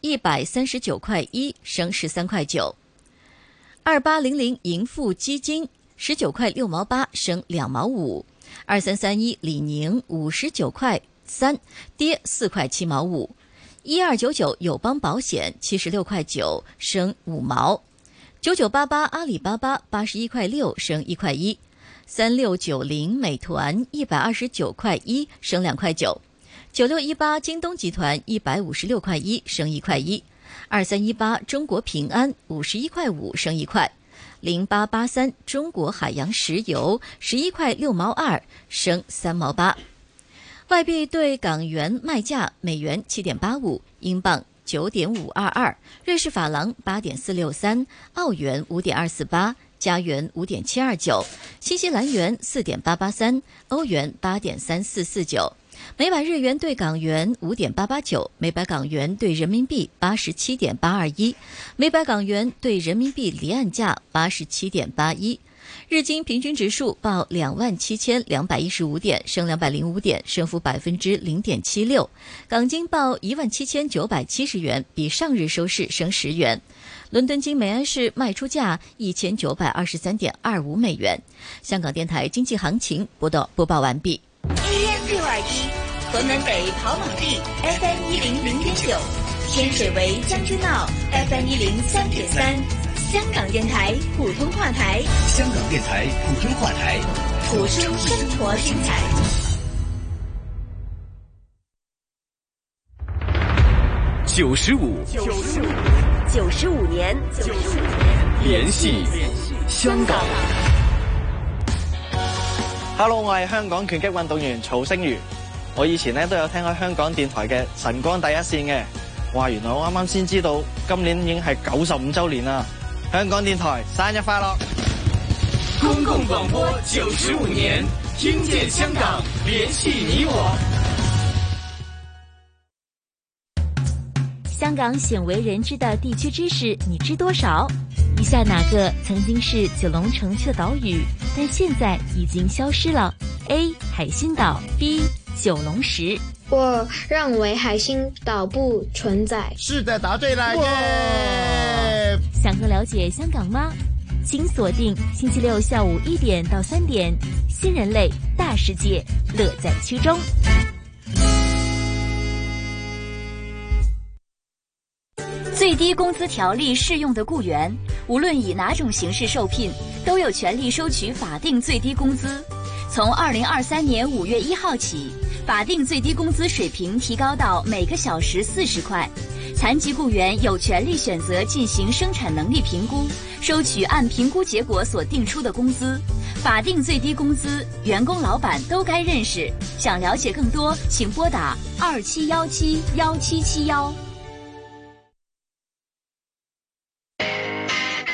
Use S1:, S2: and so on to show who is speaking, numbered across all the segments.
S1: 一百三十九块一升十三块九。二八零零盈富基金十九块六毛八升两毛五。二三三一李宁五十九块三跌四块七毛五。一二九九友邦保险七十六块九升五毛。九九八八阿里巴巴八十一块六升一块一。三六九零美团一百二十九块一升两块九，九六一八京东集团一百五十六块一升一块一，二三一八中国平安五十一块五升一块，零八八三中国海洋石油十一块六毛二升三毛八。外币对港元卖价：美元七点八五，英镑九点五二二，瑞士法郎八点四六三，澳元五点二四八。加元五点七二九，新西兰元四点八八三，欧元八点三四四九，每百日元对港元五点八八九，每百港元对人民币八十七点八二一，每百港元对人民币离岸价八十七点八一。日经平均指数报两万七千两百一十五点，升两百零五点，升幅百分之零点七六。港金报一万七千九百七十元，比上日收市升十元。伦敦金每安士卖出价一千九百二十三点二五美元。香港电台经济行情播道播报完毕。
S2: AM 六二一，屯门北跑马地，FM 一零零点九，天水围将军澳，FM 一零三点三，香港电台普通话台，
S3: 香港电台普通话台，
S2: 谱出生活精彩。
S4: 九十五，
S5: 九十五，九十五年，九十五年，
S4: 联系香港。
S6: Hello，我係香港拳擊運動員曹星如。我以前咧都有聽過香港電台嘅《晨光第一線》嘅。哇，原來我啱啱先知道，今年已經係九十五週年啦！香港電台生日快樂！
S4: 公共廣播九十五年，聽見香港，聯繫你我。
S7: 香港鮮為人知的地區知識，你知多少？以下哪個曾經是九龍城區的島嶼，但現在已經消失了？A. 海心島，B. 九龍石。
S8: 我認為海心島不存在。
S9: 是的，答對了耶！
S7: 想更了解香港嗎？請鎖定星期六下午一點到三點，《新人類大世界》，樂在其中。
S10: 最低工资条例适用的雇员，无论以哪种形式受聘，都有权利收取法定最低工资。从二零二三年五月一号起，法定最低工资水平提高到每个小时四十块。残疾雇员有权利选择进行生产能力评估，收取按评估结果所定出的工资。法定最低工资，员工、老板都该认识。想了解更多，请拨打二七幺七幺七七幺。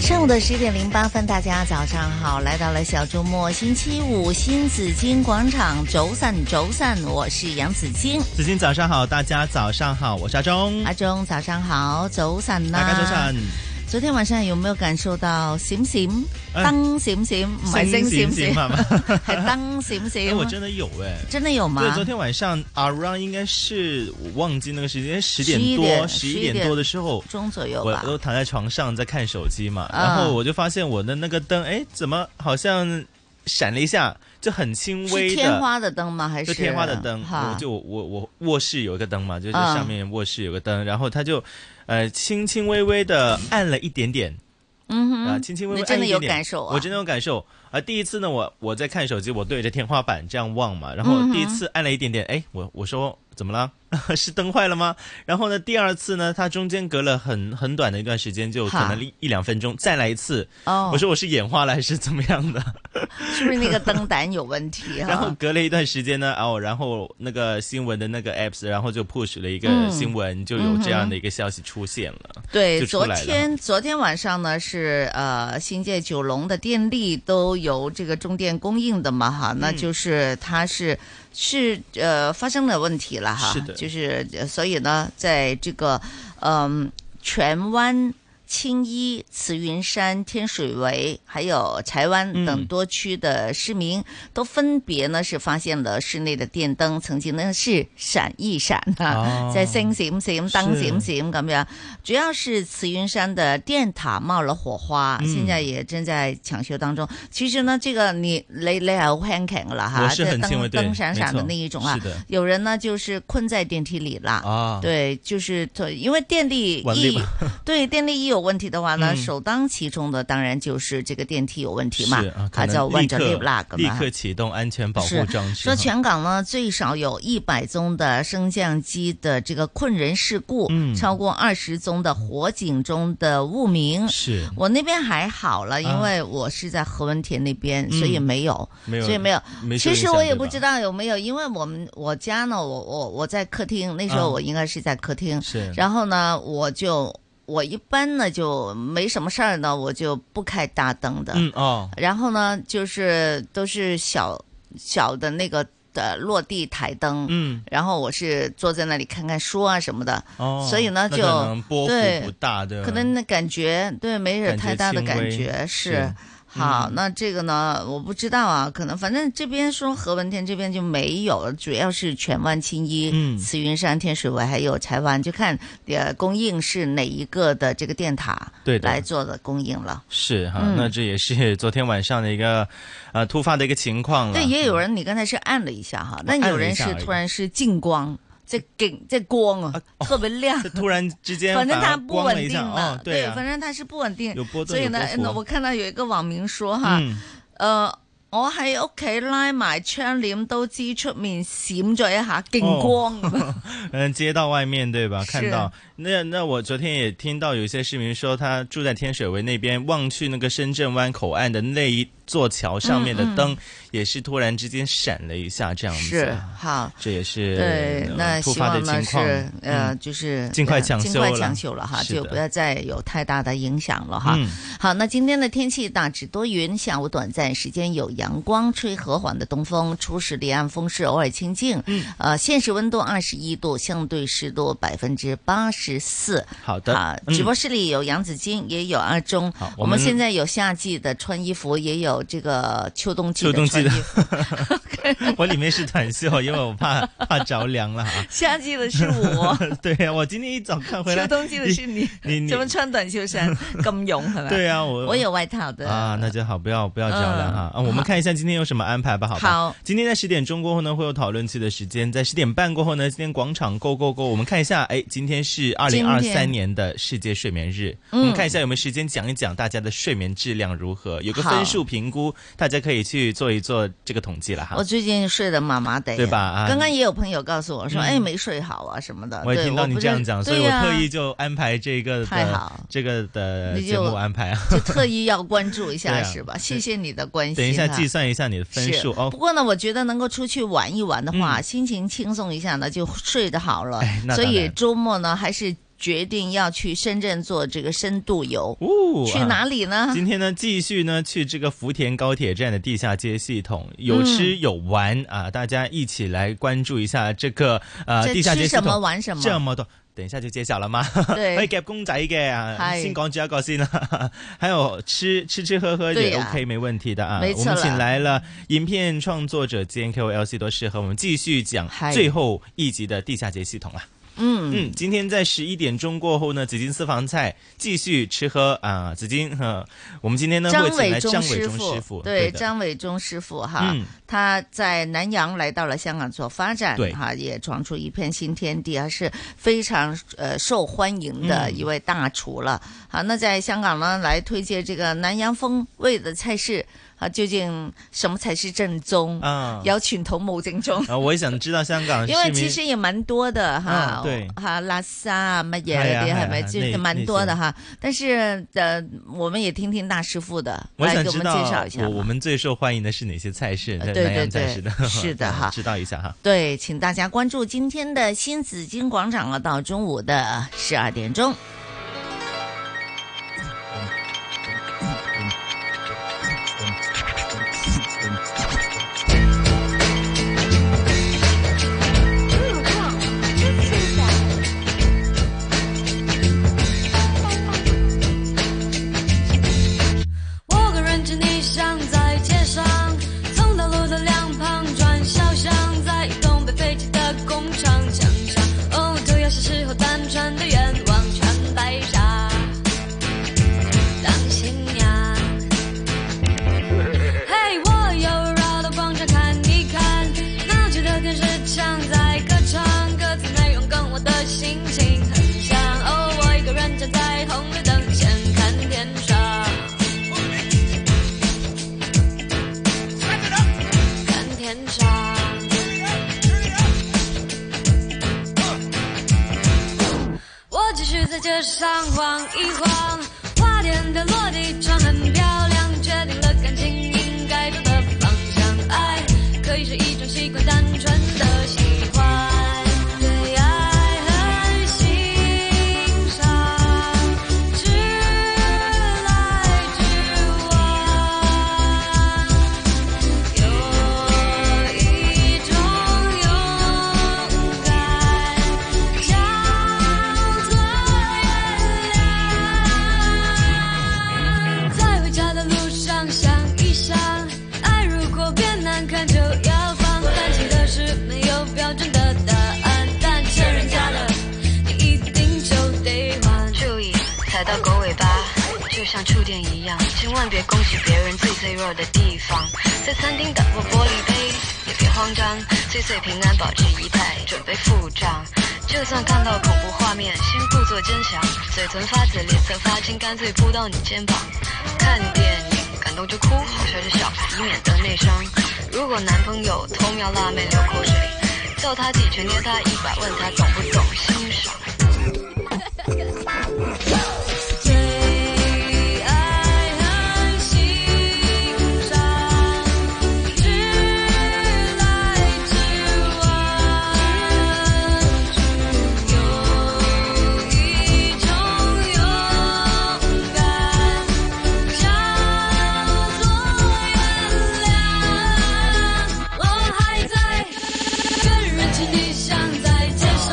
S11: 上午的十点零八分，大家早上好，来到了小周末星期五新紫金广场走散走散，我是杨紫金。
S12: 紫金早上好，大家早上好，我是阿忠。
S11: 阿忠早上好，走散啦，
S12: 大家早晨。
S11: 昨天晚上有沒有感受到閃閃
S12: 呃
S11: 燈閃閃，唔係星閃閃係嘛？ 係燈啊閃閃。
S12: 我真的有哎，
S11: 真的有嗎？
S12: 對，昨天晚上啊 around 應該是我忘記那個時間，十點多、十一點多的時候，
S11: 中左右嗯
S12: 吧。我都躺在床上在看手機嘛，然後我就發現我的那個燈，哎，怎麼好像閃了一下，就很輕微的。
S11: 天花的燈嗎？還是
S12: 天花的燈？我就我我臥室有一個燈嘛，就是
S11: 嗯
S12: 上面臥室有個燈，然後它就。呃，輕輕微微的按了一點點，
S11: 嗯哼，
S12: 啊，輕輕微微按一點點，
S11: 真的有感受啊，
S12: 我真的有感受。啊，第一次呢，我我在看手機，我對着天花板這樣望嘛，然後第一次按了一點點，哎、嗯，我我說怎麼了？ 是灯坏了吗？然后呢，第二次呢，它中间隔了很很短的一段时间，就可能
S11: 哈
S12: 一一两分钟，再来一次。
S11: 哦
S12: 我说我是眼花了还是怎么样的？
S11: 是不是 那个灯胆有问题啊
S12: 然后
S11: 哈？
S12: 隔了一段时间呢，哦，然后那个新闻的那个 apps，然后就 push 了一个
S11: 嗯
S12: 新闻，就有这样的一个消息出现了。
S11: 对，
S12: 就出
S11: 昨
S12: 来了
S11: 天昨天晚上呢是呃新界九龙的电力都由这个中电供应的嘛哈，那就是它是是呃发生了问题了哈，
S13: 是的
S11: 就是呃所以呢，在这个嗯、荃湾。青衣、慈云山、天水围，还有柴湾等
S13: 嗯
S11: 多区的市民，都分别呢是发现了室内的电灯曾经呢是闪一闪啊，
S13: 哦
S11: 在星闪闪灯
S13: 是
S11: 闪闪咁样。主要是慈云山的电塔冒了火花，
S13: 嗯
S11: 现在也正在抢修当中。其实呢，这个你你你好轻巧噶啦
S13: 我
S11: 吓，
S13: 是
S11: 这
S13: 很轻微
S11: 灯
S13: 对
S11: 灯闪闪的
S13: 没错
S11: 那一种啊
S13: 是的。
S11: 有人呢就是困在电梯里啦，
S13: 啊
S11: 对，就是对因为电力
S13: 完
S11: 一
S13: 了吧
S11: 对电力一有问题的话呢，
S12: 嗯
S11: 首当其冲的当然就是这个电梯有问题嘛
S12: 是啊，，可
S11: 啊
S12: 能
S11: 就
S12: 立
S11: 问着
S12: 刻
S11: 啦，咁
S12: 立
S11: 啊
S12: 刻启动安全保护
S11: 是
S12: 装置。
S11: 说全港呢最少有一百宗的升降机的这个困人事故，
S13: 嗯
S11: 超过二十宗的火警中的误鸣。
S13: 是啊
S11: 我那边还好了，因为我是在何文田那边，所以
S13: 嗯
S11: 没有，
S13: 没有
S11: 所以没有。
S13: 没受
S11: 其
S13: 影
S11: 实
S13: 响
S11: 我也
S13: 对
S11: 不
S13: 吧
S11: 知道有没有，因为我们我家呢，我我我在客厅，那时
S13: 啊
S11: 候我应该是在客厅，
S13: 是
S11: 然后呢，我就。我一般呢就没什么事儿呢，我就不开大灯的。
S12: 嗯哦，
S11: 然后呢，就是都是小小的那个的落地台灯，
S12: 嗯，
S11: 然后我是坐在那里看看书啊什么的，
S12: 哦，
S11: 所以呢
S12: 那
S11: 就
S12: 可能波
S11: 对
S12: 幅不大，对吧？嗯
S11: 可能那感觉对没有
S12: 感觉
S11: 太大的
S12: 轻
S11: 感
S12: 微
S11: 觉是。
S12: 是嗯
S11: 好，那这个呢，我不知道啊，可能反正这边说何文田这边就没有，主要是荃湾、青衣、
S13: 嗯
S11: 慈云山、天水围还有柴湾，就看呃供应是哪一个的这个电塔
S12: 对的
S11: 来做的供应了。
S12: 是哈，
S11: 嗯
S12: 那这也是昨天晚上的一个呃突发的一个情况了。
S11: 对，也有人你刚才是按了一下哈，那
S12: 按
S11: 有
S12: 了一
S11: 人
S12: 下
S11: 是
S12: 而已哦
S11: 突然是进光，这景这光啊，特别亮，
S12: 突然之间
S11: 反正
S12: 反
S11: 它
S12: 而
S11: 不
S12: 光了
S11: 稳
S12: 一
S11: 定
S12: 下
S11: 嘛，
S12: 哦对
S11: 对
S12: 啊
S11: 反正它是不稳定，
S12: 有波动
S11: 所以呢哎
S12: 有，波幅
S11: 那我看到有一个网民说哈，
S12: 嗯
S11: 呃。我喺屋企拉埋窗簾都知出面閃咗一
S12: 哦
S11: 下勁光，啊
S12: 嗯，街道外面对吧？
S11: 是
S12: 看到那那我昨天也听到有一些市民说，他住在天水围那边，望去那个深圳湾口岸的那一座桥上面的
S11: 嗯嗯
S12: 灯，也是突然之间闪了一下，这样子。
S11: 是好，
S12: 啊这也是
S11: 对
S12: 呃，
S11: 那
S12: 突
S11: 希
S12: 发的
S11: 望呢
S12: 情况
S11: 是呃，
S12: 嗯
S11: 就是
S12: 尽快
S11: 呃
S12: 抢
S11: 尽
S12: 修
S11: 快
S12: 了
S11: 抢修了哈，
S12: 是
S11: 就
S12: 的
S11: 不要再有太大的影响了哈
S12: 嗯。
S11: 好，那今天的天气大致多云，下午短暂时间有阳光，吹和缓的东风，初时离岸风势偶尔清劲。嗯，呃，现实温度二十一度，相对湿度百分之八十四。
S12: 好的
S11: 啊，
S12: 嗯
S11: 直播室里有杨紫金，也有阿忠。
S12: 我
S11: 我们
S12: 们
S11: 现在有夏季的穿衣服，也有这个秋冬季
S12: 秋冬季
S11: 穿衣
S12: 的
S11: 服。
S12: 我里面是短袖，因为我怕怕着凉了哈。
S11: 夏季的是我。
S12: 对呀、我今天一早看回来，
S11: 秋冬季的是你，
S12: 你你
S11: 怎么穿短袖 衫咁勇系咪？
S12: 对啊我
S11: 我有外套的。
S12: 啊，那就好，不要不要着凉哈、
S11: 嗯
S12: 啊。我们看一下今天有什么安排吧，好吧？
S11: 好
S12: 今天在十点钟过后呢，会有讨论区的时间，在十点半过后呢，今天广场 Go Go Go，我们看一下，哎，今天是二
S11: 今
S12: 零二三
S11: 天
S12: 年的世界睡眠日，
S11: 嗯
S12: 我们看一下有没有时间讲一讲大家的睡眠质量如何，有个
S11: 好
S12: 分数评估，大家可以去做一做这个统计了哈。
S11: 我最近睡得麻麻的，
S12: 对吧啊
S11: 刚刚也有朋友告诉我说，
S12: 嗯
S11: 哎，没睡好啊什么的。
S12: 我也
S11: 对
S12: 听到你
S11: 不是
S12: 这样讲，所以
S11: 对
S12: 我
S11: 呀
S12: 特意就安排这个的
S11: 太好
S12: 这个的
S11: 你
S12: 节
S11: 就
S12: 目安排啊。
S11: 就特意要关注一
S12: 对
S11: 下，
S12: 啊
S11: 是吧？谢谢你的关心。
S12: 等一下
S11: 哈
S12: 计算一下你的分
S11: 啊是
S12: 数哦嗯
S11: 不。过呢，我觉得能够出去玩一玩的话，心情轻松一下呢，就睡得好了。
S12: 哎那
S11: 所
S12: 当
S11: 以
S12: 然
S11: 周末呢，还是决定要去深圳做这个深度游。
S12: 哦
S11: 去
S12: 啊
S11: 哪里呢？
S12: 今天呢，继续呢去这个福田高铁站的地下街系统，有吃有玩、啊，大家一起来关注一下这个呃
S11: 这
S12: 地下街系统
S11: 吃什么玩什么
S12: 这么多。等一下就揭晓了嘛，
S11: 對
S12: 可以夾公仔嘅啊，
S11: 係
S12: 先講住一個先啦。 還有吃吃吃喝喝
S11: 對
S12: 也
S11: 呀
S12: OK，、沒問題的啊。
S11: 沒錯
S12: 我們
S11: 了
S12: 請來了影片創作者 JNKOLC 多士和我們繼續講
S11: 係
S12: 最後一集的地下街系統啊。
S11: 嗯
S12: 嗯，今天在十一点钟过后呢，紫金私房菜继续吃喝啊，紫金哈、呃我们今天呢会
S11: 张
S12: 请
S11: 伟
S12: 来张
S11: 忠
S12: 伟
S11: 师
S12: 忠
S11: 傅，
S12: 师傅，
S11: 对
S12: 的
S11: 张伟忠师傅哈
S12: 嗯，
S11: 他在南洋来到了香港做发展
S12: 对，
S11: 哈，也闯出一片新天地，还是非常呃受欢迎
S12: 嗯
S11: 的一位大厨了。好，那在香港呢，来推介这个南洋风味的菜式。啊，究竟什么才是正宗？
S12: 啊
S11: 有传统冇正宗。
S12: 啊，我也想知道香港市
S11: 因为
S12: 民
S11: 其实也蛮多的哈哦
S12: 嗯，对
S11: 哈拉萨啊乜嘢
S12: 哎呀
S11: 嗰
S12: 哎
S11: 啲
S12: 呀
S11: 系咪？就是
S12: 那
S11: 蛮多的哈。但是呃，我们也听听大师傅的，
S12: 我
S11: 来
S12: 想
S11: 给我
S12: 知
S11: 们
S12: 道
S11: 介绍一下
S12: 我
S11: 嘛
S12: 我们最受欢迎的是哪些菜式？
S11: 呃对
S12: 南洋
S11: 对
S12: 菜
S11: 对
S12: 式的，
S11: 是 的哈
S12: 知道一下哈。
S11: 对，请大家关注今天的新紫金广场啊，到中午的十二点钟。
S13: 我跟人群逆向在街上，从道路的两旁转小巷，在一栋被废弃的工厂墙上，哦，涂鸦是时候单纯的愿望穿白纱，当新娘。嘿，我又绕到广场看一看，那区的电视墙在歌唱，歌词内容跟我的心情很像。哦，我一个人站在红绿灯前看天上。看天上。我继续在街上晃一晃，花店的落地窗很漂亮，确定了感情应该走的方向。爱可以是一种习惯，单纯的喜欢。对爱很欣赏，直来直往。有一种勇敢，叫做原谅。在回家的路上想一想，爱如果变难看就要放。感情的事没有标准的答案，但欠人家的你一定就得还。注意，踩到狗尾巴。就像触电一样，千万别攻击别人最脆弱的地方。在餐厅打破玻璃杯，也别慌张，岁岁平安，保持仪态，准备付账。就算看到恐怖画面，先故作坚强，嘴唇发紫，脸色发青，干脆扑到你肩膀。看电影感动就哭，好笑就笑，以免得内伤。如果男朋友偷瞄辣妹流口水，揍他几拳，捏他一把，问他懂不懂欣赏。对爱很欣赏，直来直往。有一种勇敢，叫做原谅。我还在跟人群逆向在街上。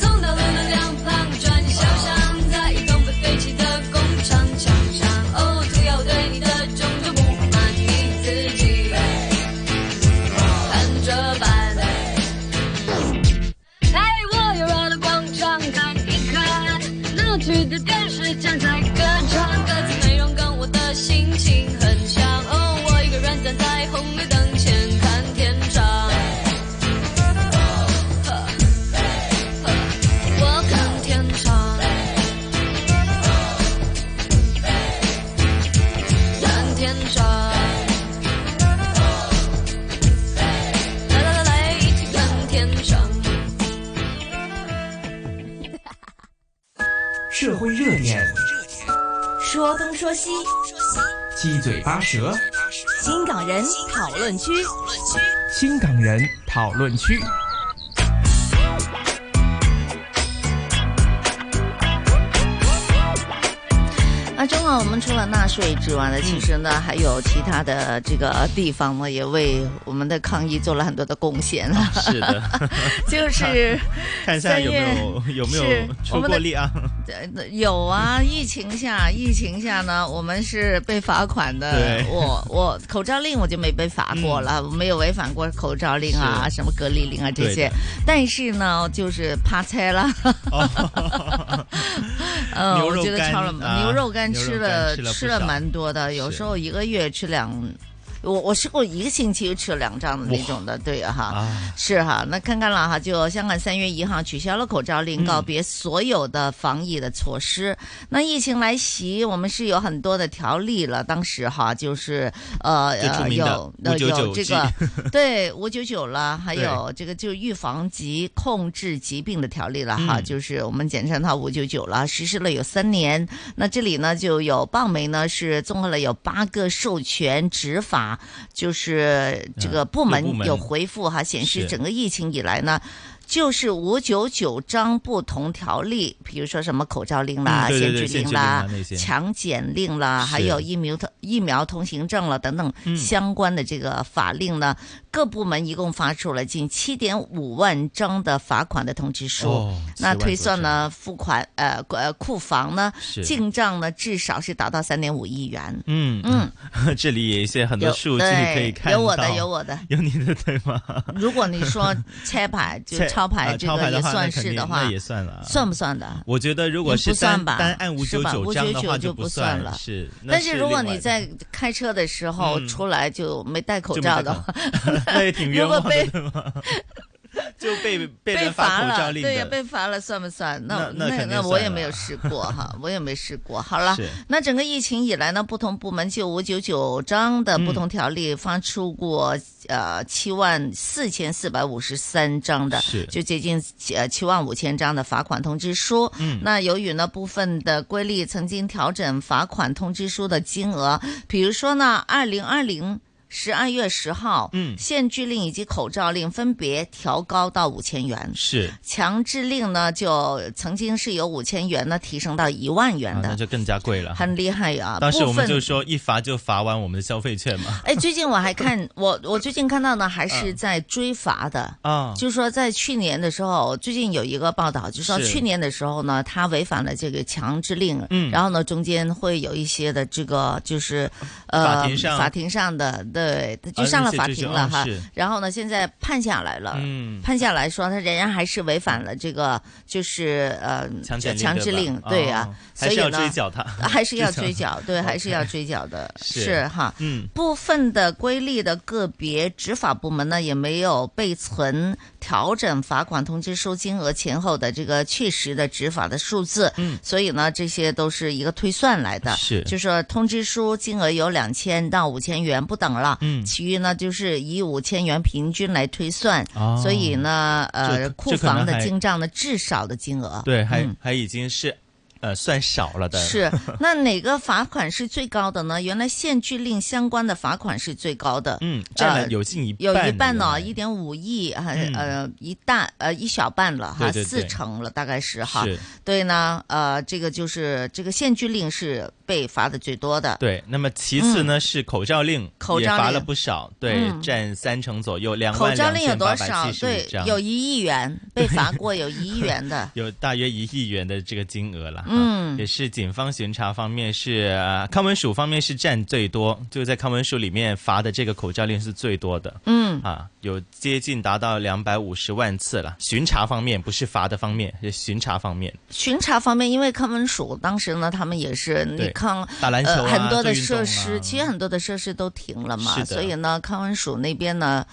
S13: 从道路的两旁转小巷，在一栋被废弃的工厂墙上，哦，涂鸦我对你的种种不满，你自己看着办。嘿，我又绕到广场看一看，闹区的电视墙在歌唱，歌词内容跟我的心情很像，哦，我一个人站在红绿灯前看天上。我看天长，看天长，来来来来，一起看天长。
S14: 社会热点，
S2: 说东说西，
S14: 七嘴八舌，
S2: 新港人讨论区。
S14: 新港人讨论区。
S11: 那中啊，我们除了纳税之外呢，其实呢还有其他的这个地方呢，也为我们的抗疫做了很多的贡献了。
S12: 哦是的，
S11: 就是
S12: 看一下有没有有没
S11: 是
S12: 有
S11: 我
S12: 出
S11: 们
S12: 过
S11: 的
S12: 力啊？
S11: 呃有啊，疫情下，疫情下呢，我们是被罚款的
S12: 对。
S11: 我我口罩令我就没被罚过了，我没有违反过口罩令啊，
S12: 是
S11: 什么隔离令啊这
S12: 对
S11: 些
S12: 的。
S11: 但是呢，就是趴菜了。 呃，
S12: 哦牛
S11: 我
S12: 肉
S11: 觉得
S12: 干
S11: 超了
S12: 啊
S11: 牛肉干
S12: 牛肉
S11: 吃
S12: 干
S11: 了
S12: 吃了不
S11: 吃了
S12: 少
S11: 蛮多的，有时候一个月吃两我我试过一个星期就吃了两张的那种的，对哈、
S12: 啊
S11: 是哈。那看看了哈，就香港三月一号取消了口罩令，
S12: 嗯
S11: 告别所有的防疫的措施。那疫情来袭，我们是有很多的条例了，当时哈就是呃
S12: 最出
S11: 呃
S12: 名的
S11: 有呃有
S12: 599
S11: 这
S12: 剂
S11: 个对五九九了，还有
S12: 对
S11: 这个就预防及控制疾病的条例了哈，
S12: 嗯
S11: 就是我们简称它五九九了，实施了有三年。那这里呢就有棒媒呢是综合了有八个授权执法，就是这个部
S12: 各嗯部
S11: 门
S12: 门
S11: 有回复哈，显示
S12: 是
S11: 整个疫情以来呢。就是五九九章不同条例，比如说什么口罩令啦、
S12: 嗯对对对
S11: 限聚
S12: 限聚
S11: 令
S12: 令
S11: 啦
S12: 啊那、些
S11: 强检令啦，还
S12: 是
S11: 有疫苗通疫苗通行证了等等
S12: 嗯
S11: 相关的这个法令呢，各部门一共发出了近七点五万张的罚款的通知书。
S12: 哦
S11: 那
S12: 7万
S11: 推算呢，付款呃呃库房呢
S12: 是
S11: 进账呢至少是达到三点五亿元。
S12: 嗯
S11: 嗯，
S12: 这里也有一些很多
S11: 有
S12: 数据你可
S11: 对
S12: 以看到，
S11: 有我的有我的
S12: 有你的对吗？
S11: 如果你 说车牌就
S12: 切
S11: 抄牌
S12: 呃
S11: 这
S12: 抄
S11: 个
S12: 牌的
S11: 也
S12: 话
S11: 算
S12: 那
S11: 是
S12: 肯定
S11: 的话，
S12: 那也算了啊
S11: 算不算的？
S12: 我觉得如果
S11: 嗯
S12: 是
S11: 不算
S12: 单
S11: 吧
S12: 单按五
S11: 是
S12: 九
S11: 吧
S12: 九章的话
S11: 599就
S12: 不
S11: 不
S12: 算
S11: 了
S12: 是，那
S11: 但是如果
S12: 另外
S11: 你在开车的时候
S12: 嗯
S11: 出来就没戴口
S12: 就没
S11: 罩
S12: 戴
S11: 的
S12: 口
S11: 话，
S12: 那也挺冤
S11: 如果
S12: 枉的
S11: 被
S12: 对吗就被被
S11: 被
S12: 人发
S11: 罚
S12: 口罩
S11: 了，
S12: 令
S11: 对呀，
S12: 的
S11: 被罚了算不算？
S12: 那那
S11: 那
S12: 肯定
S11: 我
S12: 算
S11: 也没
S12: 了
S11: 有试过 哈，我也没试过。好了
S12: 是，
S11: 那整个疫情以来呢，不同部门就五九九章的不
S12: 嗯
S11: 同条例发出过呃七万四千四百五十三张的
S12: 是，
S11: 就接近呃七万五千张的罚款通知书。
S12: 嗯
S11: 那由于呢部分的规例曾经调整罚款通知书的金额，比如说呢，二零二零。十二月十号，
S12: 嗯
S11: 限聚令以及口罩令分别调高到五千元，
S12: 是
S11: 强制令呢就曾经是由五千元呢提升到一万元
S12: 啊
S11: 的，
S12: 那就更加贵了。
S11: 很厉害啊！
S12: 当时
S11: 部
S12: 我们
S11: 分
S12: 就说一罚就罚完我们的消费券 嘛。
S11: 哎，最近我还看我我最近看到呢，
S12: 嗯
S11: 还是在追罚的
S12: 啊
S11: 就是说在去年的时候，最近有一个报道，就说
S12: 是
S11: 去年的时候呢，他违反了这个强制令，
S12: 嗯
S11: 然后呢中间会有一些的这个就是呃
S12: 法庭上
S11: 庭上的对，
S12: 啊
S11: 就上了
S12: 那些
S11: 法
S12: 就是
S11: 庭了
S12: 哦
S11: 哈
S12: 是，
S11: 然后呢现在判下来了，
S12: 嗯
S11: 判下来说他仍然还是违反了这个就是呃
S12: 强制令
S11: 强制令
S12: 对，吧
S11: 对呀
S12: 哦，
S11: 所以
S12: 还是要
S11: 呢
S12: 追缴他
S11: 还 是要
S12: 追
S11: 追
S12: 缴
S11: 缴，对，还是 要追缴的，
S12: 是
S11: 是哈，
S12: 嗯
S11: 部分的规例的个别执法部门呢，也没有备存调整罚款通知书金额前后的这个确实的执法的数字，
S12: 嗯，
S11: 所以呢，这些都是一个推算来的，
S12: 是
S11: 就说通知书金额有两千到五千元不等了，
S12: 嗯
S11: 其余呢就是以五千元平均来推算，
S12: 哦
S11: 所以呢，
S12: 这
S11: 呃，
S12: 可
S11: 库
S12: 这可能
S11: 房的
S12: 还
S11: 进账的至少的金额，
S12: 对，还、
S11: 嗯
S12: 还已经是呃算少了的。
S11: 是， 那哪个罚款是最高的呢？原来限聚令相关的罚款是最高的，
S12: 嗯，占了
S11: 呃
S12: 有近一半、嗯
S11: 有一半呢，一点五亿，还呃一大呃一小半了哈，
S12: 对对对
S11: 四成了大概是哈
S12: 是。
S11: 对呢，呃，这个就是这个限聚令是被罚的最多的。
S12: 对，那么其次呢、是口罩令，
S11: 嗯口罩
S12: 也罚
S11: 令
S12: 了不少，对，
S11: 嗯
S12: 占三成左右，两
S11: 口
S12: 万
S11: 罩
S12: 两
S11: 令有
S12: 千
S11: 多
S12: 八百
S11: 少？
S12: 七十
S11: 对
S12: 五张，，。
S11: 有一亿元被罚过，有一亿元的
S12: 有大约一亿元的这个金额了，
S11: 嗯
S12: 哈也是警方巡查方面是、呃康文署方面是占最多，就在康文署里面罚的这个口罩令是最多的，
S11: 嗯
S12: 啊，有接近达到两百五十万次了，巡查方面不是罚的方面，是巡查方面，
S11: 巡查方面，因为康文署当时呢，他们也是你
S12: 对
S11: 看，
S12: 打篮球啊
S11: 呃、很多的
S12: 做运动
S11: 设
S12: 啊
S11: 施，其实很多的设施都停了
S12: 是
S11: 嘛，
S12: 的
S11: 所以呢，康文署那边呢，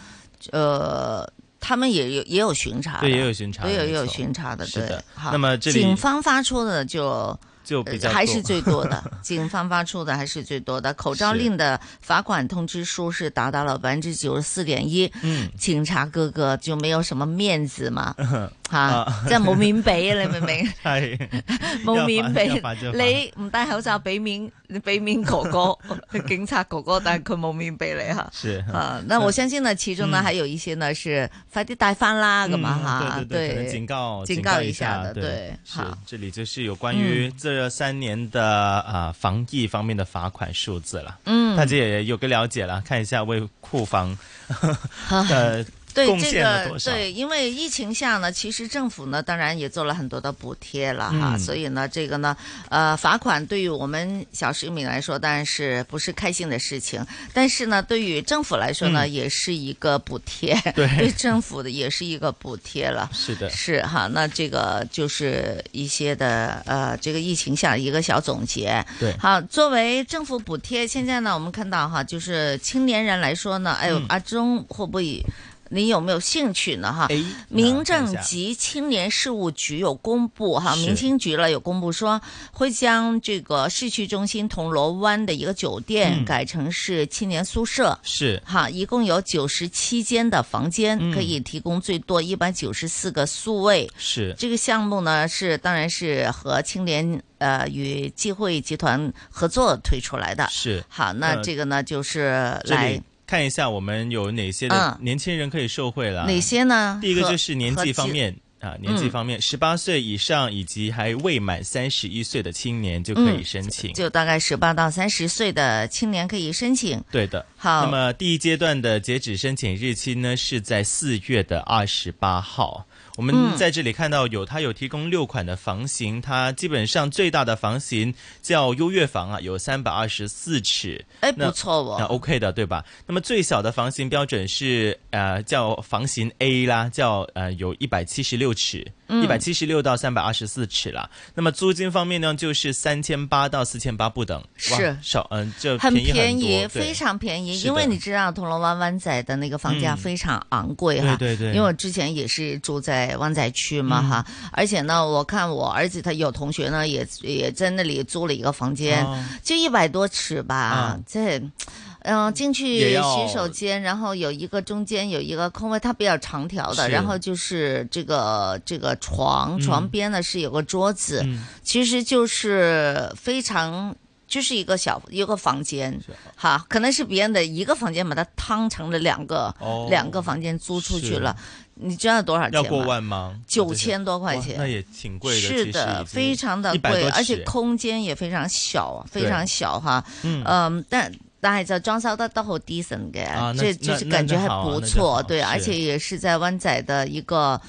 S11: 呃，他们也有也有巡查的，
S12: 对，也有巡查的，
S11: 对，也
S12: 没
S11: 有
S12: 错
S11: 巡查的，
S12: 是
S11: 对
S12: 的。
S11: 好
S12: 那么这里
S11: 警方发出的就。
S12: 就比较
S11: 呃还
S12: 多
S11: 是最多 的，警方发出的还是最多的。口罩
S12: 是
S11: 令的罚款通知书是达到了百分之九十四点一，
S12: 嗯
S11: 警察哥哥就没有什么面子嘛，吓
S12: 啊，哎
S11: 真係冇面俾啊！你明唔 明？
S12: 係
S11: 冇面俾
S12: 有罰有罰
S11: 你唔戴口罩俾面，你俾面哥 哥，警察哥哥，但係佢冇面俾你吓。
S12: 是
S11: 啊，那我相信呢，其中呢，
S12: 嗯
S11: 还有一些呢是快啲戴翻啦，咁啊吓，
S12: 嗯对对对，可能警告
S11: 警
S12: 告
S11: 一下
S12: 的，
S11: 的，对，
S12: 是
S11: 好。嗯
S12: 这里就是有关于这三年的啊、呃防疫方面的罚款数字了，
S11: 嗯
S12: 大家也有个了解了，看一下为库房
S11: 啊
S12: 呃
S11: 对
S15: 贡
S11: 这
S15: 献了
S11: 个
S15: 多少？
S11: 对，因为疫情下呢，其实政府呢，当然也做了很多的补贴了哈，
S15: 嗯
S11: 所以呢，这个呢，呃，罚款对于我们小市民来说，当然是不是开心的事情，但是呢，对于政府来说呢，
S15: 嗯
S11: 也是一个补贴，
S15: 对
S11: 政府的也是一个补贴了。
S12: 是的，
S11: 是哈，那这个就是一些的呃，这个疫情下一个小总结。
S12: 对
S11: 好，作为政府补贴，现在呢，我们看到哈，就是青年人来说呢，哎呦，
S15: 嗯
S11: 阿忠会不会？你有没有兴趣呢？哈
S15: 哎，
S11: 民政及青年事务局有公布哈，
S15: 是
S11: 民青局了有公布说会将这个市区中心铜锣湾的一个酒店
S15: 嗯
S11: 改成是青年宿舍，
S12: 是
S11: 哈，一共有九十七间的房间，
S12: 嗯
S11: 可以提供最多一百九十四个宿位。
S12: 是
S11: 这个项目呢，是当然是和青联呃与际会集团合作推出来的。
S12: 是
S11: 好，那
S12: 呃
S11: 这个呢就是
S12: 这
S11: 来
S12: 里看一下我们有哪些的
S11: 嗯
S12: 年轻人可以受惠了。
S11: 哪些呢？
S12: 第一个
S11: 和
S12: 就是年纪方。面
S11: 和。
S12: 啊，年纪
S11: 嗯
S12: 方面，十八岁以上以及还未满三十一岁的青年就可以
S11: 嗯
S12: 申请。
S11: 就大概十八到三十岁的青年可以申请。
S12: 对的。
S11: 好
S12: 那么第一阶段的截止申请日期呢是在四月的二十八号。
S11: 嗯
S12: 我们在这里看到有，它有提供六款的房型，它基本上最大的房型叫优越房啊，有三百二十四尺，
S11: 哎
S12: 那
S11: 不错哦
S12: 那 OK 的，对吧？那么最小的房型标准是呃叫房型 A 啦，叫呃有一百七十六尺，
S16: 嗯
S12: 一百七十六到三百二十四尺啦。那么租金方面呢，就是三千八到四千八不等，哇
S11: 是
S12: 少嗯、这
S11: 很
S12: 便宜
S11: 便宜，
S12: 多对
S11: 非常便宜，
S12: 是
S11: 因为
S12: 的
S11: 你知道铜锣湾湾仔的那个房价
S12: 嗯
S11: 非常昂贵哈，
S12: 对对对嗯
S11: 因为我之前也是住在湾仔区嘛哈，而且呢，我看我儿子他有同学呢也也在那里租了一个房间，
S15: 哦
S11: 就一百多尺吧
S15: 啊，
S11: 这、嗯、进去
S15: 也要
S11: 洗手间，然后有一个中间有一个空位，它比较长条的，
S15: 是
S11: 然后就是这个这个床，
S15: 嗯
S11: 床边呢是有个桌子，
S15: 嗯
S11: 其实就是非常。就是一个小一个房间，哈，可能是别人的一个房间，把它摊成了两个、
S12: 哦
S11: 两个房间租出去
S12: 是
S11: 了，你知道多少钱
S12: 要
S11: 吗？
S12: 过万吗？
S11: 九千多块钱，
S12: 哇那也挺贵的，
S11: 是的，非常的贵，而且空間也非常小，啊非常小哈。
S12: 嗯
S11: 嗯，但。但係就裝修得都好 decent 嘅，
S15: 啊那
S11: 即係就是
S15: 那
S11: 感覺
S15: 那
S11: 還
S15: 那好啊
S11: 不
S15: 那就
S11: 錯，
S15: 好
S11: 對，
S15: 是
S11: 而且也是在灣仔的一個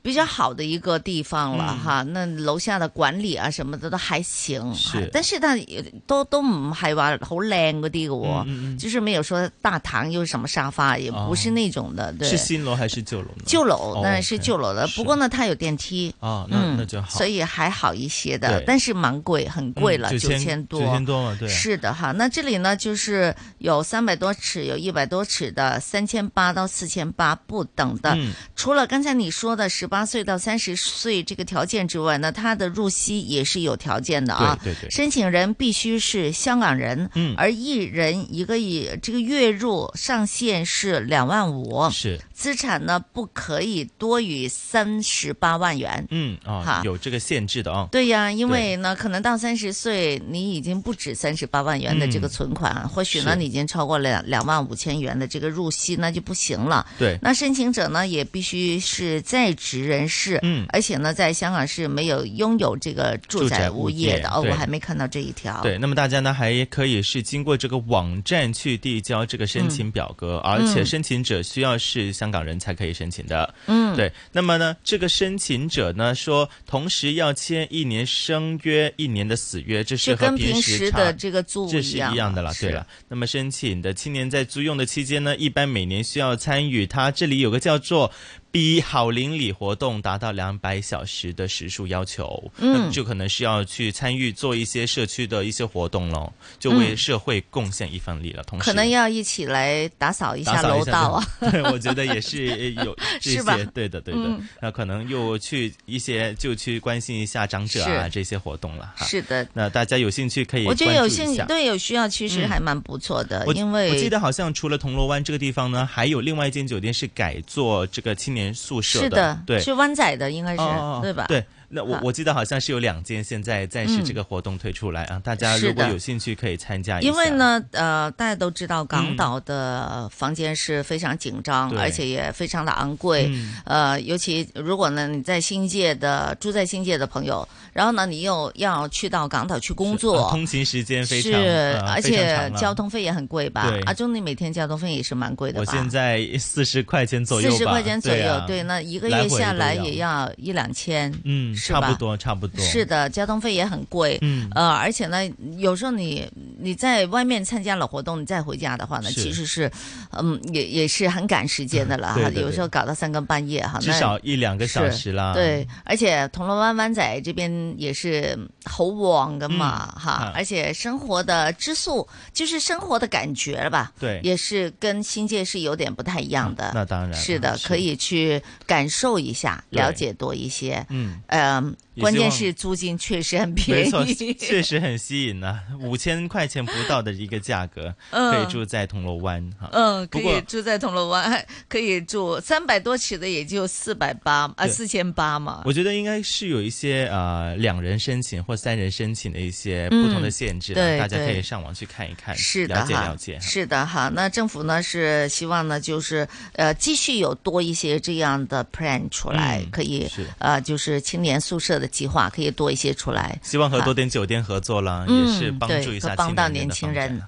S11: 比較好的一個地方了、
S15: 嗯
S11: 哈。那樓下的管理啊什麼的都還行，啊
S15: 是
S11: 但是但也都都唔係話好靚嗰啲嘅喎，
S12: 嗯嗯嗯
S11: 就是沒有說大堂又什麼沙發，也不
S15: 哦
S11: 是那種的，對。
S12: 是新楼还是旧楼呢？
S11: 旧楼
S12: 哦
S11: 当然是旧楼了，不过呢，它有电梯
S12: 哦那
S11: 嗯
S12: 那就好
S11: 所以还好一些的
S12: 对，
S11: 但是蛮贵，很贵了，
S12: 嗯
S11: 九
S12: 9000
S11: 多，
S12: 9000多嘛对啊
S11: 是的哈。那这里呢，就是有三百多尺，有一百多尺的，三千八到四千八不等的。
S15: 嗯
S11: 除了刚才你说的十八岁到三十岁这个条件之外呢，它的入息也是有条件的啊。
S15: 对对对
S11: 申请人必须是香港人，
S15: 嗯
S11: 而一人一个以这个月入上限是两万五，
S12: 是
S11: 资产呢不可以多于三十八万元。
S12: 嗯啊
S11: 哈，
S12: 有这个限制的啊。
S11: 对呀，因
S12: 对
S11: 为呢，可能到三十岁，你已经不止三十八万元的这个
S15: 嗯
S11: 存款，或许呢，
S15: 是
S11: 你已经超过两两万五千元的这个入息，那就不行了。
S15: 对
S11: 那申请者呢，也必须是在职人士，
S15: 嗯
S11: 而且呢，在香港是没有拥有这个住
S12: 住宅
S11: 宅
S12: 物
S11: 物业
S12: 业
S11: 的。哦，
S12: 对
S11: 我还没看到这一条。
S12: 对，那么大家呢还可以是经过这个网站去递交这个申请表格，而且
S11: 嗯
S12: 申请者需要是香港人才可以申请的。
S11: 嗯
S12: 对。那么呢，这个申请者呢说，同时要签一年生约、一年的死约，这是
S11: 这
S12: 和
S11: 跟平时
S12: 时差
S11: 的这个租屋
S12: 这是
S11: 一样
S12: 样的啦，
S11: 是
S12: 对了。那么申请的青年在租用的期间呢，一般每年需要参与他这里有个叫做。比好邻里活动达到两百小时的时数要求，
S11: 嗯
S12: 那就可能是要去参与做一些社区的一些活动喽，就为
S11: 嗯
S12: 社会贡献一份力了。同时，
S11: 可能要一起来打扫一
S12: 打
S11: 下
S12: 扫一
S11: 楼道啊。
S12: 对，我觉得也是呃有这
S11: 是吧
S12: 些，对的，对的
S11: 嗯。
S12: 那可能又去一些就去关心一下长者啊
S11: 是
S12: 这些活动了哈。
S11: 是的
S12: 那大家有兴趣可以
S11: 我觉得有
S12: 关注一
S11: 兴
S12: 下
S11: 对有需要，其实
S12: 嗯
S11: 还蛮不错的，
S12: 我
S11: 因为
S12: 我记得好像除了铜锣湾这个地方呢，还有另外一间酒店是改做这个青年宿舍
S11: 是
S12: 对，
S11: 是湾仔的，应该是、
S12: 哦哦哦
S11: 对吧？
S12: 对，那我
S11: 好嗯
S12: 我记得好像是有两件，现在暂时这个活动推出来啊，大家
S11: 是
S12: 如果
S11: 的
S12: 有兴趣可以参加一下。嗯
S11: 因为呢，呃，大家都知道港岛的房间是非常紧张，
S12: 对
S11: 而且也非常的昂贵。
S12: 嗯
S11: 呃，尤其如果呢你在新界的住在新界的朋友，然后呢你又要去到港岛去工作，
S12: 呃通勤时间非常，
S11: 是，
S12: 呃
S11: 而
S12: 非常长
S11: 且
S12: 了
S11: 交通费也很贵吧
S12: 对？
S11: 阿忠，你每天交通费也是蛮贵的
S12: 我
S11: 吧？
S12: 现在四十块钱左右吧，
S11: 四十块钱左右，
S12: 对啊
S11: 那一个月下来
S12: 来回都
S11: 也要一两千，
S12: 嗯，
S11: 是
S12: 差
S11: 吧
S12: 不多，差不多。
S11: 是的，交通费也很贵，
S12: 嗯
S11: 呃，而且呢，有时候你你在外面参加了活动，你再回家的话呢，
S12: 是
S11: 其实是，嗯，也也是很赶时间的了
S12: 对
S11: 哈，
S12: 对对
S11: 有时候搞到三更半夜哈，
S12: 至
S11: 那
S12: 少一两个小
S11: 是
S12: 时啦。
S11: 对，而且铜锣湾湾仔这边也是好旺的嘛，
S12: 嗯
S11: 哈
S12: 嗯，
S11: 而且生活的质素就是生活的感觉吧，
S12: 对
S11: 也是跟新界是有点不太一样的。
S12: 那当然了嗯
S11: 是的，可以去感受一下，
S12: 对
S11: 了解多一些。
S12: 嗯
S11: 嗯，
S12: 也
S11: 关键
S12: 希
S11: 是
S12: 望
S11: 租金确实很便
S12: 没错，
S11: 宜，
S12: 确实很吸引呐、五千块钱不到的一个价格，
S11: 嗯
S12: 可以住在铜锣湾哈。
S11: 嗯，可
S12: 啊不
S11: 以
S12: 过
S11: 住在铜锣湾，还可以住三百多尺的，也就四百八啊，
S12: 对
S11: 四千八嘛。
S12: 我觉得应该是有一些呃两人申请或三人申请的一些不同的限制
S11: 嗯
S12: 啦、
S11: 对
S12: 大家可
S11: 对
S12: 以上网去看一看，
S11: 是的
S12: 了解
S11: 哈
S12: 了解。
S11: 是的哈。那政府呢是希望呢就是呃继续有多一些这样的 plan 出来，
S12: 嗯
S11: 可以
S12: 是
S11: 呃就是青年宿舍的计划可以多一些出来，
S12: 希望和
S11: 啊
S12: 多点酒店合作啦，
S11: 嗯
S12: 也是帮助
S11: 对
S12: 一下
S11: 帮
S12: 青
S11: 到
S12: 年
S11: 年
S12: 人的
S11: 轻
S12: 发展
S11: 人。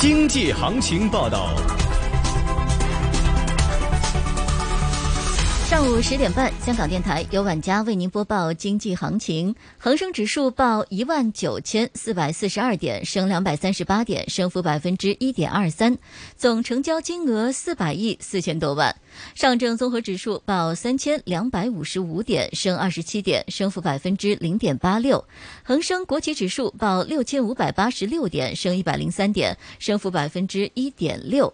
S4: 经济行情报道，
S1: 上午十点半，香港电台由晚佳为您播报经济行情。恒生指数报一万九千四百四十二点，升两百三十八点，升幅百分之一点二三，总成交金额四百亿四千多万。上证综合指数报三千两百五十五点，升二十七点，升幅百分之零点八六。恒生国企指数报六千五百八十六点，升一百零三点，升幅百分之一点六。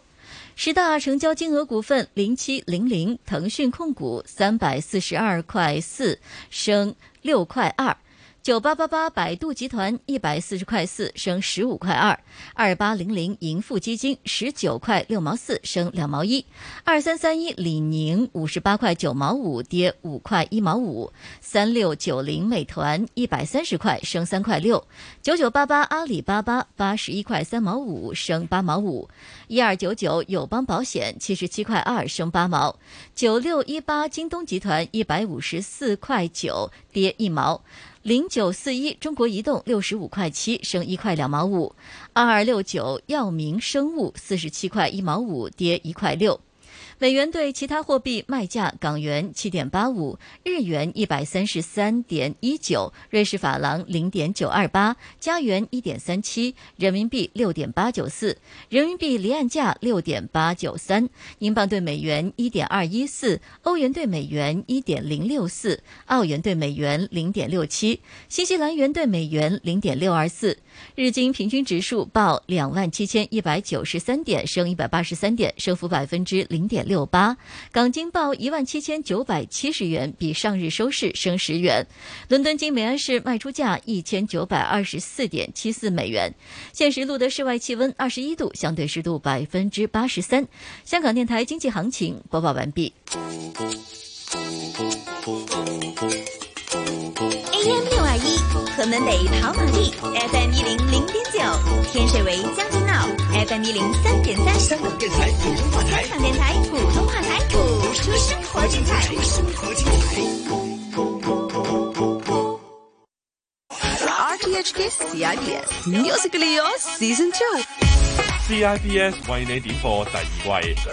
S1: 十大成交金额股份零七零零，腾讯控股三百四十二块四，升六块二。九八八八，百度集团一百四十块四升十五块二；二八零零盈富基金十九块六毛四升两毛一；二三三一李宁五十八块九毛五跌五块一毛五；三六九零美团一百三十块升三块六；九九八八阿里巴巴八十一块三毛五升八毛五；一二九九友邦保险七十七块二升八毛；九六一八京东集团一百五十四块九跌一毛。零九四一中国移动六十五块七升一块两毛五，二二六九药明生物四十七块一毛五跌一块六。美元对其他货币卖价：港元七点八五，日元一百三十三点一九，瑞士法郎零点九二八，加元一点三七，人民币六点八九四，人民币离岸价六点八九三，英镑对美元一点二一四，欧元对美元一点零六四，澳元对美元零点六七，新西兰元对美元零点六二四。日经平均指数报两万七千一百九十三点，升一百八十三点，升幅百分之零点六八。港金报一万七千九百七十元，比上日收市升十元。伦敦金每安士卖出价一千九百二十四点七四美元。现时录得室外气温二十一度，相对湿度百分之八十三。香港电台经济行情播报完毕。
S2: AM 六二一，河门北跑马地；FM 一零零点九，天水围将军澳；FM 一零三点三，香港电台普通话台。香港电台普通话台，谱出生活精彩。生活精彩。
S15: RTHK CIBS Musically Yours Season 2
S16: CIBS 為你點播第二季，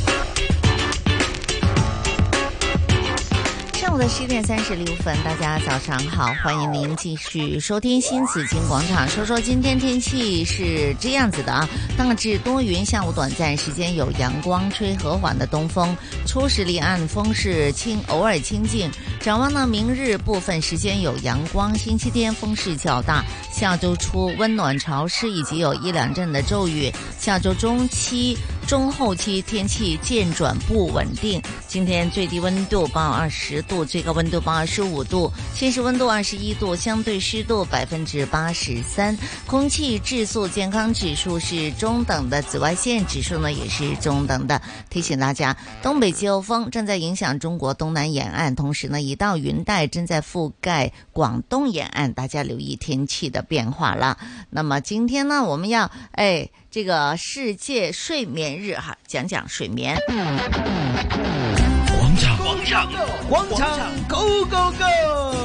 S11: 上午的十点三十六分，大家早上好，欢迎您继续收听新紫金广场。说说今天天气是这样子的啊，大致多云，下午短暂时间有阳光，吹和缓的东风，初时离岸风势清，偶尔清劲。展望呢，明日部分时间有阳光，星期天风势较大，下周初温暖潮湿以及有一两阵的骤雨，下周中期。中后期天气渐转不稳定。今天最低温度报二十度，最高温度报二十五度，现实温度二十一度，相对湿度百分之八十三，空气质素健康指数是中等的，紫外线指数呢也是中等的。提醒大家，东北季候风正在影响中国东南沿岸，同时呢，一道云带正在覆盖广东沿岸，大家留意天气的变化了。那么今天呢，我们要哎。这个世界睡眠日哈，讲讲睡眠。
S4: 广场，广场，广场，Go Go Go！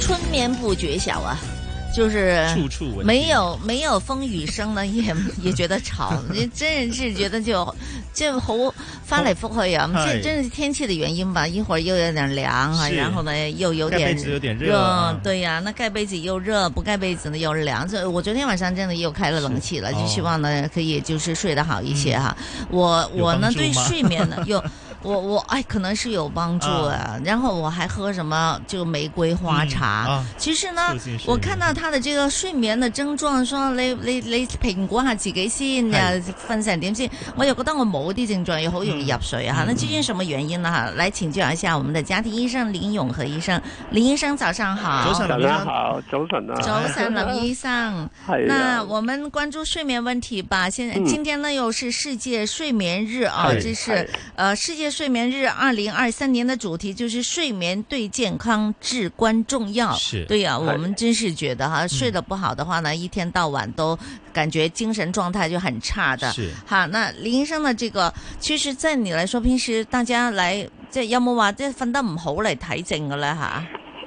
S11: 春眠不觉晓啊，就是
S12: 处处闻鸡
S11: 没有没有风雨声呢，也也觉得吵。你真是觉得就就好翻来覆去啊，
S12: 嗨
S11: 这真是天气的原因吧？一会儿又有点凉啊，
S12: 是
S11: 然后呢又有
S12: 盖
S11: 点
S12: 被子有点热啊
S11: 对呀、那盖被子又热，不盖被子呢又凉。这我昨天晚上真的又开了冷气了，就希望呢可以就是睡得好一些哈。我
S7: 有
S11: 我呢
S7: 帮助
S11: 对
S7: 吗
S11: 睡眠呢 有。我我哎，可能是有帮助啊。然后我还喝什么就玫瑰花茶。
S7: 嗯啊
S11: 其实呢
S7: 促进睡，
S11: 我
S7: 眠
S11: 看到他的這個睡眠嘅症狀，所以你你你評估下自己先，又瞓成點先。我又覺得我冇啲症狀，又好容
S7: 嗯
S11: 易入睡啊。那究竟什麼原因呢？哈，來請教一下我們的家庭醫生林永和醫生。林醫生早上好。
S17: 大家好，早晨啊！
S11: 啊
S12: 哎
S11: 早晨，林醫 生
S17: 係。
S11: 那
S17: 啊
S11: 我們關注睡眠問題吧。現在、
S17: 嗯
S12: 哎
S11: 今天呢又是世界睡眠日啊，
S17: 係
S11: 這是
S17: 係
S11: 呃世界睡眠日二零二三年的主题就是睡眠对健康至关重要。
S12: 是
S11: 对呀、
S12: 哎嗯
S11: 我们真是觉得哈，睡得不好的话呢，一天到晚都感觉精神状态就很差的。
S12: 是
S11: 哈，那林医生的这个，其实，在你来说，平时大家嚟即係有冇話即係瞓得唔好嚟睇症嘅咧吓？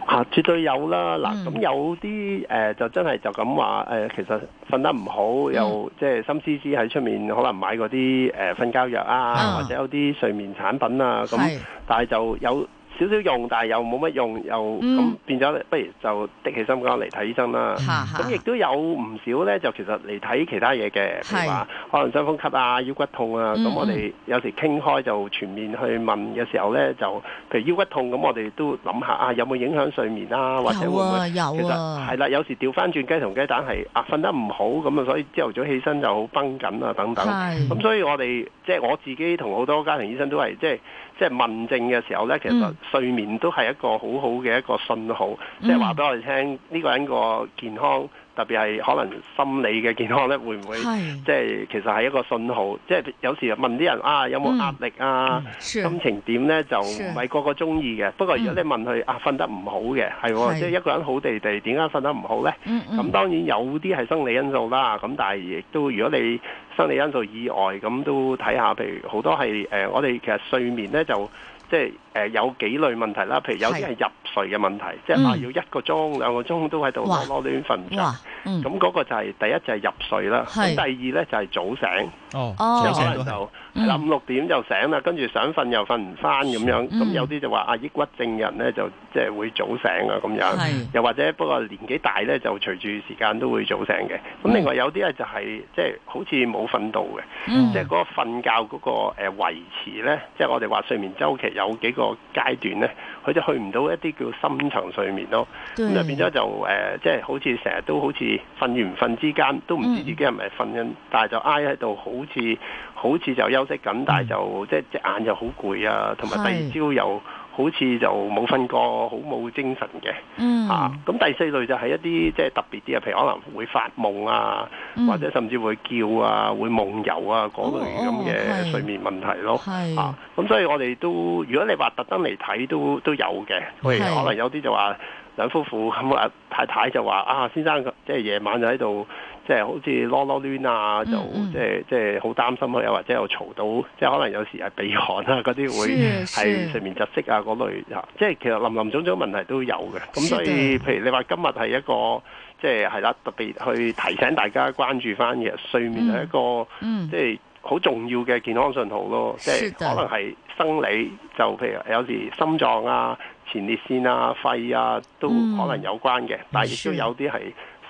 S17: 啊，絕對有啦！嗱，咁有啲誒、呃就真係就咁話誒，其實瞓得唔好，又即係心思思喺出面可能買嗰啲誒瞓覺藥啊，
S18: 嗯
S17: 或者有啲睡眠產品啊，咁
S18: 係
S17: 但係就有少少用，但係又冇乜用，又咁、
S18: 嗯
S17: 變咗，不如就的起心肝嚟睇醫生啦。
S18: 哈
S17: 咁亦都有唔少咧，就其實嚟睇其他嘢嘅，譬
S18: 係
S17: 如話可能傷風咳啊、腰骨痛啊，咁、
S18: 嗯
S17: 我哋
S18: 嗯
S17: 有時傾開就全面去問嘅時候咧，就譬如腰骨痛咁，我哋都諗下啊，有冇影響睡眠啊，或者會
S11: 有
S17: 唔
S11: 啊
S17: 會
S11: 有啊
S17: 其實係啦，有時調翻轉雞同雞蛋係啊，瞓得唔好咁啊，所以朝頭早起身就好崩緊啊，等等。
S11: 係
S17: 咁所以我哋即係我自己同好多家庭醫生都係即係。即係問症嘅時候咧，其實
S11: 嗯
S17: 睡眠都係一個好好嘅一個信號，即係話俾我哋聽呢個人個健康，特別係可能心理嘅健康咧，會唔會
S11: 係
S17: 即係其實係一個信號？即係有時問啲人啊，有冇壓力啊、
S11: 嗯是
S17: 心情點咧，就
S11: 是嗯
S17: 唔係個個中意嘅。不過如果你問佢啊，瞓得唔好嘅，係
S11: 係
S17: 喎，即係一個人好地地，點解瞓得唔好咧？
S11: 嗯嗯
S17: 咁當然有啲係生理因素啦，咁但係亦都如果你生理因素以外，咁都睇下，譬如好多係誒、呃我哋其實睡眠咧就即係誒、呃有幾類問題啦，譬如有啲係
S18: 係
S17: 入睡嘅問題，即係話要一個鐘兩個鐘都喺度
S18: 哇
S17: 攞攞亂瞓唔着
S18: 哇，
S11: 嗯
S17: 咁嗰個就係第一就係入睡啦，咁
S18: 係
S17: 第二咧就係早醒。
S12: 哦
S18: 哦
S17: 即係
S18: 早
S17: 可
S18: 醒都
S17: 能
S18: 係
S17: 就係啦，五六點就醒啦，跟住想瞓又瞓唔翻咁樣，
S18: 嗯
S17: 咁有啲就話啊抑鬱症人咧就即係會早醒啊咁樣
S18: 係，
S17: 又或者不過年紀大咧就隨住時間都會早醒嘅。咁另外有啲咧就係即係好似冇瞓到嘅，
S18: 嗯
S17: 即係嗰個瞓覺嗰個誒維持咧，即係我哋話睡眠周期有幾個階段咧，佢就去唔到一啲叫深層睡眠咯。
S18: 對
S17: 咁就變咗就誒即係好似成日都好似瞓完瞓之間都唔知自己係咪瞓緊，但係就挨喺度好似。好似就休息緊，但係就即係隻眼又好攰啊，同埋
S18: 係
S17: 第二朝又好似就冇瞓過，好冇精神嘅。
S18: 嗯
S17: 啊，咁第四類就係一啲即係特別啲嘅，譬如可能會發夢啊，
S18: 嗯
S17: 或者甚至會叫啊，會夢遊啊嗰類咁
S18: 哦係
S17: 嘅睡眠問題咯。
S18: 係
S17: 啊，咁所以我哋都，如果你話特登嚟睇都都有嘅，譬
S18: 係
S17: 如可能有啲就話兩夫婦咁啊，太太就話啊，先生即係夜晚就喺度。即係好似囉囉攣啊，
S18: 嗯
S17: 就即係即係好擔心佢，又或者又嘈到，即係可能有時係鼻鼾啊嗰啲會
S18: 是是
S17: 係睡眠窒息啊嗰類啊，即係其實林林總總問題都有嘅。咁所以
S18: 是
S17: 譬如你話今日係一個即係係啦，特別去提醒大家關注翻嘅睡眠係一個、
S18: 嗯嗯
S17: 即係好重要嘅健康信號咯，即
S18: 是
S17: 係
S18: 的
S17: 可能係生理就譬如有時心臟啊、前列腺啊、肺啊都
S18: 嗯
S17: 可能有關嘅，但係亦
S18: 是
S17: 都有啲係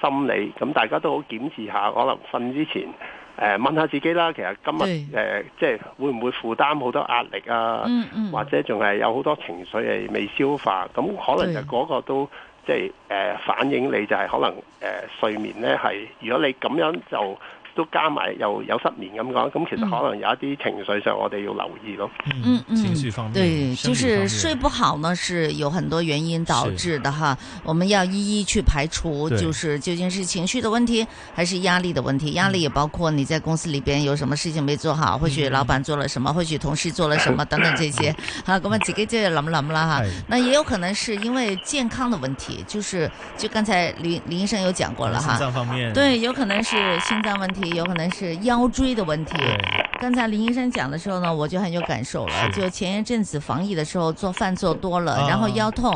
S17: 心理，咁大家都好檢視下，可能瞓之前。誒、問下自己啦，其實今日誒、即係會唔會負擔好多壓力啊？
S18: 嗯嗯
S17: 或者仲係有好多情緒係未消化，咁可能就嗰個都即係誒、呃反映你就係可能誒、睡眠咧係，如果你咁樣就都加埋又有失眠咁講，咁其實
S11: 嗯
S17: 可能有一啲情緒上我哋要留意咯。
S11: 嗯嗯，
S17: 情緒方面
S11: 对，
S17: 生理
S11: 就
S17: 方
S11: 是
S17: 面
S11: 睡不好呢，是有很多原因导
S17: 是
S11: 致的哈。我们要一一去排除，
S12: 对
S11: 就是究竟是情绪的问题，还是压力的问题。压力也包括你在公司里边有什么事情没做
S17: 嗯
S11: 好，或许老板做了什么，或许同事做了什么等等 这些。好，咁啊，自己就要谂谂啦哈
S18: 哎。
S11: 那也有可能是因为健康的问题，就是就刚才林林医生有讲过了
S17: 啊
S11: 哈，
S12: 心脏方面
S11: 对，有可能是心脏问题，有可能是腰椎的问题。刚才林医生讲的时候呢，我就很有感受了。
S18: 是
S11: 就前一阵子防疫的时候，做饭做多了，
S18: 啊
S11: 然后腰痛，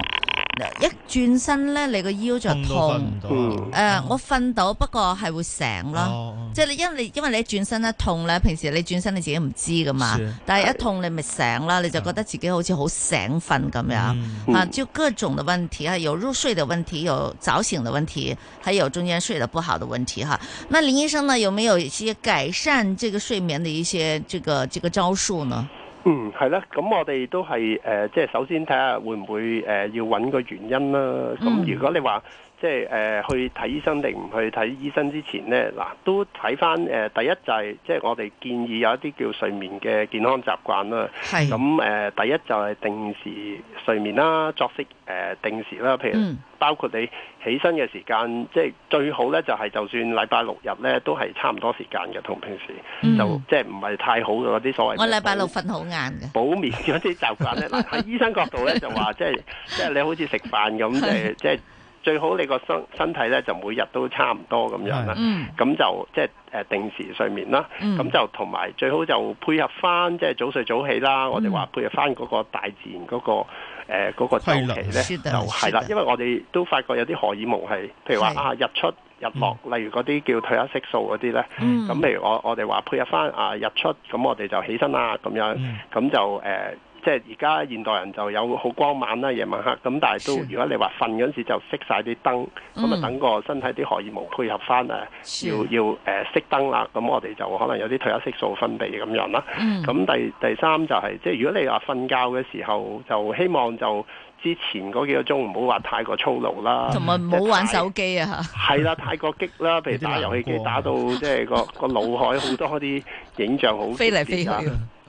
S11: 一轉身咧，你個腰就痛。
S18: 痛都瞓唔
S11: 誒、呃我瞓到，不過係會醒咯。即係你因為你因為你一轉身一痛咧，平時你轉身你自己唔知噶嘛
S18: 是，
S11: 但係一痛你咪醒啦，你就覺得自己好似好醒瞓咁樣、
S18: 嗯
S11: 啊，就各種的問題啊，有入睡的問題，有早醒的問題，還有中間睡得不好的問題哈。那林醫生呢，有沒有一些改善這個睡眠的一些這個這個招數呢？
S17: 嗯，係啦，咁我哋都係誒、呃即係首先睇下會唔會誒、呃要揾個原因啦。咁、
S11: 嗯
S17: 如果你話即係誒、呃去睇醫生定唔去睇醫生之前呢，嗱都睇翻誒第一就係、即係我哋建議有一啲叫睡眠嘅健康習慣啦。
S11: 係
S17: 咁誒、呃第一就係定時睡眠啦，作息誒、呃定時啦，譬如。
S11: 嗯
S17: 包括你起身嘅時間，即係最好呢，就係就算禮拜六日呢，都係差唔多時間嘅，同平時、就即係唔係太好嘅嗰啲所謂。
S11: 嗯我禮拜六瞓好晏嘅。
S17: 保眠嗰啲習慣 咧，嗱喺醫生角度咧就話，即係即係你好似食飯咁，即係即係最好你個身身體咧就每日都差唔多咁樣啦。
S18: 嗯
S17: 咁就即係誒定時睡眠啦。
S18: 嗯
S17: 咁就同埋最好就配合翻即係早睡早起
S18: 嗯
S17: 啦。我哋話配合翻嗰個大自然嗰個誒嗰個
S18: 規律
S17: 週期
S18: 是
S17: 咧，
S18: 的
S17: 就是係
S18: 的
S17: 啦，因為我哋都發覺有啲荷爾蒙係，譬如話
S18: 係
S17: 啊日出。日落，例如嗰啲叫褪黑色素嗰啲咧，咁、
S18: 嗯
S17: 譬如我我哋話配合翻啊日出，咁我哋就起身啦咁樣，咁、
S11: 嗯
S17: 就誒、呃即係而家現代人就有好光猛啦，夜晚黑，咁但係都如果你話瞓嗰陣時就熄晒啲燈，咁啊、
S18: 嗯
S17: 等個身體啲荷爾蒙配合翻誒，
S18: 是
S17: 要要誒、呃、熄燈啦，咁我哋就可能有啲褪黑色素分泌咁樣啦。
S18: 嗯
S17: 咁第第三就係、即係如果你話瞓覺嘅時候，就希望就之前嗰幾個鐘唔好話太過操勞啦，
S11: 同埋唔
S17: 嗯即
S11: 好
S17: 係
S11: 玩
S17: 太
S11: 手機啊吓。
S17: 係啦，太過激啦，譬如打遊戲
S11: 啊
S17: 機打 到即係個個腦海好多啲影像好
S11: 飛嚟飛去 啊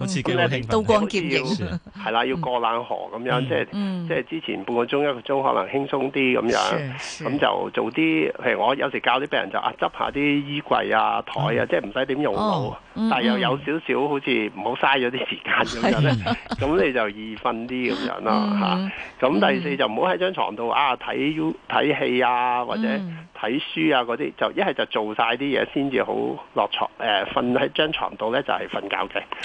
S11: 好似幾好興奮刀光劍影
S17: 係啦，要過冷河咁樣，即係
S11: 嗯
S17: 即係之前半個鐘一個鐘可能輕鬆啲咁樣，
S11: 是是
S17: 咁就做啲譬如我有時教啲病人就啊執下啲衣櫃啊台
S11: 嗯
S17: 啊，即係唔使點用腦
S18: 哦，嗯
S17: 但係又
S18: 嗯
S17: 有少少好似唔好嘥咗啲時間咁樣
S11: 啊
S17: 咧，咁你就易瞓啲咁樣咯
S11: 嗯
S17: 嚇。咁第四就唔好喺張床度啊睇 U 睇戲啊，或者睇書啊嗰啲，就一係就做晒啲嘢先至好落床誒，瞓喺張床度咧就係瞓覺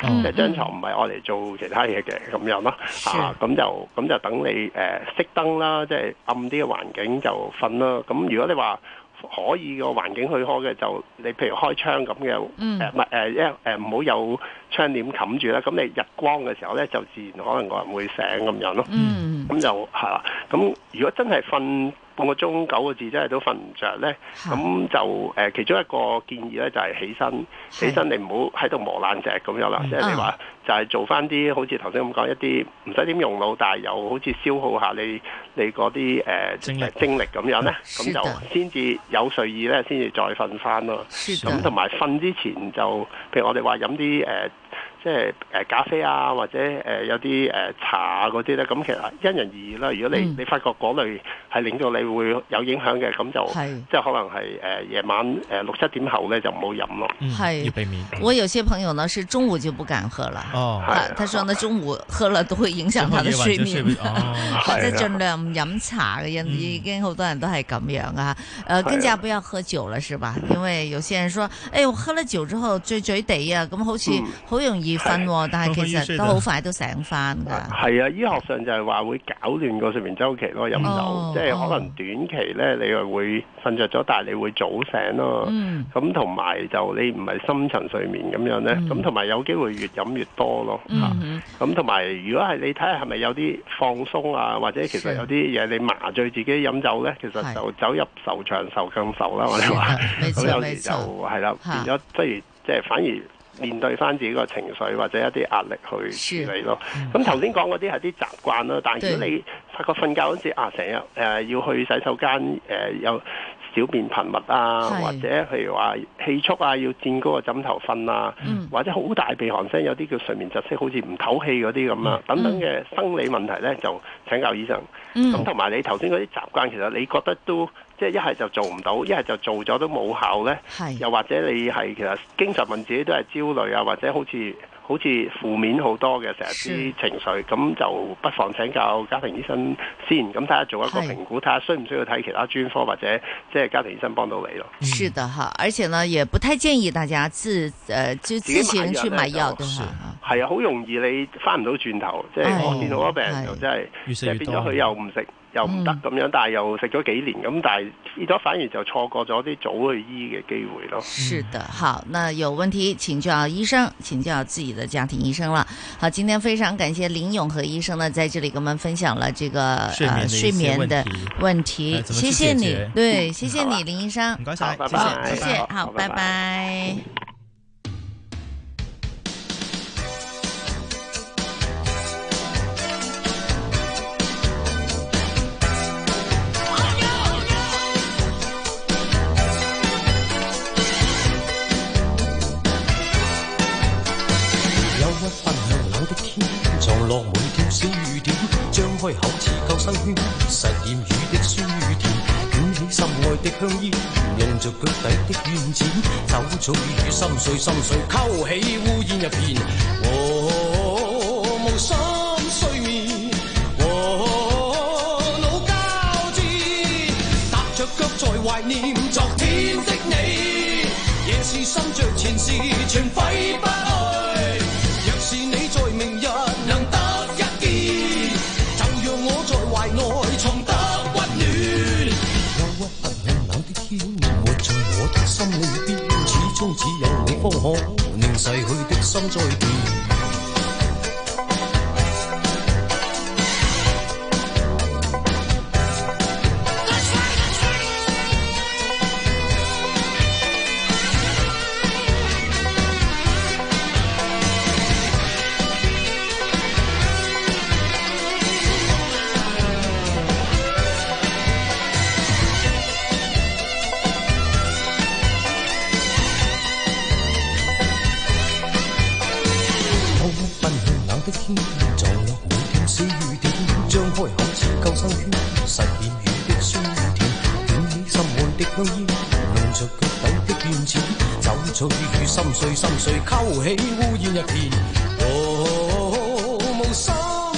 S17: 嘅，即係張床唔係愛嚟做其他嘢嘅咁樣咯嚇，咁就咁就等你誒熄燈啦，即係暗啲嘅環境就瞓啦。咁如果你話，可以個環境許可嘅就你譬如開窗咁嘅，誒
S18: 嗯
S17: 唔係誒一誒唔好有窗簾冚住啦。咁你日光嘅時候咧，就自然可能個人會醒咁樣咯。
S11: 嗯，
S17: 咁就係啦。咁如果真係瞓半個鐘九個字真係都瞓唔着咧，咁就誒、呃其中一個建議咧就係、嗯啊起身，起身你唔好喺度磨爛隻咁樣啦，即係你話就係做翻啲好似頭先咁講一啲唔使點用腦，但係又好似消耗下你你嗰啲誒精力啊精力咁樣咧，咁
S18: 是的
S17: 就先至有睡意咧，先至再瞓翻咯。
S18: 的
S17: 咁同埋瞓之前就譬如我哋話飲啲誒。呃即係誒咖啡啊，或者誒、呃有啲誒、呃茶啊嗰啲咧，咁其實因人而異啦。如果你、
S18: 嗯
S17: 你發覺嗰類係令到你會有影響嘅，咁就
S11: 係
S17: 即係可能係誒、呃夜晚誒、呃六七點後咧就唔好飲咯。
S11: 係
S17: 嗯要
S12: 嗯避免。
S11: 我有些朋友呢是中午就不敢喝了，
S12: 哦
S11: 啊他说呢中午喝了都会影响他的睡
S12: 最
S11: 眠
S12: 後夜晚就 睡不，哦
S11: 或者
S12: 係啊
S11: 尽量唔饮茶嘅人，已经好多人都系咁样啊。呃，
S12: 係啊
S11: 更加不要喝酒了，是吧？因为有些人说，哎，我喝了酒之后醉醉地啊，咁好似好容易瞓喎，但系啊其实都好快都醒翻噶。
S17: 係啊，醫學上就係話會搞亂個睡眠周期咯，飲酒、
S11: 哦
S17: 即係可能短期咧你係會瞓着咗，但係你會早醒咯。
S11: 嗯
S17: 咁同埋就你唔係深層睡眠咁樣咧，咁同埋有機會越飲越多咯。
S11: 嗯
S17: 咁同埋，如果係你睇下係咪有啲放鬆啊，或者其實有啲嘢你麻醉自己飲酒咧，其實就走入愁長愁更愁啦，我哋話。咁有時就係啦，
S18: 嚇
S17: 變咗不如即係反而面對翻自己個情緒或者一啲壓力去處理咯。咁頭先講嗰啲係啲習慣啦，但係如果
S18: 嗯對
S17: 你發覺瞓覺嗰陣時啊，成日誒要去洗手間誒、呃有小便頻密啊，
S18: 係
S17: 或者譬如話氣促啊，要墊高個枕頭瞓啊，
S18: 嗯
S17: 或者好大鼻鼾聲，有啲叫睡眠窒息，好似唔唞氣嗰啲咁啊，等等嘅生理問題咧，就請教醫生。
S18: 嗯
S17: 咁同埋你頭先嗰啲習慣，其實你覺得都即係一係就做唔到，一係就做咗都冇效咧。又或者你係其實經常問自己都係焦慮啊，或者好似好似負面好多嘅成日啲情緒，咁就不妨請教家庭醫生先，咁睇下做一個評估，睇下需唔需要睇其他專科或者即係家庭醫生幫到你咯。
S11: 是的哈，而且呢，也不太建议大家自呃就
S17: 自己
S11: 自行去买药
S17: 咧就
S11: 的哈。
S17: 係啊，好容易你翻唔到轉頭，即係我見到嗰病人就真係嗯
S12: 越食
S17: 即
S12: 越
S17: 係變咗
S12: 多
S17: 佢又唔食又唔得咁樣，但係又食咗幾年咁，但係變咗反而就錯過咗啲早去醫嘅機會咯。
S11: 是的，好，那有问题请教医生，请教自己的家庭医生了。好，今天非常感谢林永和医生呢，在这里跟我们分享了这个
S12: 睡
S11: 呃
S12: 眠的一
S11: 睡
S12: 些
S11: 眠的问
S12: 呃
S11: 题，
S12: 怎么去
S11: 谢谢
S12: 解
S11: 你
S12: 决，
S11: 对，
S12: 嗯
S11: 谢谢
S12: 好啊
S11: 你，林医生，
S12: 唔该晒
S11: 好
S12: 谢谢
S11: 好
S12: 拜拜
S11: 谢谢，好，
S12: 好
S11: 拜
S12: 拜拜
S11: 拜。
S18: Hãy subscribe cho kênh Ghiền Mì Gõ Để không bỏ lỡ 開口持救生圈，實驗魚的酸與甜，捲起心愛的香煙，用着腳底的軟剪，走草與魚心碎心碎，勾起烏煙一片。我無心睡眠，我腦交戰，踏着腳在懷念昨天的你，夜是心着前事，全揮不去。若是你在明日能得一見，就讓我在懷內藏得溫暖。憂鬱不冷冷的天，活在我的心裏邊，始終只有你方可令逝去的心再見。我屋奔向冷的天，撞落每點小雨點，張開口似救生圈，實驗雨的酸與甜，捲起心愛的香煙，用着腳底的怨錢，走草與雨心碎心碎，勾起烏煙一片。我無心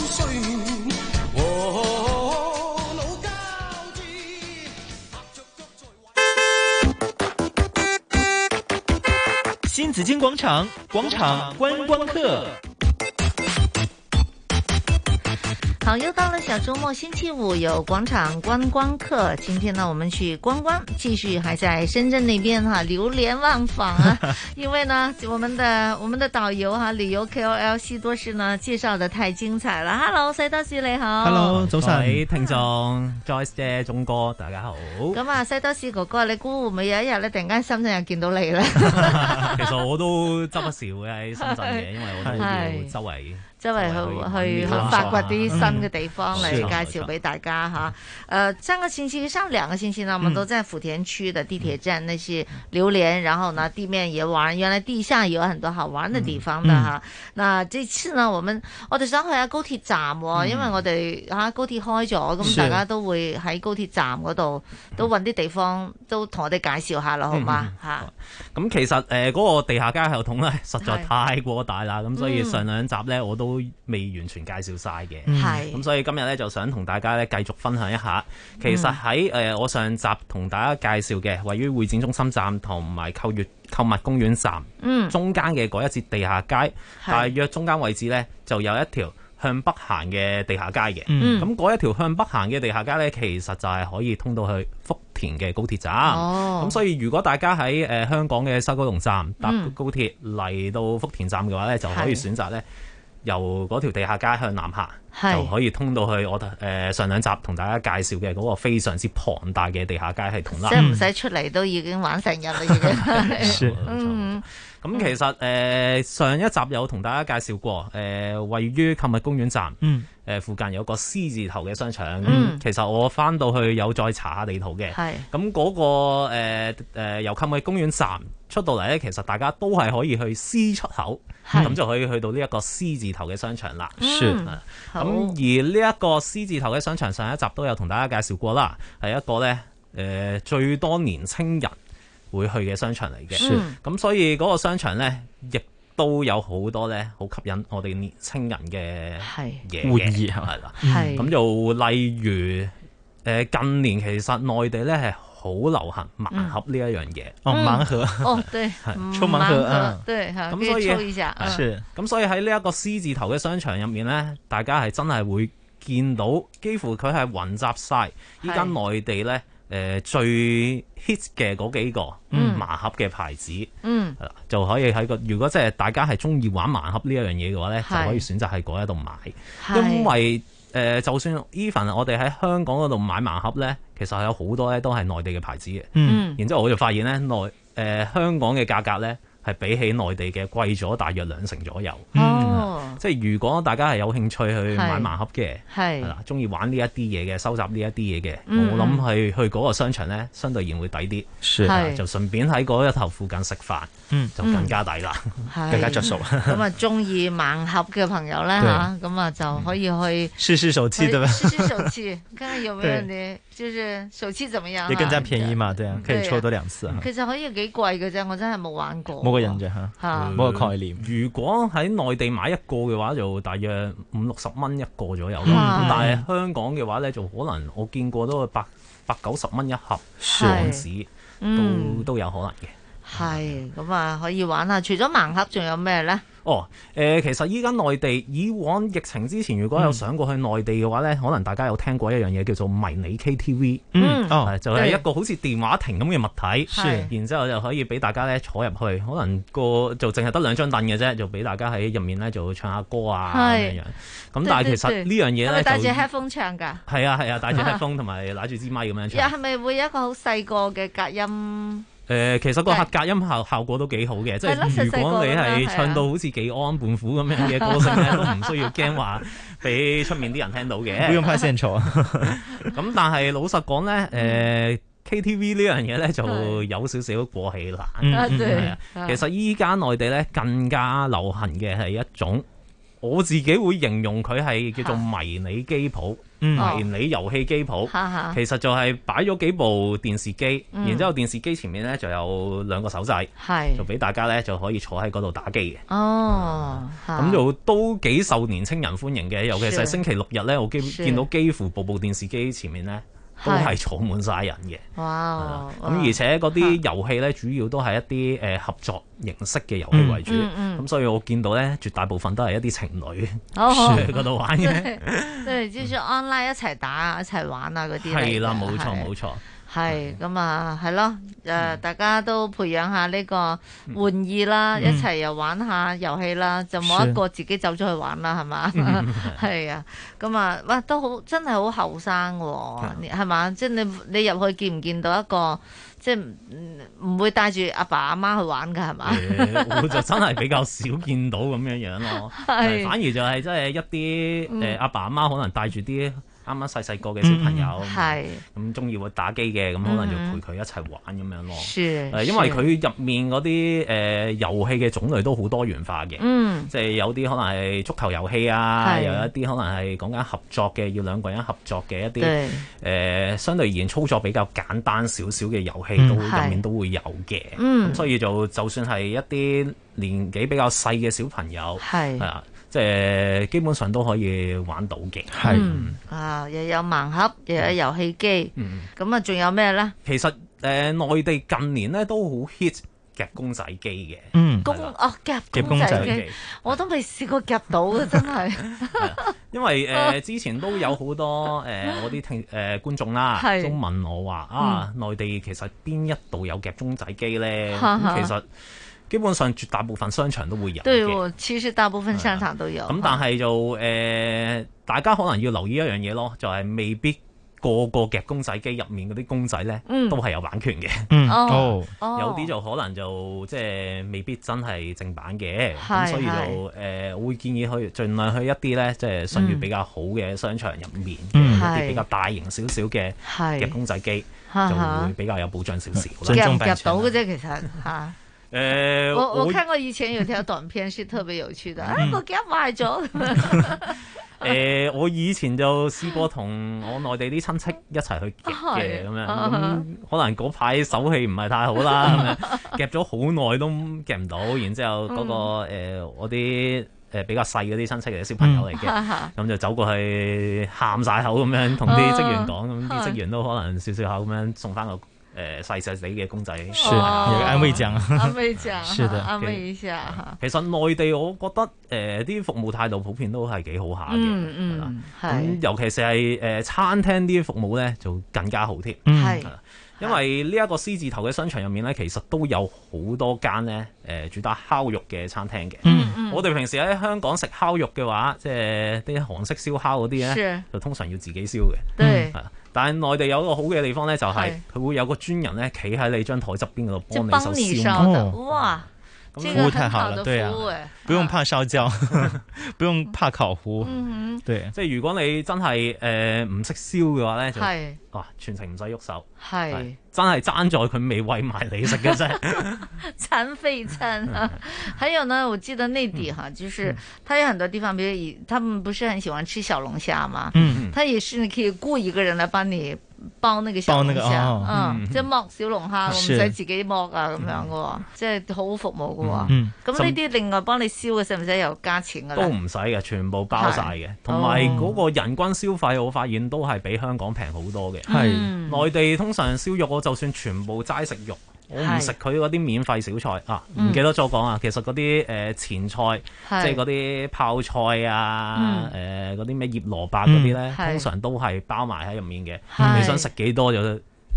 S18: 睡眠，我腦交戰，踏着腳在
S12: 新紫金广场，广场观光客。
S11: 好，又到了小周末，星期五有广场观光客。今天呢，我们去观光，继续还在深圳那边哈、流连忘返啊。因为呢，我们的我们的导游哈、旅游 KOL 西多士呢介绍的太精彩了。Hello，西多士你好。
S19: 哦各位聽眾 Joyce 姐、鐘哥，大家好。
S11: 咁啊，西多士哥哥，你估會唔會有一日咧，突然間深圳又見到你咧？
S19: 其實我都執不少嘅喺深圳嘅，因為我都要周圍。
S11: 周圍去去去發掘啲新嘅地方嚟
S19: 嗯是啊的
S11: 介紹俾大家哈。呃，上個星期、上兩個星期呢，我
S19: 嗯
S11: 們都在福田區的地鐵站那些榴蓮，然後呢，地面也玩，原來地下也有很多好玩的地
S19: 嗯
S11: 方的哈。那這次呢，我們我哋想去下啊高鐵站喎，
S19: 嗯
S11: 因為我哋嚇高鐵開咗，咁
S6: 是
S11: 大家都會喺高鐵站嗰度都揾啲地方都同我哋介紹下啦，好嘛
S19: 嗯
S11: 嚇？
S19: 咁其實誒嗰、個地下街系統咧， 實在太過大啦，咁
S20: 嗯
S19: 所以上兩集咧我都未完全介紹晒嘅，
S21: 嗯係
S19: 咁所以今日咧就想同大家咧繼續分享一下，
S20: 嗯
S19: 其實喺誒、呃我上集同大家介紹嘅，位於會展中心站同埋購月購物公園站，
S20: 嗯
S19: 中間嘅嗰一節地下街，大約中間位置咧就有一條。向北行嘅地下街嘅，
S20: 嗯
S19: 咁嗰、一條向北行嘅地下街呢，其實就係可以通到去福田嘅高鐵站。
S20: 哦
S19: 咁所以如果大家喺誒、呃香港嘅西九龍站搭
S20: 嗯
S19: 高鐵嚟到福田站嘅話咧，就可以
S20: 係
S19: 選擇咧由嗰條地下街向南行，
S20: 係
S19: 就可以通到去我誒、呃上兩集同大家介紹嘅嗰個非常之龐大嘅地下街系統啦。
S11: 即係唔使出嚟都已經玩成日啦，已經
S19: 是。
S11: 嗯，
S19: 咁其實誒、呃上一集有同大家介紹過，誒、呃位於購物公園站，誒、
S6: 嗯
S19: 呃附近有個 C 字頭嘅商場。
S6: 嗯
S19: 其實我翻到去有再查下地圖嘅，
S6: 係
S19: 咁嗰個誒、呃呃由購物公園站出到嚟咧，其實大家都係可以去 C 出口，咁就可以去到呢一個 C 字頭嘅商場啦。
S6: 是
S19: 啊
S6: 嗯好
S19: 咁而呢一個 C 字頭嘅商場上一集都有同大家介紹過啦，係一個咧誒、呃最多年青人會去嘅商場嚟嘅。
S6: 是
S19: 咁所以嗰個商場呢，亦都有好多呢，好吸引我哋年青人嘅嘢嘅
S12: 活躍係嘛
S19: 係啦。
S12: 係
S19: 咁就例如誒、呃近年其實內地呢係好流行盲盒呢一樣嘢。
S12: 哦嗯盲
S19: 盒
S11: 嗯哦， 對，
S19: 係
S11: 嗯盲盒，對哈，可
S19: 咁所
S11: 以
S19: 以啊
S11: 抽一下，嗯
S19: 係咁所以喺呢一個 C 字頭嘅商場入面呢，大家係真係會見到，幾乎佢係雲集晒依家內地呢，誒、呃最 hit 嘅嗰幾個盲盒嘅牌子，
S11: 嗯
S19: 係啦就可以喺個如果即係大家係中意玩盲盒呢一樣嘢嘅話呢，
S6: 係
S19: 就可以選擇喺嗰一度買，
S6: 係
S19: 因為誒、呃就算 even 我哋喺香港嗰度買盲盒呢，其實有好多呢都係內地嘅牌子嘅，
S6: 嗯
S19: 然之後我就發現呢，內誒、呃香港嘅價格呢係比起內地嘅貴咗大約兩成左右，
S6: 嗯
S11: 哦，
S19: 即係如果大家係有興趣去買
S11: 係
S19: 盲盒嘅，
S11: 係
S19: 啦，中意玩呢一啲嘢嘅，收集呢一啲嘢嘅，
S11: 嗯
S19: 我諗去去嗰個商場咧，相對而言會抵啲，
S11: 是
S19: 啊
S11: 係
S19: 就順便喺嗰一頭附近食飯，
S12: 嗯，
S19: 就更加抵啦，
S11: 嗯係 咁啊，中意盲盒嘅朋友咧
S19: 對嗯
S11: 吓，咁啊就可以去
S12: 试试手气，对吧？
S11: 试试手 气，看看有没有
S12: 對
S11: 你，就是手气怎么样啊？
S12: 也更加便宜嘛，对
S11: 嗯
S12: 啊，可以 抽多兩次哈。
S11: 其實可以幾貴嘅啫，我真係冇玩過。
S12: 冇個印象吓，
S11: 嚇
S12: 冇個概念。
S19: 如果喺內地買一個嘅話，就大約五六十蚊一個左右啦。
S12: 嗯
S19: 但係香港嘅話咧，就可能我見過都係百百九十蚊一盒港紙，
S11: 嗯
S19: 都都有可能嘅。
S11: 係咁啊，可以玩下。除咗盲盒，仲有咩咧？
S19: 哦，誒、其實依家內地以往疫情之前，如果有上過去內地嘅話咧，可能大家有聽過一樣嘢叫做迷你 KTV，
S12: 嗯哦
S19: 啊係就係一個好似電話亭咁嘅物體，
S12: 是
S19: 然之後就可以俾大家咧坐入去，可能個就淨係得兩張凳嘅啫，就俾大家喺入面咧就唱下歌啊咁
S11: 係
S19: 樣樣。咁但係其實呢樣嘢
S11: 係咪
S19: 咧
S11: 戴住
S19: 就
S11: headphone 唱㗎？
S19: 係啊係 啊，戴住 headphone 同埋拿住支咪咁樣
S11: 又
S19: 唱。
S11: 係咪會有一個好細個嘅隔音？
S19: 誒、呃其實個客隔音效效果都幾好嘅，即
S11: 係咯細
S19: 係
S11: 細
S19: 如
S11: 個
S19: 果你
S11: 咁樣係
S19: 係
S11: 啊
S19: 唱到好似幾安伴虎咁樣嘅歌聲咧，都唔需要 驚話俾出面啲人聽到嘅。
S12: 不用怕献丑啊。
S19: 咁但係老實講咧，誒、KTV 呃呢樣嘢咧就有少少過氣啦。
S12: 嗯啊
S19: 係
S12: 對
S19: 啊
S12: 啊
S19: 其實依家內地咧更加流行嘅係一種，我自己會形容佢係叫做迷你機鋪、
S12: 嗯
S11: 哦
S19: 迷你遊戲機鋪。
S12: 哈
S11: 啊
S12: 哈
S19: 其實就係擺咗幾部電視機，
S12: 嗯
S19: 然之後電視機前面咧就有兩個手掣，
S11: 係
S19: 就俾大家咧就可以坐喺嗰度打機嘅。
S11: 嗯哦，
S19: 咁就都幾受年青人歡迎嘅，尤其是
S11: 是
S19: 係星期六日咧，我基
S11: 是
S19: 見到幾乎部部電視機前面咧都
S11: 係
S19: 係坐滿晒人嘅。
S11: 哇！
S19: 咁而且嗰啲遊戲咧，主要都係一啲誒合作形式嘅遊戲為主。
S11: 嗯嗯嗯
S19: 咁所以我見到咧，絕大部分都係一啲情侶
S11: 哦 啊
S19: 喺嗰度玩 嘅。嗯
S11: 對對，就是 online 一齊打啊，一齊玩啊嗰啲嚟㗎。
S19: 係啦，冇錯
S11: 係
S19: 冇錯。
S11: 係咁啊，係咯，誒，大家都培養下呢個玩意啦，
S19: 嗯
S11: 一齊又玩下遊戲啦，就冇一
S8: 是
S11: 個自己走咗去玩啦，係嘛
S8: 嗯？
S11: 係啊，咁啊，哇，都好真係好後生喎，你係嘛？即係你你入去見唔見到一個即係唔唔會帶住阿爸阿媽去玩㗎係嘛？
S19: 誒我就真係比較少見到咁樣樣咯，
S11: 係
S19: 反而就係真係一啲
S11: 嗯
S19: 誒阿爸阿媽可能帶住啲啱啱細細個嘅小朋友，
S11: 嗯係
S19: 咁中意會打機嘅，咁可能
S11: 嗯
S19: 就陪佢一齊玩咁樣咯。
S11: 是
S19: 哦呃誒因為
S11: 是
S19: 佢入面嗰啲誒遊戲嘅種類都好多元化嘅，
S11: 嗯
S19: 即係有啲可能係足球遊戲啊，
S12: 係
S19: 又有一啲可能係講緊合作嘅，要兩個人合作嘅一
S12: 對
S19: 啲誒相對而言操作比較簡單少少嘅遊戲
S12: 嗯
S19: 都會
S12: 係
S19: 入面都會有嘅。
S12: 嗯
S19: 咁所以就就算係一啲年紀比較細嘅小朋友，
S11: 係
S19: 啊，即係基本上都可以玩到嘅。係
S11: 嗯啊，又有盲盒，又有遊戲機，
S19: 嗯
S11: 咁啊，仲有咩咧？
S19: 其實誒、呃、內地近年咧都好 hit 夾公仔機嘅。
S12: 嗯
S11: 公哦夾
S19: 夾
S11: 公仔
S19: 公仔
S11: 機
S19: 機，
S11: 我都未試過夾到嘅，真係
S19: 因 為誒、
S11: 哦
S19: 呃之前都有好多誒、呃我啲聽誒、呃、觀眾啦，
S11: 係嗯
S19: 都問我話啊，內地其實邊一度有夾公仔機咧？
S11: 哈
S19: 咁
S11: 哈
S19: 其實基本上絕大部分商場都會有
S11: 對
S19: 嘅。
S11: 喎。其實大部分商場都有。
S19: 咁但係就誒、呃大家可能要留意一樣嘢咯，就係、未必個個夾公仔機入面嗰啲公仔咧，
S11: 嗯
S19: 都係有版權嘅。
S12: 嗯哦哦
S19: 有啲就可能就即係未必真係正版嘅，
S12: 係
S19: 咁所以就誒、呃我會建議去盡量去一啲咧，即係信譽比較好嘅商場入面，
S12: 嗯
S19: 一啲
S12: 係
S19: 比較大型少少嘅
S11: 係
S19: 夾公仔機，
S11: 哈
S19: 就
S11: 哈
S19: 會比較有保障少少啦。
S11: 夾唔夾到嘅啫，其實嚇。
S19: 啊誒、
S11: 我我
S19: 我
S11: 看過以前有條短片是特別有趣的，啊我夾壞咗，
S19: 誒、我以前就試過同我內地啲親戚一齊去 夾
S12: 哦
S19: 嘅咁樣，
S11: 啊哈
S19: 咁可能嗰排手氣唔係太好啦， 咁樣夾咗好耐都夾唔到，然之後嗰、個、
S12: 嗯
S19: 誒我啲誒比較細嗰啲親戚嘅小朋友嚟嘅，
S12: 嗯
S19: 咁、就走過去喊晒口咁樣同啲職員講，咁啲
S12: 啊
S19: 職員都可能笑笑口咁樣送翻個誒細細地嘅公仔，
S12: 是有個安慰獎
S11: 安慰一下，
S19: 是的
S11: 安慰一下哈。
S19: 其實內地我覺得誒啲、服務態度普遍都係幾好下嘅。
S11: 嗯嗯，係
S19: 咁尤其是係誒、呃餐廳啲服務咧，就更加好添。
S12: 嗯
S19: 係啦因為呢一個 C 字頭嘅商場入面咧，其實都有好多間咧誒主打烤肉嘅餐廳嘅。
S12: 嗯嗯
S19: 我哋平時喺香港食烤肉嘅話，即係啲韓式燒烤嗰啲
S12: 是
S19: 咧，就通常要自己燒嘅。
S12: 對
S19: 係啦但係內地有一個好嘅地方咧，就係
S11: 係
S19: 佢會有個專人咧，企喺你張台側邊嗰
S11: 就
S19: 度幫你
S11: 幫
S19: 手
S11: 你
S19: 燒
S11: 燒
S19: 烤
S11: 的，哇！
S19: 咁
S4: 服
S11: 这
S4: 务
S11: 个
S4: 太
S11: 很
S4: 好
S11: 好
S4: 了，
S11: 的
S4: 对啊
S11: 服务哎，
S4: 哦不用怕烧焦， 不用怕烤糊，
S11: 嗯哼
S4: 对，
S19: 即係如果你真係誒唔識燒嘅話咧，就
S11: 係
S19: 哇全程唔使喐手，
S11: 係
S19: 真係爭在佢未喂埋你食嘅 啫。
S11: 残废餐啊。还有呢，我记得内地哈，就是
S19: 嗯
S11: 它有很多地方，比如以他们不是很喜欢吃小龙虾嘛，
S4: 嗯嗯
S11: 他也是你可以雇一个人来帮你剥那个小
S4: 剥
S11: 龙
S4: 那
S11: 虾，
S4: 个哦
S19: 啊
S11: 嗯，
S4: 嗯
S11: 即系剥小龙虾，我唔
S4: 是
S11: 使自己剥啊咁样噶，即系好好服务噶。
S19: 嗯
S11: 咁呢啲另外幫你燒嘅使唔使又加錢噶啦？
S19: 都唔使嘅，全部包晒嘅
S11: 係，
S19: 同埋
S11: 哦
S19: 嗰個人均消費，我發現都係比香港平好多嘅。
S4: 係
S19: 嗯內地通常燒肉，我就算全部齋食肉，我唔
S4: 係
S19: 食佢嗰啲免費小菜啊，
S4: 嗯
S19: 唔記得咗講啊。其實嗰啲誒前菜，
S4: 係
S19: 即係嗰啲泡菜啊，誒嗰啲咩葉蘿蔔嗰啲咧
S4: 嗯，係
S19: 通常都係包埋喺入面嘅。
S4: 係
S19: 你想食幾多就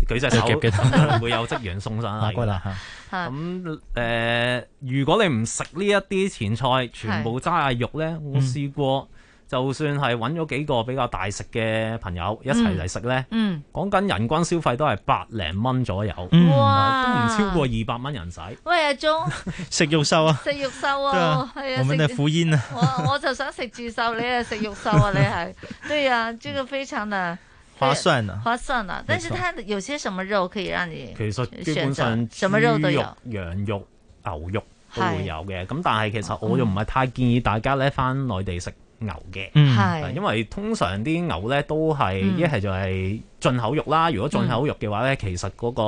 S19: 舉隻手
S4: 就夾幾，
S19: 會有職員送上
S4: 拿
S19: 嚟
S4: 過
S19: 㗎
S4: 來
S19: 啦。
S4: 哈。
S19: 咁誒、呃如果你唔食呢一啲前菜，全部齋係肉呢，
S11: 嗯
S19: 我試過，就算係揾咗幾個比較大食嘅朋友一齊嚟食呢，
S11: 嗯
S19: 講緊人均消費都係百零蚊左右，
S11: 嗯
S19: 唔
S11: 哇
S19: 超過二百蚊人仔。
S11: 喂，阿鐘
S19: 食肉瘦啊
S11: 食肉獸
S19: 對
S11: 啊
S19: 啊，
S11: 係啊，
S19: 我們
S11: 食
S19: 的福音啊
S11: 我我就想食住獸，你係食肉獸啊，你係 對啊，這個非常的
S19: 划算啊
S11: 划算啊。但是
S19: 沒錯
S11: 它有些什麼肉可以讓你
S19: 其實基本
S11: 選
S19: 上
S11: 擇什麼肉都
S19: 豬
S11: 有
S19: 肉。、羊肉、牛肉都會有嘅。咁但係其實我又唔係太建議大家咧翻內地食牛嘅，
S4: 嗯
S11: 係
S19: 因為通常啲牛咧都係
S4: 嗯
S19: 一係就係進口肉啦。如果進口肉嘅話咧，其實嗰個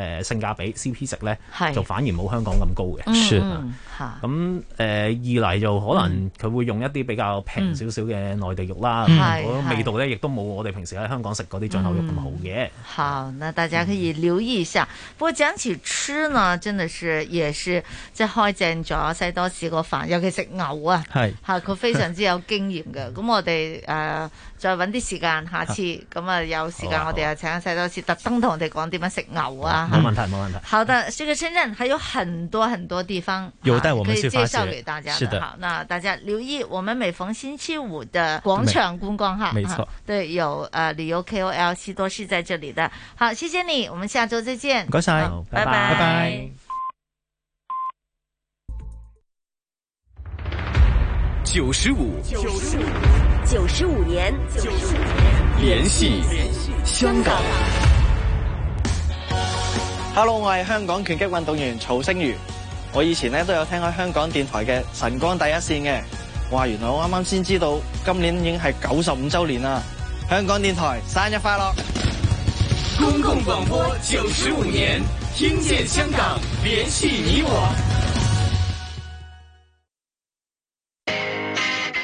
S19: 誒性價比 CP 值咧
S11: 嗯係
S19: 就反而冇香港咁高嘅。
S11: 嗯
S19: 啊
S11: 嗯好
S19: 咁誒、二嚟就可能佢會用一啲比較平少少嘅內地肉啦，
S11: 嗯
S19: 嗰、
S11: 係
S19: 個
S11: 嗯
S19: 味道咧亦都冇我哋平時喺香港食嗰啲進口肉咁好嘅。
S11: 好，那大家可以留意一下。不過講起吃呢，真的是也是即係開正咗西多士個飯，尤其食牛啊，
S4: 係
S11: 嚇佢非常之有經驗 嘅。咁我哋誒、呃再揾啲時間，下次咁啊有時間
S19: 好啊
S11: 我哋又請阿西多士特登同我哋講點樣食牛啊。
S19: 冇
S11: 嚇
S19: 問題，冇問題。
S11: 好的，这个深圳还有很多很多地方
S19: 有
S11: 啊
S19: 待我们
S11: 可以
S19: 去
S11: 介
S19: 发
S11: 绍
S19: 掘
S11: 给大家
S19: 是的
S11: 好，那大家留意我们每逢星期五的广场观光哈，
S19: 没没错
S11: 啊对，有呃旅游 KOL 西多是在这里的。好，谢谢你，我们下周再见。
S4: 唔該晒
S11: 好
S4: 拜拜
S11: 拜
S4: 拜拜
S18: 九十五
S2: 九十五，九十五年，九十五
S18: 联系香港。
S6: Hello，我係香港拳擊運動員曹星如。我以前咧都有聽開香港電台嘅《晨光第一線》嘅。哇，原來我啱啱先知道，今年已經係九十五週年啦！香港電台生日快樂！
S18: 公共广播九十五年，听见香港，联系你我。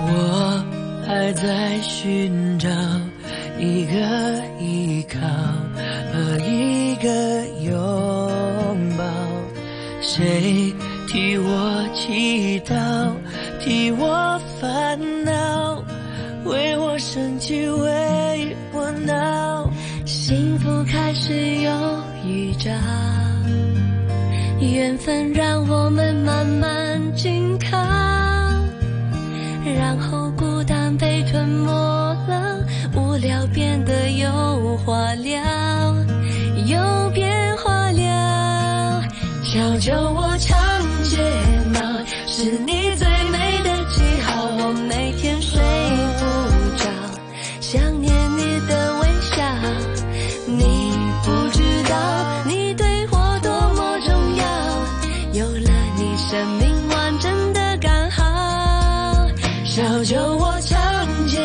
S21: 我还在寻找一个依靠和一个拥抱，谁替我祈祷，替我烦恼，为我生气，为我闹，
S20: 幸福开始有预兆，缘分让我们慢慢紧靠，然后孤单被吞没了，无聊变得有话聊，有变化了。小酒窝长睫毛是你最美的记号，我每天睡不着，想念你的微笑。你不知道，你对我多么重要。有了你，生命完整的刚好。小酒窝长睫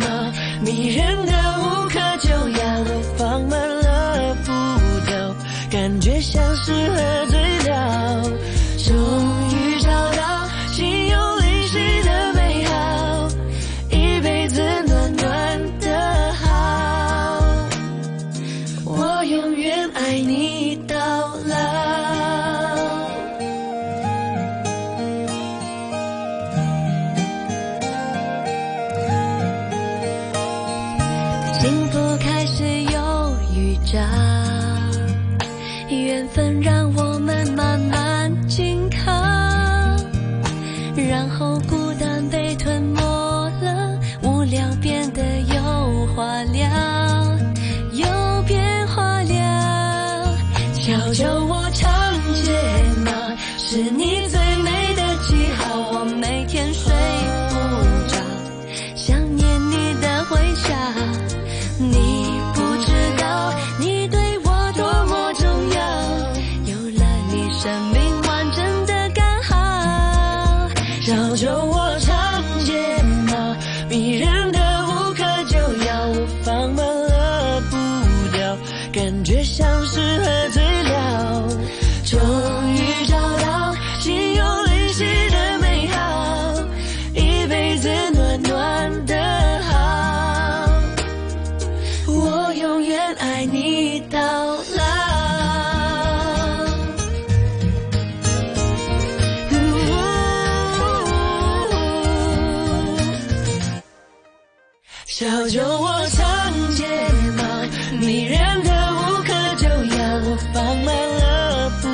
S20: 毛，迷人的无可救药，我放慢了步调，感觉像是喝醉了。终于找到心有灵犀的美好，一辈子暖暖的好。我永远爱
S21: 爱你到老。
S20: 幸福开始有预兆，缘分让我们慢慢紧靠，然后孤单被吞没了，无聊变得有话聊，有变化了。瞧着我长睫毛，是你最美的记号，我每天睡不着，想念你的微笑。你不知道，你对我多么重要。有了你，生命完整的刚好。
S21: 小酒窝长睫毛，迷人的无可救药，我放慢了步调，感觉像是喝醉了。
S20: 终于找到心有灵犀的美好，一辈子暖暖的好。我永远爱你到老。
S21: 小酒窝长睫毛，迷人的无可救药，我放慢了步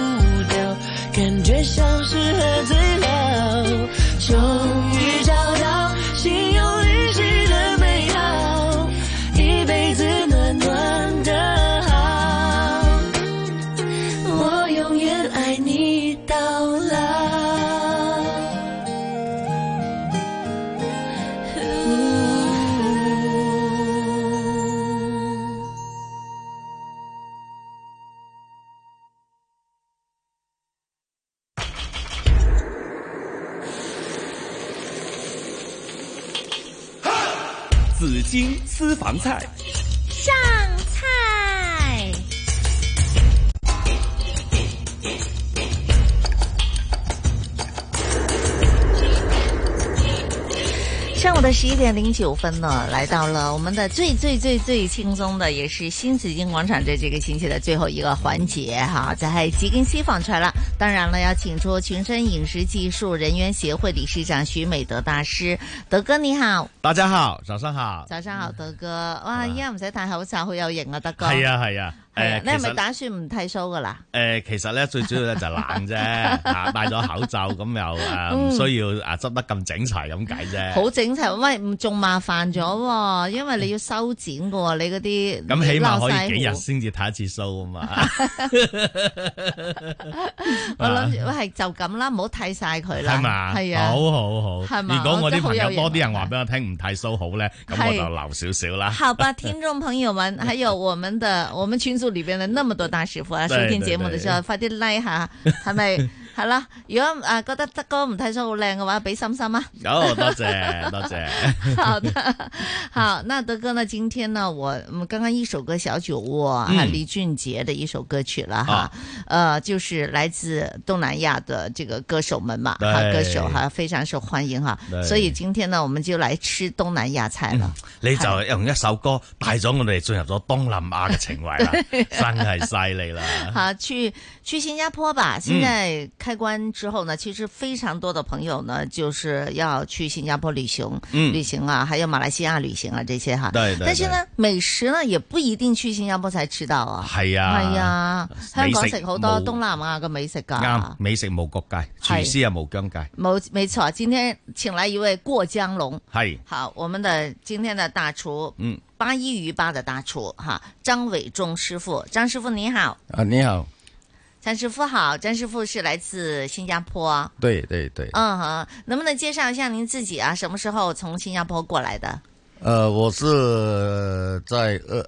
S21: 调，感觉像是喝醉了。
S20: 终于找到心有灵犀的美好，一辈子暖暖的好，我永远爱你到老。
S4: 紫金私房菜，
S2: 上菜。
S11: 上午的十一点零九分呢，来到了我们的最最最最轻松的，也是新紫金广场的这个星期的最后一个环节哈，就系紫金私房菜啦。当然了，要请出群身饮食技术人员协会理事长徐美德大师，德哥你好，
S22: 大家好，早上好。嗯
S11: 早上好，德哥，哇，依家唔使戴口罩，好有型啊，德哥。
S22: 係啊係啊，
S11: 係啊
S22: 誒，
S11: 你係
S22: 其
S11: 咪
S22: 實
S11: 打算唔剃須噶啦？
S22: 誒，其實咧最主要咧就係懶啫，啊戴咗口罩咁又誒唔
S11: 嗯
S22: 需要啊執得咁整齊咁解啫。
S11: 好整齊，喂，唔仲麻煩咗喎，因為你要修剪噶喎，你嗰啲
S22: 咁起碼可
S11: 撈晒
S22: 以幾日
S11: 胡
S22: 先至睇一次 show 啊嘛。
S11: 我諗住係就咁啦，唔好剃晒佢啦，
S22: 啊係嘛？
S11: 係啊，
S22: 好好好。
S11: 係嘛
S22: 如果我
S11: 真
S22: 啲
S11: 係好
S22: 朋
S11: 有
S22: 友
S11: 型
S22: 多啲人話俾我聽唔剃 show 好咧，咁我
S11: 係
S22: 就留少少啦。
S11: 好吧， 听众朋友们，还有我们的我们群组里边的那么多大师傅 啊，收
S22: 对
S11: 听
S22: 对
S11: 节目
S22: 对
S11: 嘅时候，快啲 like 下，系咪？ 系啦，如果啊觉得德哥唔剃须好靓嘅话，俾心心啊。
S22: 好，多謝多謝。
S11: 好的，好，那德哥呢？今天呢，我我们刚刚一首歌《小酒窝》
S22: 嗯啊
S11: 啊，李俊杰的一首歌曲了哈，呃，就是来自东南亚的这个歌手们嘛，
S22: 对
S11: 哈，歌手哈非常受欢迎哈，
S22: 对
S11: 所以今天呢，我们就来吃东南亚菜了。
S22: 你就用一首歌帶咗我哋進入咗東南亞嘅情懷啦，真係犀利啦！
S11: 好，去去新加坡吧。现在开关之后呢，其实非常多的朋友呢，就是要去新加坡旅行，
S22: 嗯
S11: 旅行啊，还有马来西亚旅行啊这些哈。
S22: 对对
S11: 但是呢，美食呢也不一定去新加坡才吃到啊。
S22: 係啊
S11: 係啊，香港
S22: 美食
S11: 食好多
S22: 冇
S11: 東南亞嘅美食㗎。
S22: 啱，美食無國界，廚師啊無疆界，
S11: 冇没错，今天请来一位过江龙。
S22: 係
S11: 好，我们的今天的大厨，
S22: 嗯，
S11: 八一鱼吧的大厨哈，张伟忠师傅，张师傅你好。
S23: 啊，你好，
S11: 詹师傅好，詹师傅是来自新加坡。
S23: 对对对，
S11: 嗯哼，能不能介绍一下您自己啊？什么时候从新加坡过来的？
S23: 呃，我是在呃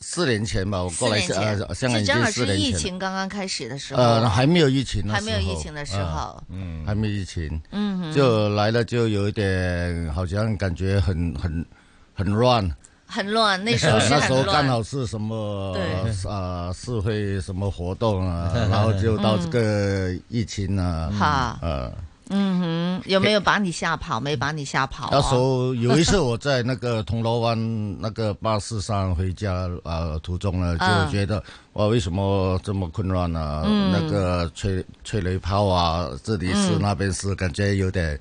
S23: 四年前吧，我过来
S11: 四
S23: 香
S11: 年前，
S23: 呃香港已
S11: 是正好
S23: 经四
S11: 是疫
S23: 年前
S11: 情
S23: 了，
S11: 刚刚开始的时候，
S23: 呃，还没有疫情那
S11: 还
S23: 时候，
S11: 没有疫情的时候
S23: 啊，嗯，还没有疫情，
S11: 嗯哼
S23: 就来了就有一点好像感觉很很很乱，
S11: 很乱，那时候
S23: 呃
S11: 是
S23: 那时候
S11: 很
S23: 刚
S11: 乱。
S23: 好是什么
S11: 对
S23: 啊社会什么 活动啊，然后就到这个疫情啊
S11: 嗯嗯，好
S23: 呃。
S11: 嗯嗯，有没有把你吓跑？没把你吓跑、啊。
S23: 那时候有一 次我在那个铜锣湾那个巴士上回家啊途中呢，
S11: 嗯
S23: 就觉得哇为什么这么混乱啊？
S11: 嗯
S23: 那个吹吹雷炮啊，这里是
S11: 嗯
S23: 那边是，感觉有点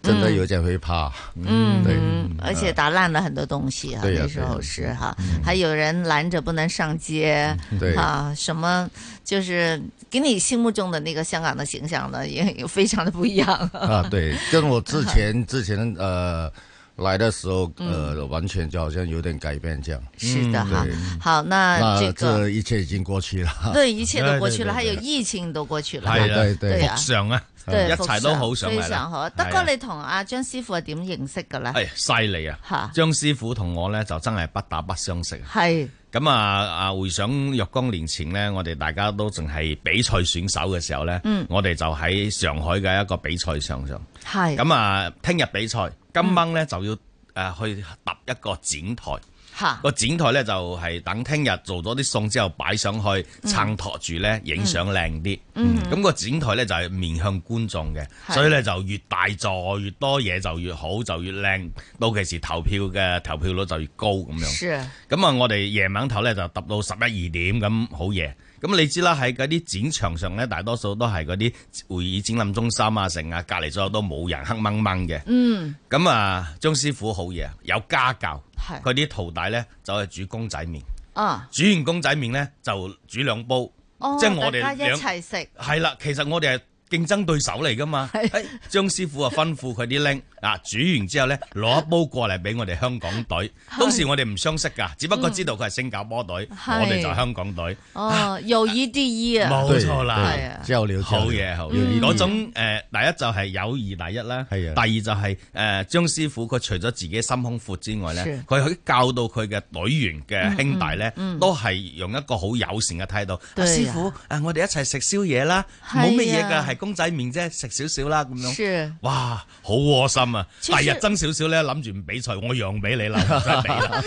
S23: 真的有点会怕。
S11: 嗯，
S23: 对
S11: 嗯，而且打烂了很多东西啊，
S23: 对呀嗯
S11: 那时候是哈，还有人拦着不能上街，
S23: 对
S11: 啊，什么就是给你心目中的那个香港的形象呢，也也非常的不一样
S23: 啊，对，跟我之前 之前呃来的时候呃、完全就好像有点改变这样。
S11: 嗯
S23: 嗯
S11: 是的哈
S23: 对。
S11: 好，那
S23: 那
S11: 这
S23: 这
S11: 个
S23: 一切已经过去了。
S11: 对一切都过去了，
S23: 啊对
S11: 还
S23: 对
S11: 有
S23: 对
S11: 疫情都過去了，
S23: 係啦
S11: 對啊
S22: 復常啊，
S11: 對
S22: 一切都好上
S11: 非
S22: 嚟
S11: 常好。
S22: 啦。
S11: 德
S22: 係
S11: 哥，
S22: 啊
S11: 你同阿張師傅係點認識嘅咧？
S22: 哎，犀利
S11: 嚇
S22: 啊！張師傅同我咧就真係不打不相識。
S11: 係
S22: 咁啊啊！回想若干年前呢，我哋大家都淨係比賽選手嘅時候呢，
S11: 嗯
S22: 我哋就喺上海嘅一個比賽上上。
S11: 係
S22: 咁啊，聽日比賽，今晚呢就要誒去揼一個展台。
S11: 嚇
S22: 個展台呢就係等聽日做咗啲餸之後擺上去
S11: 嗯
S22: 撐托住呢，影相靚啲。
S11: 嗯
S22: 咁個展台呢就係面向觀眾嘅，
S11: 係
S22: 所以呢就越大座越多嘢就越好，就越靚。到其時投票嘅投票率就越高咁樣。
S11: 是
S22: 咁啊，我哋夜晚頭咧就揼到十一二點咁好夜。咁你知啦，喺嗰啲展場上咧，大多數都係嗰啲會議展覽中心啊、成啊，隔離所有都冇人黑掹掹嘅。
S11: 嗯，
S22: 咁啊，張師傅好嘢，有家教
S11: 係，
S22: 佢啲徒弟咧就係煮公仔麵，
S11: 啊，
S22: 煮完公仔麵咧就煮兩煲，
S11: 哦，
S22: 即係我哋
S11: 大家一
S22: 兩
S11: 齊食，
S22: 係啦，其實我哋係競爭對手嚟噶嘛。 誒張師傅啊吩咐佢啲僆啊煮完之後咧，攞一煲過嚟俾我哋香港隊。
S11: 係
S22: 當時我哋唔相識㗎，只不過
S11: 嗯
S22: 知道佢係新加坡隊，
S11: 係
S22: 我哋就係香港隊。
S11: 哦，友誼 第一啊，
S22: 冇錯
S11: 係啊
S22: 啦，
S23: 交流
S22: 好嘢好
S11: 嗯
S22: 嘢。嗰種誒第一就係友誼第一啦，第
S23: 啊
S22: 二就係誒張師傅佢除咗自己心胸闊之外咧
S11: 是，
S22: 佢去教到佢嘅隊員嘅兄弟咧
S11: 嗯嗯嗯，
S22: 都係用一個好友善嘅態度。啊
S11: 對啊
S22: 師傅誒，我哋一齊食宵夜啦，
S11: 係啊
S22: 冇乜嘢㗎，係公仔麵啫，食少少啦咁
S11: 是
S22: 樣。哇，好窩心啊！
S11: 其
S22: 第
S11: 實
S22: 日爭少少咧，諗住唔比賽，我讓俾你 啦，唔使俾啦。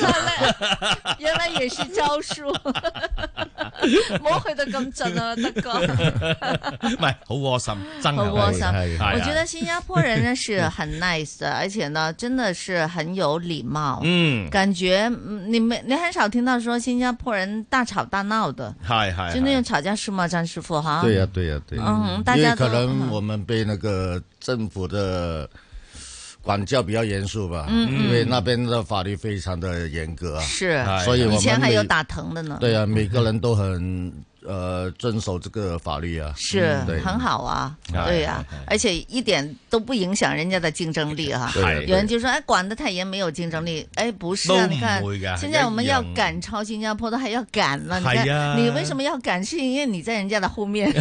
S11: 原來也是招 數，唔好去到咁盡 啊，德哥。
S22: 唔係好窩心，真
S11: 好
S22: 係
S11: 窩心
S23: 哎
S22: 係係。
S11: 我觉得
S22: 係
S11: 新加坡人呢是 很 nice 的，而且呢真的是很有礼貌。
S22: 嗯
S11: 感觉嗯你们你很少听到说新加坡人大吵大闹的，
S22: 係係
S11: 就那种吵架是吗，张师傅哈？
S23: 对呀、对呀、对、
S11: 嗯大
S23: 因
S11: 家
S23: 为
S11: 都
S23: 可能我们被那个政府的管教比较严肃吧，
S11: 嗯嗯
S23: 因为那边的法律非常的严格啊，
S11: 是，
S23: 所以我们
S11: 以前还
S23: 每
S11: 有打藤的呢。
S23: 对啊，每个人都很呃遵守这个法律啊，
S11: 是
S23: 嗯对，
S11: 很好啊，
S23: 哎
S11: 对呀、而且一点都不影响人家的竞争力哈、
S23: 对对
S11: 有人就说，哎，管得太严没有竞争力，哎，不是啊，
S22: 都
S11: 你看
S22: 不会的，
S11: 现在我们
S22: 一
S11: 要
S22: 样
S11: 赶超新加坡的，还要赶了，你
S22: 哎呀
S23: 啊
S11: 看你为什么要赶？是因为你在人家的后 面，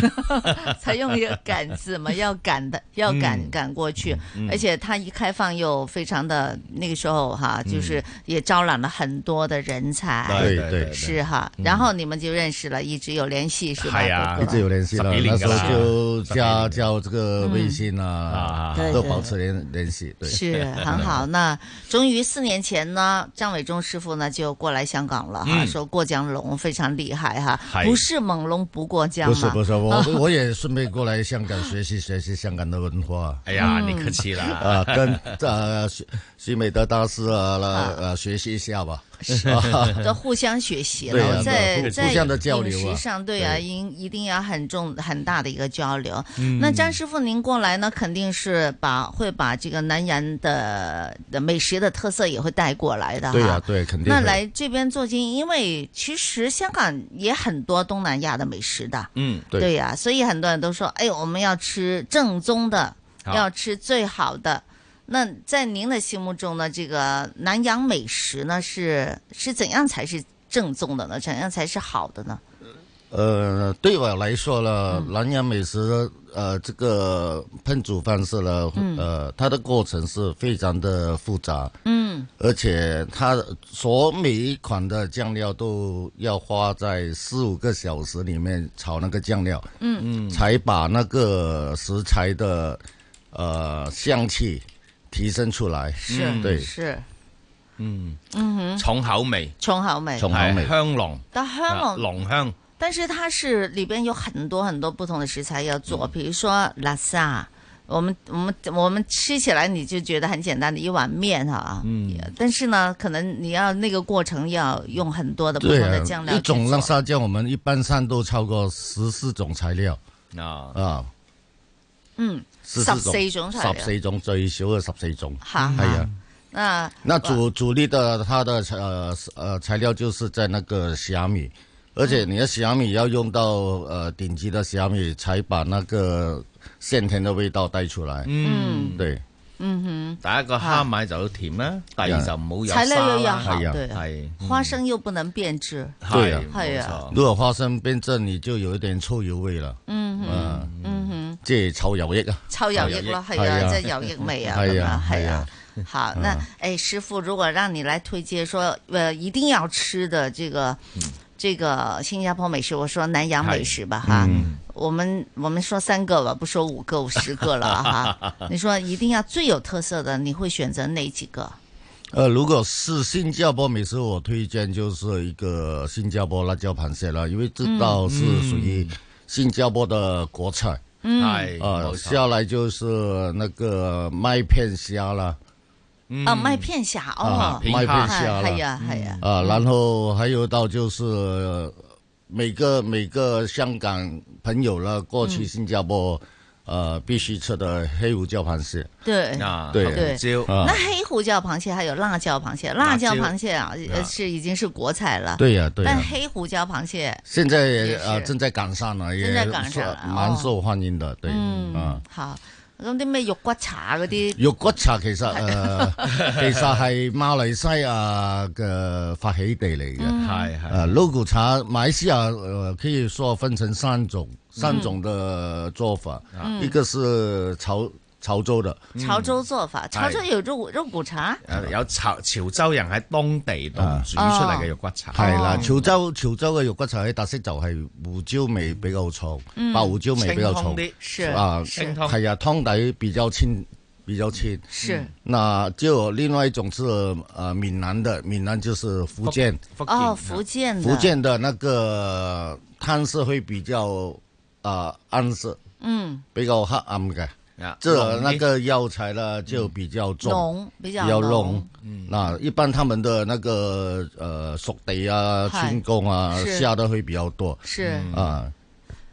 S11: 才用一个“赶”字嘛，要赶的，要赶
S20: 嗯
S11: 赶过去
S20: 嗯，
S11: 而且它一开放又非常的那个时候哈，
S20: 嗯
S11: 就是也招揽了很多的人才，
S23: 对对对
S11: 是哈，
S23: 嗯啊
S11: 然后你们就认识了，一直有联系是吧？
S22: 哎呀
S23: 一直有联系了，
S22: 十几
S23: 那
S22: 年
S23: 时
S22: 噶啦
S23: 候就加加这个微信啊，
S11: 嗯啊
S23: 都
S11: 对对
S23: 保持联联系，对，
S11: 是很好。那终于四年前呢，张伟忠师傅呢就过来香港了哈，
S23: 嗯
S11: 说过江龙非常厉害哈，
S23: 是
S11: 不是猛龙不过江啊嘛？
S23: 不是不是，我 我也顺便过来香港学习学习香港的文化。
S22: 哎呀
S11: 嗯
S22: 你客气了
S23: 啊，跟呃徐徐美德大师 啊，来呃学习一下吧。
S11: 是都互相学习
S23: 对啊
S11: 了，在
S23: 互
S11: 在
S23: 互相的交
S11: 饮
S23: 流啊
S11: 食上，对啊，一一定要很重很大的一个交流。
S20: 嗯
S11: 那张师傅您过来呢，肯定是把会把这个南洋的的美食的特色也会带过来的哈。
S23: 对呀、对，肯定会。
S11: 那来这边做经，因为其实香港也很多东南亚的美食的，
S22: 嗯，
S11: 对呀、所以很多人都说，哎，我们要吃正宗的，
S22: 好
S11: 要吃最好的。那在您的心目中呢，这个南洋美食呢，是是怎样才是正宗的呢？怎样才是好的呢？
S23: 呃，对我来说呢，
S11: 嗯
S23: 南洋美食呃这个烹煮方式呢，
S11: 嗯
S23: 呃，它的过程是非常的复杂。
S11: 嗯
S23: 而且它所每一款的酱料都要花在四五个小时里面炒那个酱料，
S11: 嗯嗯
S23: 才把那个食材的呃香气提升出来。
S11: 是、
S23: 对，
S11: 是，
S22: 嗯
S11: 嗯哼，
S22: 重口味，
S11: 重口味，
S23: 重口味
S22: 係香濃，
S11: 但香濃
S22: 啊濃香，
S11: 但是它是里边有很多很多不同的食材要做，比如说拉萨。我们我们我们吃起来你就觉得很简单的一碗面啊，嗯，但是呢，可能你要那个过程要用很多的不同
S23: 对
S11: 的
S23: 啊
S11: 酱料
S23: 一
S11: 去做，
S23: 种辣沙酱我们一般上都超过十四种材料
S22: 啊
S23: 啊，
S11: 嗯，十
S23: 14種
S11: 四种材
S23: 十
S11: 料，
S23: 四種最少嘅十四種，
S11: 好
S23: 係啊。
S11: 那
S23: 那主主力的它的呃呃材料就是在那个虾米，而且你的虾米要用到呃顶级的虾米，才把那个鲜甜的味道带出来。
S22: 嗯，
S23: 对，
S11: 嗯
S22: 第一個蝦米就要甜啦，第二就唔好有
S11: 材料又
S22: 又
S11: 要好對
S22: 係
S23: 嗯
S11: 哼，花生又不能变质，
S23: 啊对呀、
S11: 系啊，
S23: 如果花生變質，你就有一點臭油味了。
S11: 嗯哼，
S23: 嗯，
S11: 嗯哼，
S23: 即係臭油益啊，
S11: 臭油益咯，系
S23: 係
S11: 啊，即系油益味啊，
S23: 係
S11: 咁啊
S23: 啊，，
S11: 系
S23: 係
S11: 啊
S23: 啊。。
S11: 好，那哎，师傅，如果让你来推荐说，呃，一定要吃的这个，
S23: 嗯
S11: 这个新加坡美食，我说南洋美食吧，哈，我们我们说三个吧，不说五个、十个了 啊哈。你说一定要最有特色的，你会选择哪几个？
S23: 呃，如果是新加坡美食，我推荐就是一个新加坡辣椒螃蟹啦，因为这道是属于新加坡的国菜。
S11: 嗯
S22: 係
S23: 呃，
S22: 冇錯
S23: 下来就是那个麦片虾啦，
S11: 啊，麦片虾哦
S23: 嗯啊，麦片虾啦
S11: 系呀系呀，
S23: 啊、然后还有一道就是呃每个每个香港朋友呢过去
S11: 嗯
S23: 新加坡，呃，必须吃的黑胡椒螃蟹。
S11: 对
S23: 对，
S11: 对，
S23: 啊
S11: 那黑胡椒螃蟹还有辣椒螃蟹，辣椒
S23: 辣椒
S11: 螃蟹啊
S23: 啊
S11: 呃是已经是国菜了，
S23: 对呀对呀
S11: 但黑胡椒螃蟹，
S23: 现在也
S11: 也是
S23: 呃正在赶上了，也
S11: 正在赶上了
S23: 是蛮
S11: 哦
S23: 受欢迎的，对，
S11: 嗯
S23: 啊。
S11: 好，咁啲咩肉骨茶嗰啲，
S23: 肉骨茶其實誒、 呃其實係馬來西亞嘅發起地嚟嘅，
S22: 嗯係係
S23: 誒 logo 茶，馬來西亞呃可以說分成三種三種的做法，
S22: 啊
S11: 嗯
S23: 一個是潮潮州的，嗯
S11: 潮州做法，潮
S23: 哎
S11: 州有肉骨肉骨茶，
S22: 誒呃有潮潮州人喺當地度煮出
S11: 哦
S22: 嚟嘅肉骨茶，
S23: 係啊啦，潮州潮州嘅肉骨茶嘅特色就係胡椒味比較重，
S22: 嗯
S23: 白胡椒味比較
S22: 清
S23: 重
S22: 湯啲，是
S23: 啊，
S22: 是清湯
S23: 係啊，湯底比較清，比較清。嗯
S11: 是
S23: 那就有另外一種是呃闽南的，闽南就是福建，
S11: 哦，福建的，
S23: 福建的那個湯色會比較啊暗色，
S11: 嗯，
S23: 比較黑暗嘅。
S11: 濃
S23: 這
S11: 啲
S23: 那個藥材呢就比較重，
S11: 濃比較濃
S23: 濃。那一般他們的那個呃熟地啊、
S11: 嗨
S23: 春工啊
S11: 是
S23: 下的會比較多。
S11: 是嗯
S23: 啊，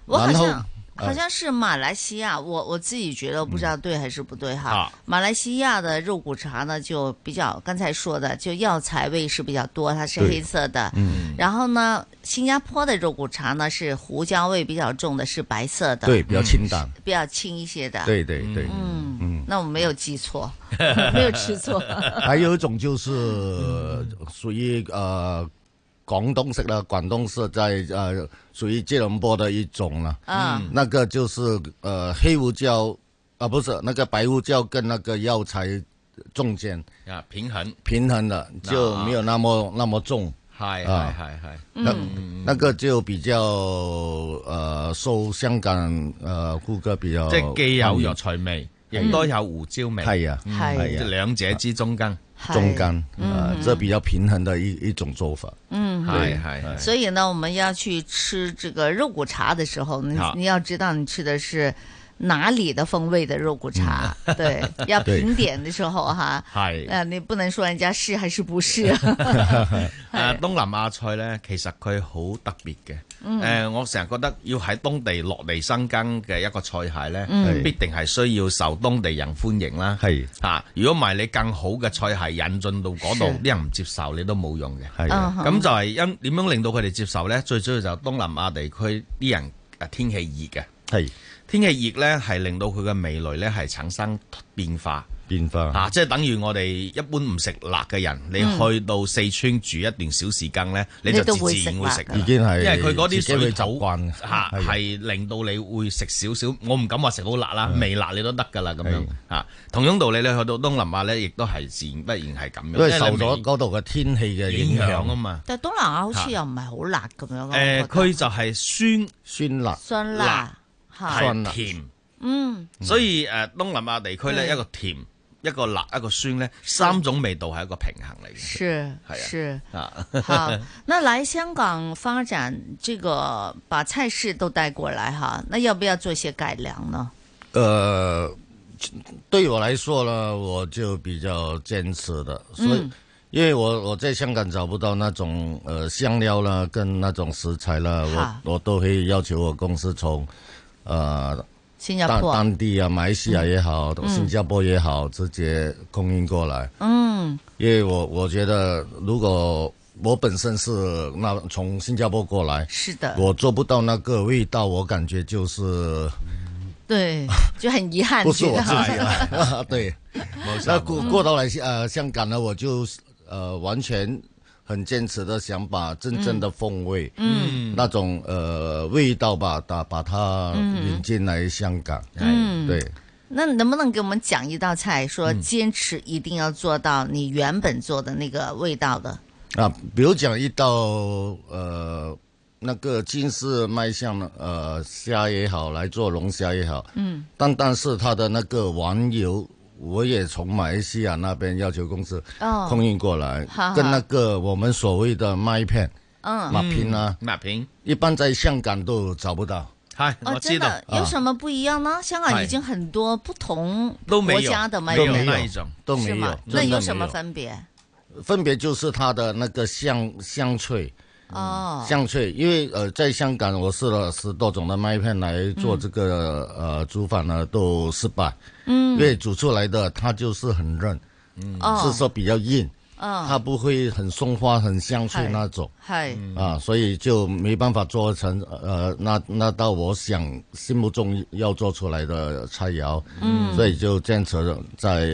S11: 我好
S23: 然后
S11: 像
S23: 呃
S11: 好像是马来西亚，我我自己觉得不知道对还是不对哈
S23: 嗯好。
S11: 马来西亚的肉骨茶呢，就比较刚才说的，就药材味是比较多，它是
S24: 对
S11: 黑色的。
S24: 嗯
S11: 然后呢，新加坡的肉骨茶呢是胡椒味比较重的，是白色的，嗯
S23: 对，比较清淡。
S11: 比较轻一些的。
S23: 对对对，
S11: 嗯
S23: 嗯。
S11: 那我没有记 错，没有吃 错。
S23: 还有一种就是
S22: 嗯
S23: 属于呃广东式的，广东式在呃属于吉隆坡的一种了。
S11: 嗯
S23: 那个就是呃黑胡椒啊，不是那个白胡椒跟那个药材中间
S22: 啊平衡，啊
S23: 平衡的，就没有那么那么重。
S22: 係係
S23: 啊
S22: 係係，
S23: 那
S22: 嗯
S23: 那个就比较呃受香港呃顾客比较
S22: 即係既有藥
S23: 藥
S22: 材味，亦都有胡椒味，
S23: 嗯係啊
S22: 嗯
S23: 係啊
S22: 即係兩者之中間，
S23: 中間
S11: 嗯
S23: 啊，
S11: 嗯
S23: 这比較平衡的一一种做法。
S11: 嗯，
S23: 对哎
S22: 係係係
S11: 所以呢，我们要去吃这个肉骨茶的时候，你
S23: 好
S11: 你要知道你吃的是哪里的风味的肉骨茶，
S23: 嗯
S11: 对，要
S22: 对
S11: 评点的时候哈，
S22: 係
S11: 呃，你不能说人家是还是不 是，
S22: 誒啊東南亞菜咧，其實佢好特別嘅。
S11: 嗯
S22: 誒、我成日覺得要喺當地落地生根嘅一個菜系咧，
S11: 嗯
S22: 必定係需要受當地人歡迎啦。
S23: 係
S22: 啊，如果唔係你更好嘅菜系引進到嗰度，
S23: 是
S22: 啲人唔接受你都冇用嘅。
S23: 係啊嗯哼
S22: 咁就係因點樣令到佢哋接受咧？最主要就係東南亞地區啲人誒天氣熱嘅。
S23: 係
S22: 天氣熱呢，係令到佢嘅味蕾呢係產生變化。
S23: 變化
S22: 啊，即係等於我哋一般唔食辣嘅人，你
S23: 嗯
S22: 去到四川煮一段小時羹呢，你
S23: 你
S22: 就
S23: 都
S22: 自
S23: 會
S22: 自然
S23: 食
S22: 會
S23: 辣
S22: 食
S23: 㗎
S22: 㗎啦，
S23: 已經係
S22: 因為佢嗰啲
S23: 自己會
S22: 水
S23: 習
S22: 土
S23: 慣
S22: 嚇係令到你會食少少，我唔敢話食好辣啦，微辣你都得㗎啦咁樣啊。同樣道理，你去到東南亞呢，亦都係自然不然係咁樣，
S23: 因為受
S22: 你味
S23: 咗嗰度嘅天氣嘅影
S22: 影響
S23: 響
S22: 啊嘛。
S11: 但東南亞好似又唔係好辣咁
S8: 哦
S11: 樣咯，
S23: 哎
S22: 誒，
S11: 我覺
S22: 佢就係酸
S23: 酸辣
S11: 酸辣嚇
S22: 係甜。
S11: 嗯，
S22: 所以誒、呃、東南亞地區咧，
S11: 嗯
S22: 一個甜、一個辣、一個酸咧，三種味道係一個平衡嚟嘅。
S11: 是
S22: 係啊
S11: 是
S22: 啊，
S11: 好，那来香港发展这个把菜式都带过来哈，那要不要做些改良呢？
S23: 呃，对我来说呢，我就比较坚持的，所以、
S1: 嗯
S23: 因为我我在香港找不到那种呃香料啦，跟那种食材啦，
S8: 好
S23: 我我都会要求我公司从呃
S8: 新加
S23: 当
S8: 坡
S23: 当地啊，马来西亚也好，
S8: 嗯
S23: 新加坡也好，直接供应过来。
S8: 嗯
S23: 因为我我觉得，如果我本身是那从新加坡过来，
S8: 是的
S23: 我做不到那个味道，我感觉就是
S8: 对，就很遗憾，
S23: 不是我
S8: 觉
S23: 自
S8: 得
S23: 己啊了。 对，那过过到来呃香港呢，我就呃完全很坚持的想把真正的风味，
S8: 嗯嗯
S23: 那种呃味道吧，把把它
S8: 嗯
S23: 引进来香港。
S8: 嗯
S23: 对。
S8: 那能不能给我们讲一道菜，说
S23: 嗯
S8: 坚持一定要做到你原本做的那个味道的？
S23: 啊，比如讲一道呃那个金丝卖向呃虾也好，来做龙虾也好，
S8: 嗯
S23: 单单是它的那个丸油，我也从马来西亚那边要求公司
S8: 哦
S23: 供应过来，
S8: 好好
S23: 跟那个我们所谓的麦片、
S8: 嗯，
S23: 马片啊，
S22: 马片
S23: 一般在香港都找不到。啊
S22: 嗨
S8: 哦，真的有什么不一样呢？香港已经很多不同
S23: 都没
S8: 国
S23: 有
S8: 家的麦
S23: 都
S8: 片
S23: 哎没有
S8: 了
S23: 那一种都没有
S8: 是吗
S23: 真的
S8: 那有什
S23: 没有
S8: 么分别？
S23: 分别就是它的那个香香脆。
S8: 哦，
S23: 香脆，因为呃，在香港我试了十多种的麦片来做这个、呃煮法呢，都失败。
S8: 嗯
S23: 因为煮出来的它就是很韧，嗯
S8: 哦
S23: 是说比较硬，
S8: 嗯
S23: 它不会很松花、很香脆
S8: 嗨
S23: 那种。
S8: 嗨，
S23: 啊，所以就没办法做成呃那那道我想心目中要做出来的菜肴，
S8: 嗯
S23: 所以就坚持在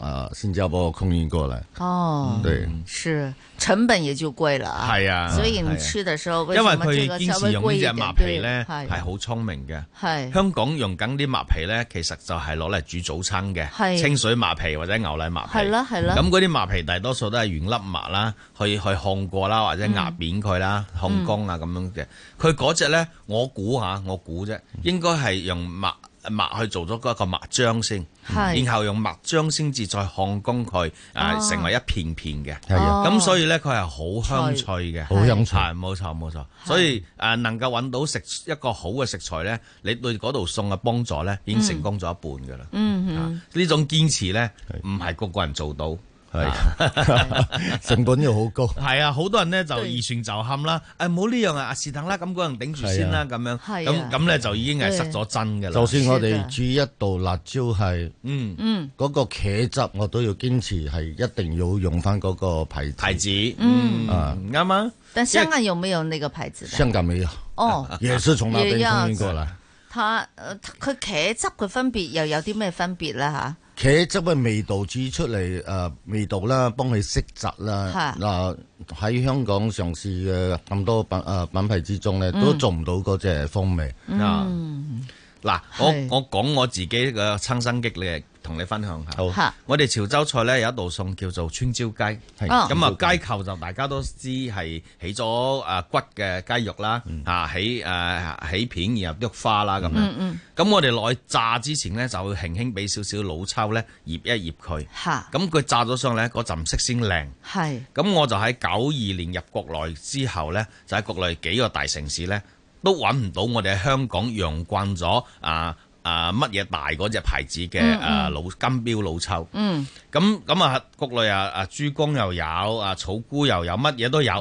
S23: 呃新加坡供应过来，
S8: 哦，
S23: 嗯对，
S8: 是成本也就贵了啊。
S22: 係啊
S8: 所以你
S22: 係啊
S8: 吃的時候，
S22: 因
S8: 為
S22: 為
S8: 什麼
S22: 佢
S8: 這個稍
S22: 堅持
S8: 微
S22: 用
S8: 貴
S22: 呢
S8: 一
S22: 只
S8: 點
S22: 麥皮
S8: 對
S22: 咧
S8: 係
S22: 係好聰明嘅。
S8: 係
S22: 香港用緊啲麥皮咧，其實就係攞嚟煮早餐嘅，
S8: 係
S22: 清水麥皮或者牛奶麥皮。
S8: 係啦係啦
S22: 咁嗰啲麥皮大多數都係原粒麥啦，去去烘過啦，或者壓扁佢啦、
S8: 嗯
S22: 烘乾啊咁樣嘅。佢嗰只咧，我估下，我估啫，
S8: 嗯
S22: 應該係用麥麥去做咗嗰一個麥漿先，
S8: 係
S22: 然後用麥漿先至再烘乾佢，啊
S8: 哦
S22: 誒成為一片片嘅。
S23: 係
S8: 啊
S22: 咁所以咧佢係好香
S8: 脆
S22: 脆嘅，
S23: 好香脆
S22: 係冇錯冇錯。所以誒能夠揾到食一個好嘅食材咧，你對嗰度餸嘅幫助咧已經成功咗一半㗎啦。
S8: 嗯哼。
S22: 呢種堅持咧，唔係個個人做到。
S23: 係成本又好高。
S22: 係啊，好多人咧就二船就喊啦，誒冇呢樣啊，啊是但啦，咁嗰人頂住先啦，咁樣
S8: 係啊
S22: 咁咁咧就已經係失咗真㗎啦。
S23: 就算我
S8: 是
S23: 哋
S8: 的
S23: 煮一道辣椒係，
S22: 嗯
S8: 嗯，
S23: 嗰個茄汁我都要堅持係一定要用翻嗰個牌子
S22: 牌子，
S8: 嗯
S23: 啊，
S22: 啱啊，
S8: 但香港有沒有那個牌子的？
S23: 香港沒有，
S8: 哦，
S23: 也是從那邊供應過來。
S8: 它呃，佢茄汁佢分別又有啲咩分別咧吓？
S23: 茄汁嘅味道煮出嚟，誒、呃味道啦，幫佢色澤啦。
S8: 係
S23: 嗱、喺香港上市嘅咁多品誒、呃品牌之中咧，
S22: 嗯
S23: 都做唔到嗰隻風味。
S22: 啊
S8: 嗯，
S22: 嗱，我我講我自己嘅親身經歷，同你分享下。
S23: 好
S8: 嚇
S22: 我哋潮州菜咧有一道餸叫做川椒雞，
S23: 係
S8: 哦
S22: 咁啊雞球就大家都知係起咗誒骨嘅雞肉啦，
S23: 嗯
S22: 啊起誒起片然後喐花啦咁
S8: 嗯
S22: 樣。
S8: 嗯，
S22: 咁我哋落去炸之前咧，就會輕輕俾少少老抽咧醃一醃佢。
S8: 嚇
S22: 咁佢炸咗上嚟，嗰陣色先靚。
S8: 係
S22: 咁我就喺九二年入國內之後呢，就喺國內幾個大城市呢，都揾唔到我哋喺香港用慣咗啊啊乜嘢大嗰只牌子嘅
S8: 嗯嗯
S22: 啊老金標老抽。
S8: 嗯
S22: 咁咁啊，國內啊啊珠江又有啊草菇又有乜嘢都有，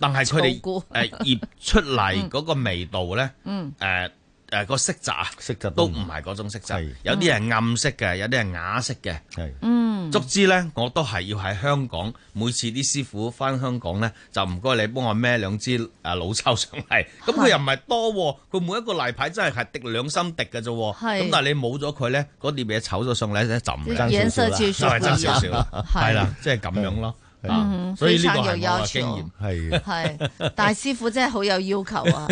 S22: 但係佢
S8: 草
S22: 哋
S8: 菇
S22: 誒醃出嚟嗰個味道呢。
S8: 嗯
S22: 誒誒個色澤啊，
S23: 色澤
S22: 都唔係嗰種色澤，有啲係暗色嘅，有啲係啞色嘅。
S8: 嗯，
S22: 足之呢，我都係要喺香港，每次啲師傅翻香港呢，就唔該你幫我孭兩支誒老抽上嚟。咁佢又唔係多喎，佢每一個例牌真係係滴兩三滴嘅啫喎。
S8: 係
S22: 咁但係你冇咗佢呢，嗰碟嘢醜咗上嚟呢，就唔靚
S8: 顏色就
S22: 就係
S8: 是
S22: 爭
S8: 不一
S22: 少
S8: 樣
S22: 少，
S8: 係
S22: 係啦，即係咁樣咯。
S8: 嗯
S22: 啊
S8: 哼
S22: 所以呢個
S8: 非常有
S22: 係
S8: 要求
S22: 我嘅經驗。
S23: 係
S8: 係，大師傅真係好有要求 啊！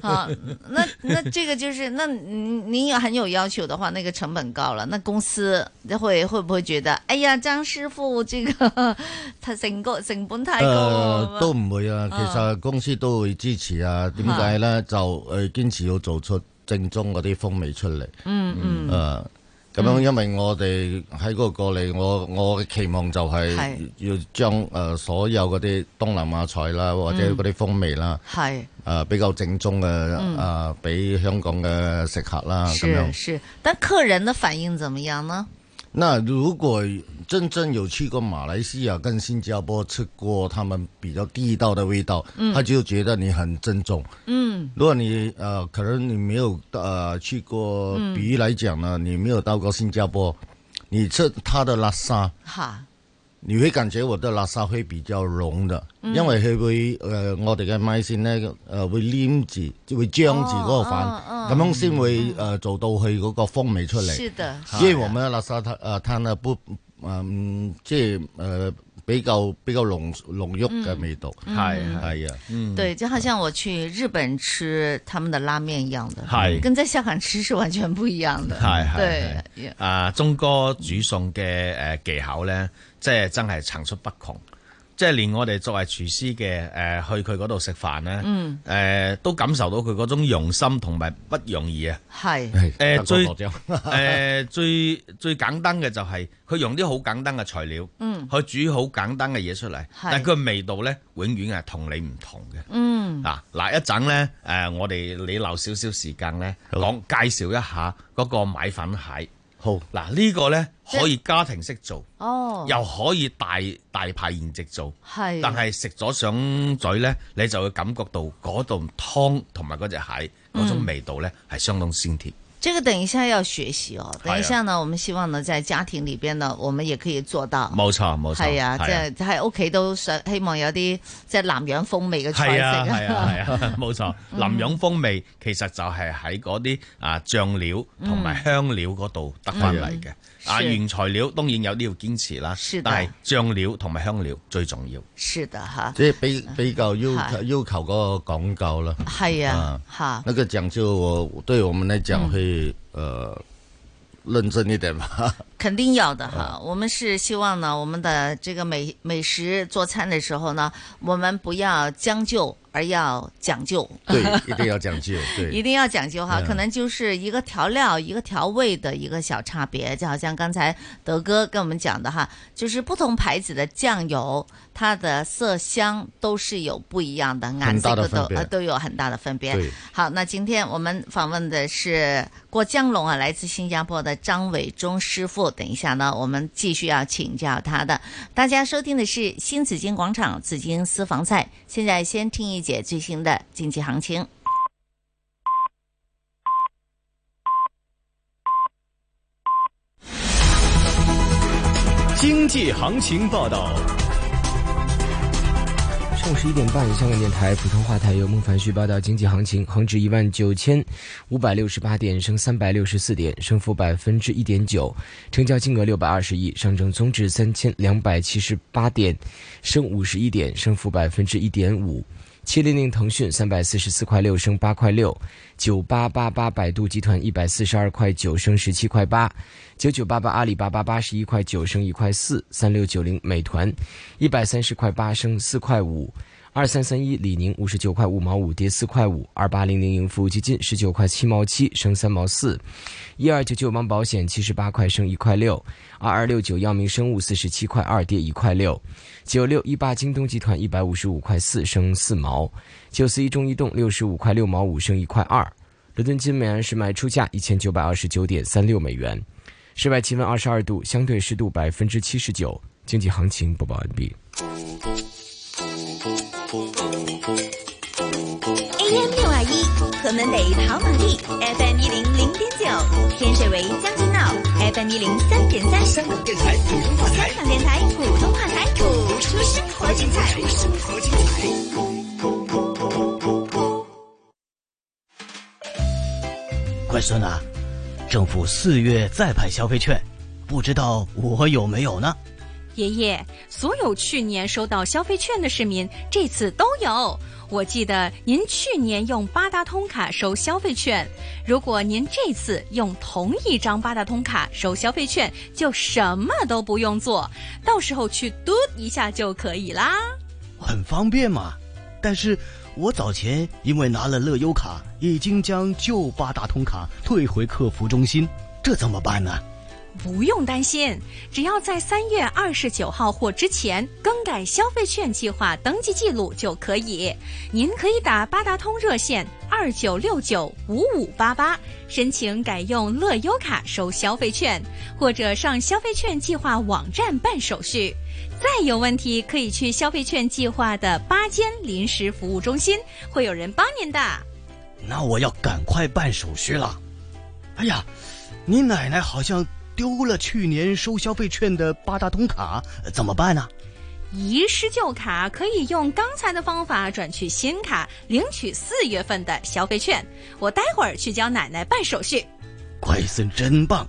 S8: 啊，那那这个就是，那您您要很有要求的话，那个成本高了，那公司会会不会觉得，哎呀，张师傅这个 他成个成本太
S23: 誒、
S8: 高
S22: 呃
S8: 啊
S23: 都唔會啊，
S8: 嗯
S23: 其實公司都會支持啊。點解呃咧？就誒、堅持要做出正宗嗰啲風味出嚟。
S8: 嗯嗯
S23: 誒、咁樣因為我哋喺嗰度過嚟，我我嘅期望就係
S11: 係
S23: 要將誒、呃所有嗰啲東南亞菜啦，或者
S11: 嗯
S23: 嗰啲風味啦，誒、
S11: 係。
S23: 比較正宗嘅
S11: 嗯
S23: 誒俾香港嘅食客啦咁
S11: 是
S23: 樣。
S11: 是，但客人的反应怎么样呢？
S23: 那如果真正有去过马来西亚跟新加坡吃过他们比较地道的味道，
S11: 嗯
S23: 他就觉得你很正宗。
S11: 嗯
S23: 如果你呃，可能你没有呃去过，
S11: 嗯
S23: 比喻来讲呢，你没有到过新加坡，你吃他的拉沙，
S11: 哈，
S23: 你会感觉我的拉沙会比较濃的，
S11: 嗯
S23: 因為佢會誒、呃我哋嘅米線咧誒會黏住，會漿住嗰個飯，咁、
S11: 哦哦
S23: 樣先會誒、呃做到佢嗰個風味出嚟。
S11: 是的啊是的
S23: 因為我們嘅拉沙攤誒攤咧呃不嗯即係誒、呃比較比較濃濃郁嘅味道，
S11: 嗯嗯
S23: 係啊，
S11: 对，就好像我去日本吃他们的拉面一样的，
S22: 是
S11: 跟在香港吃是完全不一样的。
S22: 係係
S11: 对
S22: 係，啊，鐘哥煮餸嘅誒技巧咧，即係真係層出不窮，即係連我哋作為廚師嘅誒、呃去佢嗰度食飯咧，誒、
S11: 嗯
S22: 都感受到佢嗰種用心同埋不容易啊！
S11: 係
S22: 誒、
S23: 得個
S22: 最
S23: 薄啫
S22: 誒、 最最簡單嘅就係、佢用啲好簡單嘅材料，
S11: 嗯
S22: 佢煮好簡單嘅嘢出嚟，但係佢味道咧永遠係同你唔同嘅。
S11: 嗯
S22: 嗱嗱一陣咧，誒、我哋你留少少時間咧，講介紹一下嗰個米粉蟹。
S23: 好
S22: 嗱，呢個咧可以家庭式做，
S11: 哦，
S22: 又可以大大排筵席做，
S11: 係
S22: 但係食咗上嘴咧，你就會感覺到嗰度湯同埋嗰隻蟹嗰種
S11: 嗯
S22: 味道咧係相當鮮甜。
S11: 这个等一下要学习哦。
S22: 是啊
S11: 等一下呢，我们希望呢，在家庭里边呢，我们也可以做到。
S22: 冇錯嗯冇錯
S11: 係啊，
S22: 係啊
S11: 即係喺屋企都想希望有啲即係南洋風味嘅菜
S22: 係
S11: 式
S22: 啊係啊係啊，冇錯。
S11: 嗯
S22: 南洋風味其實就係喺嗰啲啊醬料同埋香料嗰度得翻嚟
S11: 嗯
S22: 嘅。啊
S11: 是
S22: 原材料當然有啲要堅持啦
S11: 是，的
S22: 但係醬料同埋香料最重要。
S11: 是的哈，
S23: 即係比比較要
S11: 係
S23: 要求嗰個講究啦。
S11: 係啊，嗯哈，
S23: 那个讲究我对我们来讲会、呃认真一点吧。
S11: 肯定要的
S22: 啊
S11: 哈。我们是希望呢，我们的这个美美食做餐的时候呢，我们不要将就，而要讲究。
S23: 对，一定要讲究。对，
S11: 一定要讲究哈，
S23: 嗯
S11: 可能就是一个调料、一个调味的一个小差别，就好像刚才德哥跟我们讲的哈，就是不同牌子的酱油，它的色香都是有不一样的，颜色
S1: 大的
S11: 都
S1: 分别
S11: 呃都有很大的分别
S1: 对。
S11: 好，那今天我们访问的是郭江龙啊，来自新加坡的张伟忠师傅。等一下呢，我们继续要请教他的。大家收听的是新紫金广场紫金私房菜，现在先听一节最新的经济行情。
S4: 经济行情报道。
S25: 上午十一点半，香港电台普通话台由孟凡旭报道经济行情。恒指一万九千五百六十八点，升三百六十四点，升幅百分之一点九，成交金额六百二十亿。上证综指三千两百七十八点，升五十一点，升幅百分之一点五。七零零腾讯三百四十四块六升八块六，九八八八百度集团一百四十二块九升十七块八，九九八八阿里巴巴八十一块九升一块四，三六九零美团一百三十块八升四块五。二三三一李宁五十九块五毛五跌四块五，二八零零盈富基金十九块七毛七升三毛四，一二九九邦保险七十八块升一块六，二二六九药明生物四十七块二跌一块六，九六一八京东集团一百五十五块四升四毛，九四一中移动六十五块六毛五升一块二，伦敦金美元时买出价一千九百二十九点三六美元，室外气温二十二度，相对湿度百分之七十九，经济行情播报完毕。
S2: AM 六二一，河门北跑马地；FM 一零零点九，天水围将军澳；FM 一零三点三，香港电台普通话台。香港电台普通话台，谱出生活精彩。生活精彩。
S14: 乖孙啊，政府四月再派消费券，不知道我有没有呢？
S26: 爷爷，所有去年收到消费券的市民，这次都有。我记得您去年用八达通卡收消费券，如果您这次用同一张八达通卡收消费券，就什么都不用做，到时候去嘟一下就可以啦。
S14: 很方便嘛。但是我早前因为拿了乐优卡，已经将旧八达通卡退回客服中心，这怎么办呢？
S26: 不用担心，只要在三月二十九号或之前更改消费券计划登记记录就可以。您可以打八达通热线二九六九五五八八申请改用乐优卡收消费券，或者上消费券计划网站办手续。再有问题可以去消费券计划的八间临时服务中心，会有人帮您的。
S14: 那我要赶快办手续了。哎呀，你奶奶好像丢了去年收消费券的八达通卡，呃怎么办呢、
S26: 遗失旧卡可以用刚才的方法转去新卡，领取四月份的消费券。我待会儿去教奶奶办手续。
S14: 乖孙真棒！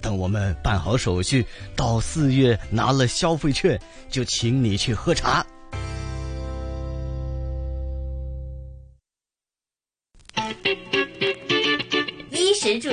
S14: 等我们办好手续，到四月拿了消费券，就请你去喝茶。
S10: 衣食住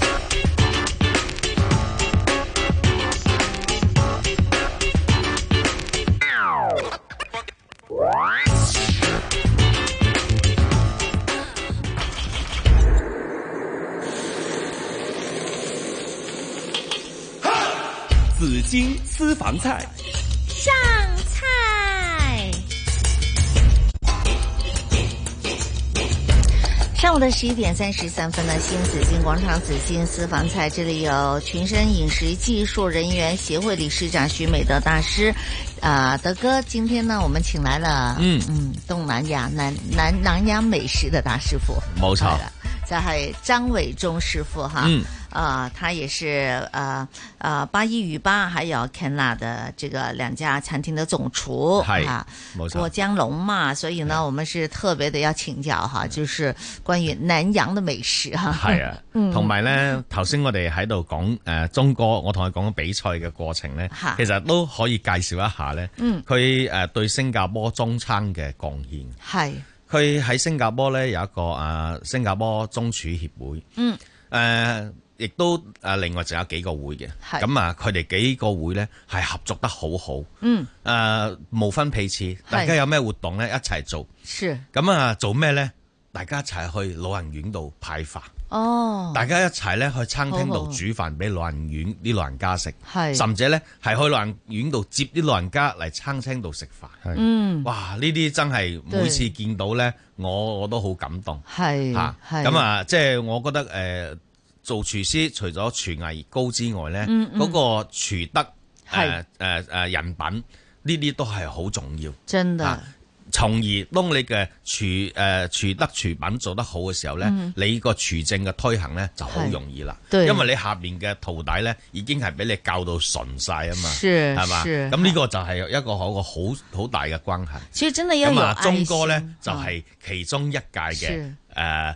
S8: 紫金私房菜，
S10: 上菜。
S11: 上午的十一点三十三分呢，新紫金广场紫金私房菜，这里有群生饮食技术人员协会理事长徐美德大师，啊、德哥，今天呢，我们请来了，
S22: 嗯
S11: 嗯，东南亚南南南洋美食的大师傅，
S22: 冇錯
S11: 係啦就係張偉忠師傅哈，
S22: 嗯
S11: 啊、他也是呃呃八一鱼吧，还有 Kenla 的这个两家餐厅的总厨，
S1: 是
S11: 啊，
S1: 没错
S11: 过江龙嘛，所以呢，我们是特别的要请教哈，就是关于南洋的美食哈，
S22: 係啊，
S11: 嗯
S22: 同埋咧，頭先我哋喺度講誒鐘哥，我同佢講比賽嘅過程咧
S11: 嚇，
S22: 其實都可以介紹一下咧。
S11: 嗯
S22: 佢誒對新加坡中餐嘅貢獻。
S11: 係，
S22: 佢喺新加坡咧有一個啊新加坡中廚協會。
S11: 嗯
S22: 誒、亦都誒、另外仲有幾個會嘅，
S11: 係
S22: 咁啊，佢哋幾個會呢係合作得好好，誒、
S11: 嗯，
S22: 無呃分彼此，大家有咩活動呢一齊做，
S11: 是
S22: 咁啊做咩呢？大家一齊去老人院度派飯，
S11: 哦，
S22: 大家一齊呢去餐廳
S11: 好
S22: 度
S11: 好
S22: 煮飯俾老人院啲老人家食，
S11: 係
S22: 甚至呢係去老人院度接啲老人家嚟餐廳度食飯，
S11: 嗯
S22: 哇！呢啲真係
S11: 對
S22: 每次見到呢，我我都好感動。
S11: 係
S22: 嚇
S11: 係
S22: 咁啊，即係我覺得誒、呃做廚師除咗廚藝高之外咧，嗰、
S11: 嗯嗯
S22: 個廚德
S11: 係
S22: 誒誒誒人品呢啲都係好重要。
S11: 真的，
S22: 從而當你嘅廚誒、呃、廚德廚品做得好嘅時候咧，
S11: 嗯
S22: 你個廚政嘅推行咧就好容易啦。
S11: 對
S22: 因為你下面嘅徒弟咧已經係俾你教到純晒啊嘛，
S11: 是
S22: 係嘛？
S11: 是
S22: 咁呢個就係一個好個好好大嘅關係。
S11: 其實真的要有
S22: 咁啊，
S11: 愛
S22: 鐘
S11: 心
S22: 哥咧
S11: 嗯
S22: 就係其中一屆嘅
S11: 是
S22: 誒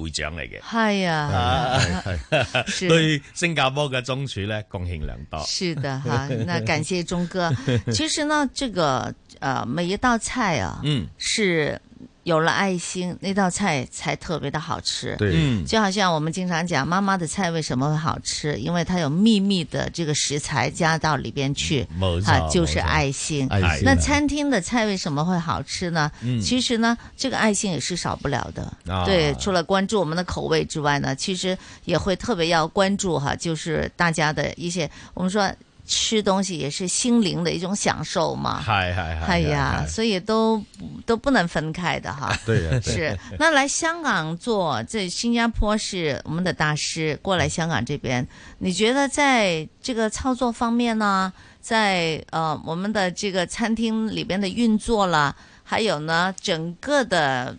S22: 會長嚟嘅。
S11: 係啊
S22: 係係對新加坡嘅中廚咧貢獻良多。
S11: 是 的哈，那感谢钟哥。其實呢，这個呃每一道菜啊，
S22: 嗯
S11: 是有了爱心，那道菜才特别的好吃。
S22: 对嗯
S11: 就好像我们经常讲，妈妈的菜为什么会好吃？因为它有秘密的这个食材加到里边去
S1: 没，错
S11: 啊，就是
S1: 没错
S11: 爱心。
S1: 爱心
S11: 那
S1: 啊
S11: 餐厅的菜为什么会好吃呢？
S1: 嗯
S11: 其实呢，这个爱心也是少不了的。
S1: 啊
S11: 对，除了关注我们的口味之外呢，其实也会特别要关注哈，就是大家的一些我们说吃东西也是心灵的一种享受嘛。
S22: 係係係。
S11: 哎呀，
S22: 係
S11: 所以都不都不能分开的 哈。
S22: 對 啊對
S11: 是。那来香港做，这新加坡是我们的大师过来香港这边，你觉得在这个操作方面呢，在呃我们的这个餐厅里边的运作啦，还有呢整个的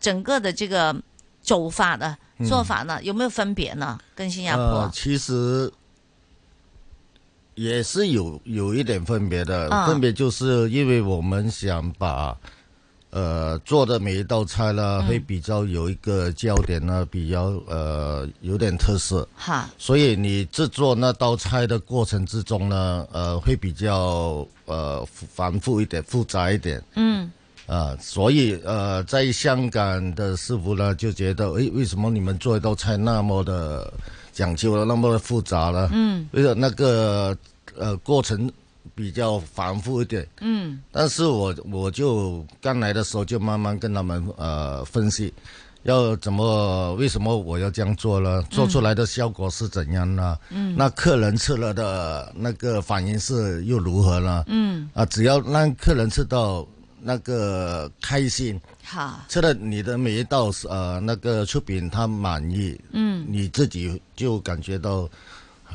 S11: 整个的这个走法的
S23: 嗯
S11: 做法呢，有没有分别呢？跟新加坡？
S23: 呃，其实也是有有一点分别的，
S11: 嗯
S23: 分别就是因为我们想把呃做的每一道菜呢，
S11: 嗯
S23: 会比较有一个焦点呢，比较呃有点特色。
S11: 哈，
S23: 所以你制作那道菜的过程之中呢，呃，会比较呃复繁复一点、复杂一点。
S11: 嗯
S23: 啊，所以呃，在香港的师傅呢，就觉得，诶，为什么你们做一道菜那么的讲究了，那么的复杂了？
S11: 嗯
S23: 为了那个呃过程比较繁复一点，
S11: 嗯
S23: 但是我我就刚来的时候就慢慢跟他们呃分析，要怎么为什么我要这样做呢？做出来的效果是怎样呢？
S11: 嗯
S23: 那客人吃了的那个反应是又如何呢？
S11: 嗯
S23: 啊，只要让客人吃到那个开心，
S11: 好，
S23: 吃了你的每一道呃那个出品他满意，
S11: 嗯
S23: 你自己就感觉到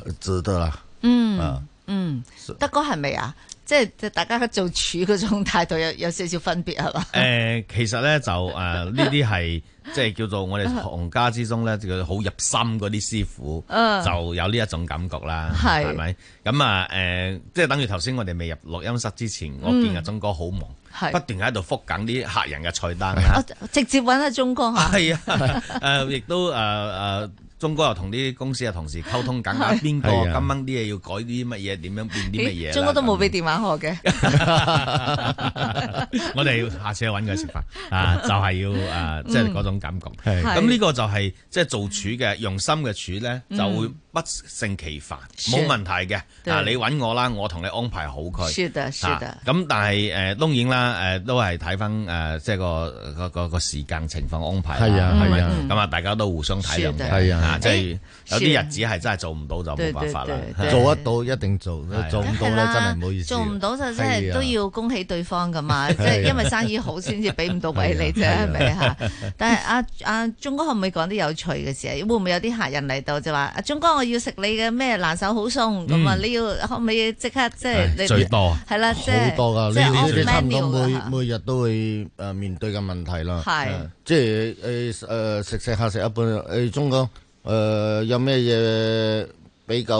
S23: 呃值得了。
S11: 嗯
S23: 啊
S11: 嗯，德哥係咪啊？即係大家做廚嗰種態度有有少少分別係嘛？
S22: 诶、呃其實咧就诶呢啲係即係叫做我哋
S11: 啊
S22: 行家之中咧，叫做好入心嗰啲師傅，
S11: 嗯
S22: 就有呢一種感覺啦，
S11: 係
S22: 係咪？咁啊诶，即係等於頭先我哋未入錄音室之前，我
S11: 嗯
S22: 見阿鐘哥好忙，
S11: 係啊
S22: 不斷喺度覆緊啲客人嘅菜單啊啦，
S11: 直接揾阿鐘哥 嚇，
S22: 係啊， 诶亦都诶诶。鐘哥又同啲公司嘅同事 溝通緊啊，
S11: 係
S22: 邊個
S11: 係
S22: 今
S11: 啊
S22: 晚啲嘢要改啲乜嘢，點樣變啲乜嘢啦
S11: 咦鐘哥都冇俾電話我嘅。
S22: 我哋下次去揾佢食飯 啊，就係要啊，即係嗰種感覺。
S11: 嗯係
S22: 咁呢個就係即係做處嘅用心嘅處咧，
S11: 嗯
S22: 就會不勝其煩，
S11: 是
S22: 冇問題嘅。
S11: 對
S22: 啊，你揾我啦，我同你安排好佢。
S11: 是的是的
S22: 啊咁但係誒，當然啦，誒都係睇翻誒，即係個個個個時間情況安排啦。
S23: 係啊
S22: 咪
S23: 係啊嗯
S22: 咁啊，大家都互相體諒
S23: 是
S22: 嘅。
S23: 的係啊
S22: 即係有
S11: 哎是
S22: 啲日子係真係做唔到就冇辦法啦啊
S11: 對對。對
S22: 係
S23: 做得到一定做，做唔到
S11: 係
S23: 咧真
S11: 啦
S23: 係唔好意思。
S11: 做唔到就真係
S23: 係啊
S11: 都要恭喜對方噶嘛，即
S23: 係啊
S11: 係因為生意好先至俾唔到位你啫，係啊咪嚇？
S23: 啊
S11: 但係阿阿鐘哥可唔可以講啲有趣嘅事啊？會唔會有啲客人嚟到就話：阿鐘哥，我要食你嘅咩拿手好餸咁啊？
S23: 嗯
S11: 你要可唔可以即刻即係你
S23: 最多
S11: 係啦，即係
S23: 好多噶，
S11: 即
S23: 呢
S11: 係
S23: 啲
S11: off
S23: 你差唔
S11: menu
S23: 多每
S11: 啊
S23: 每日都會誒面對嘅問題啦。
S11: 係
S23: 即係誒誒食食下食一半誒中國誒有咩嘢比較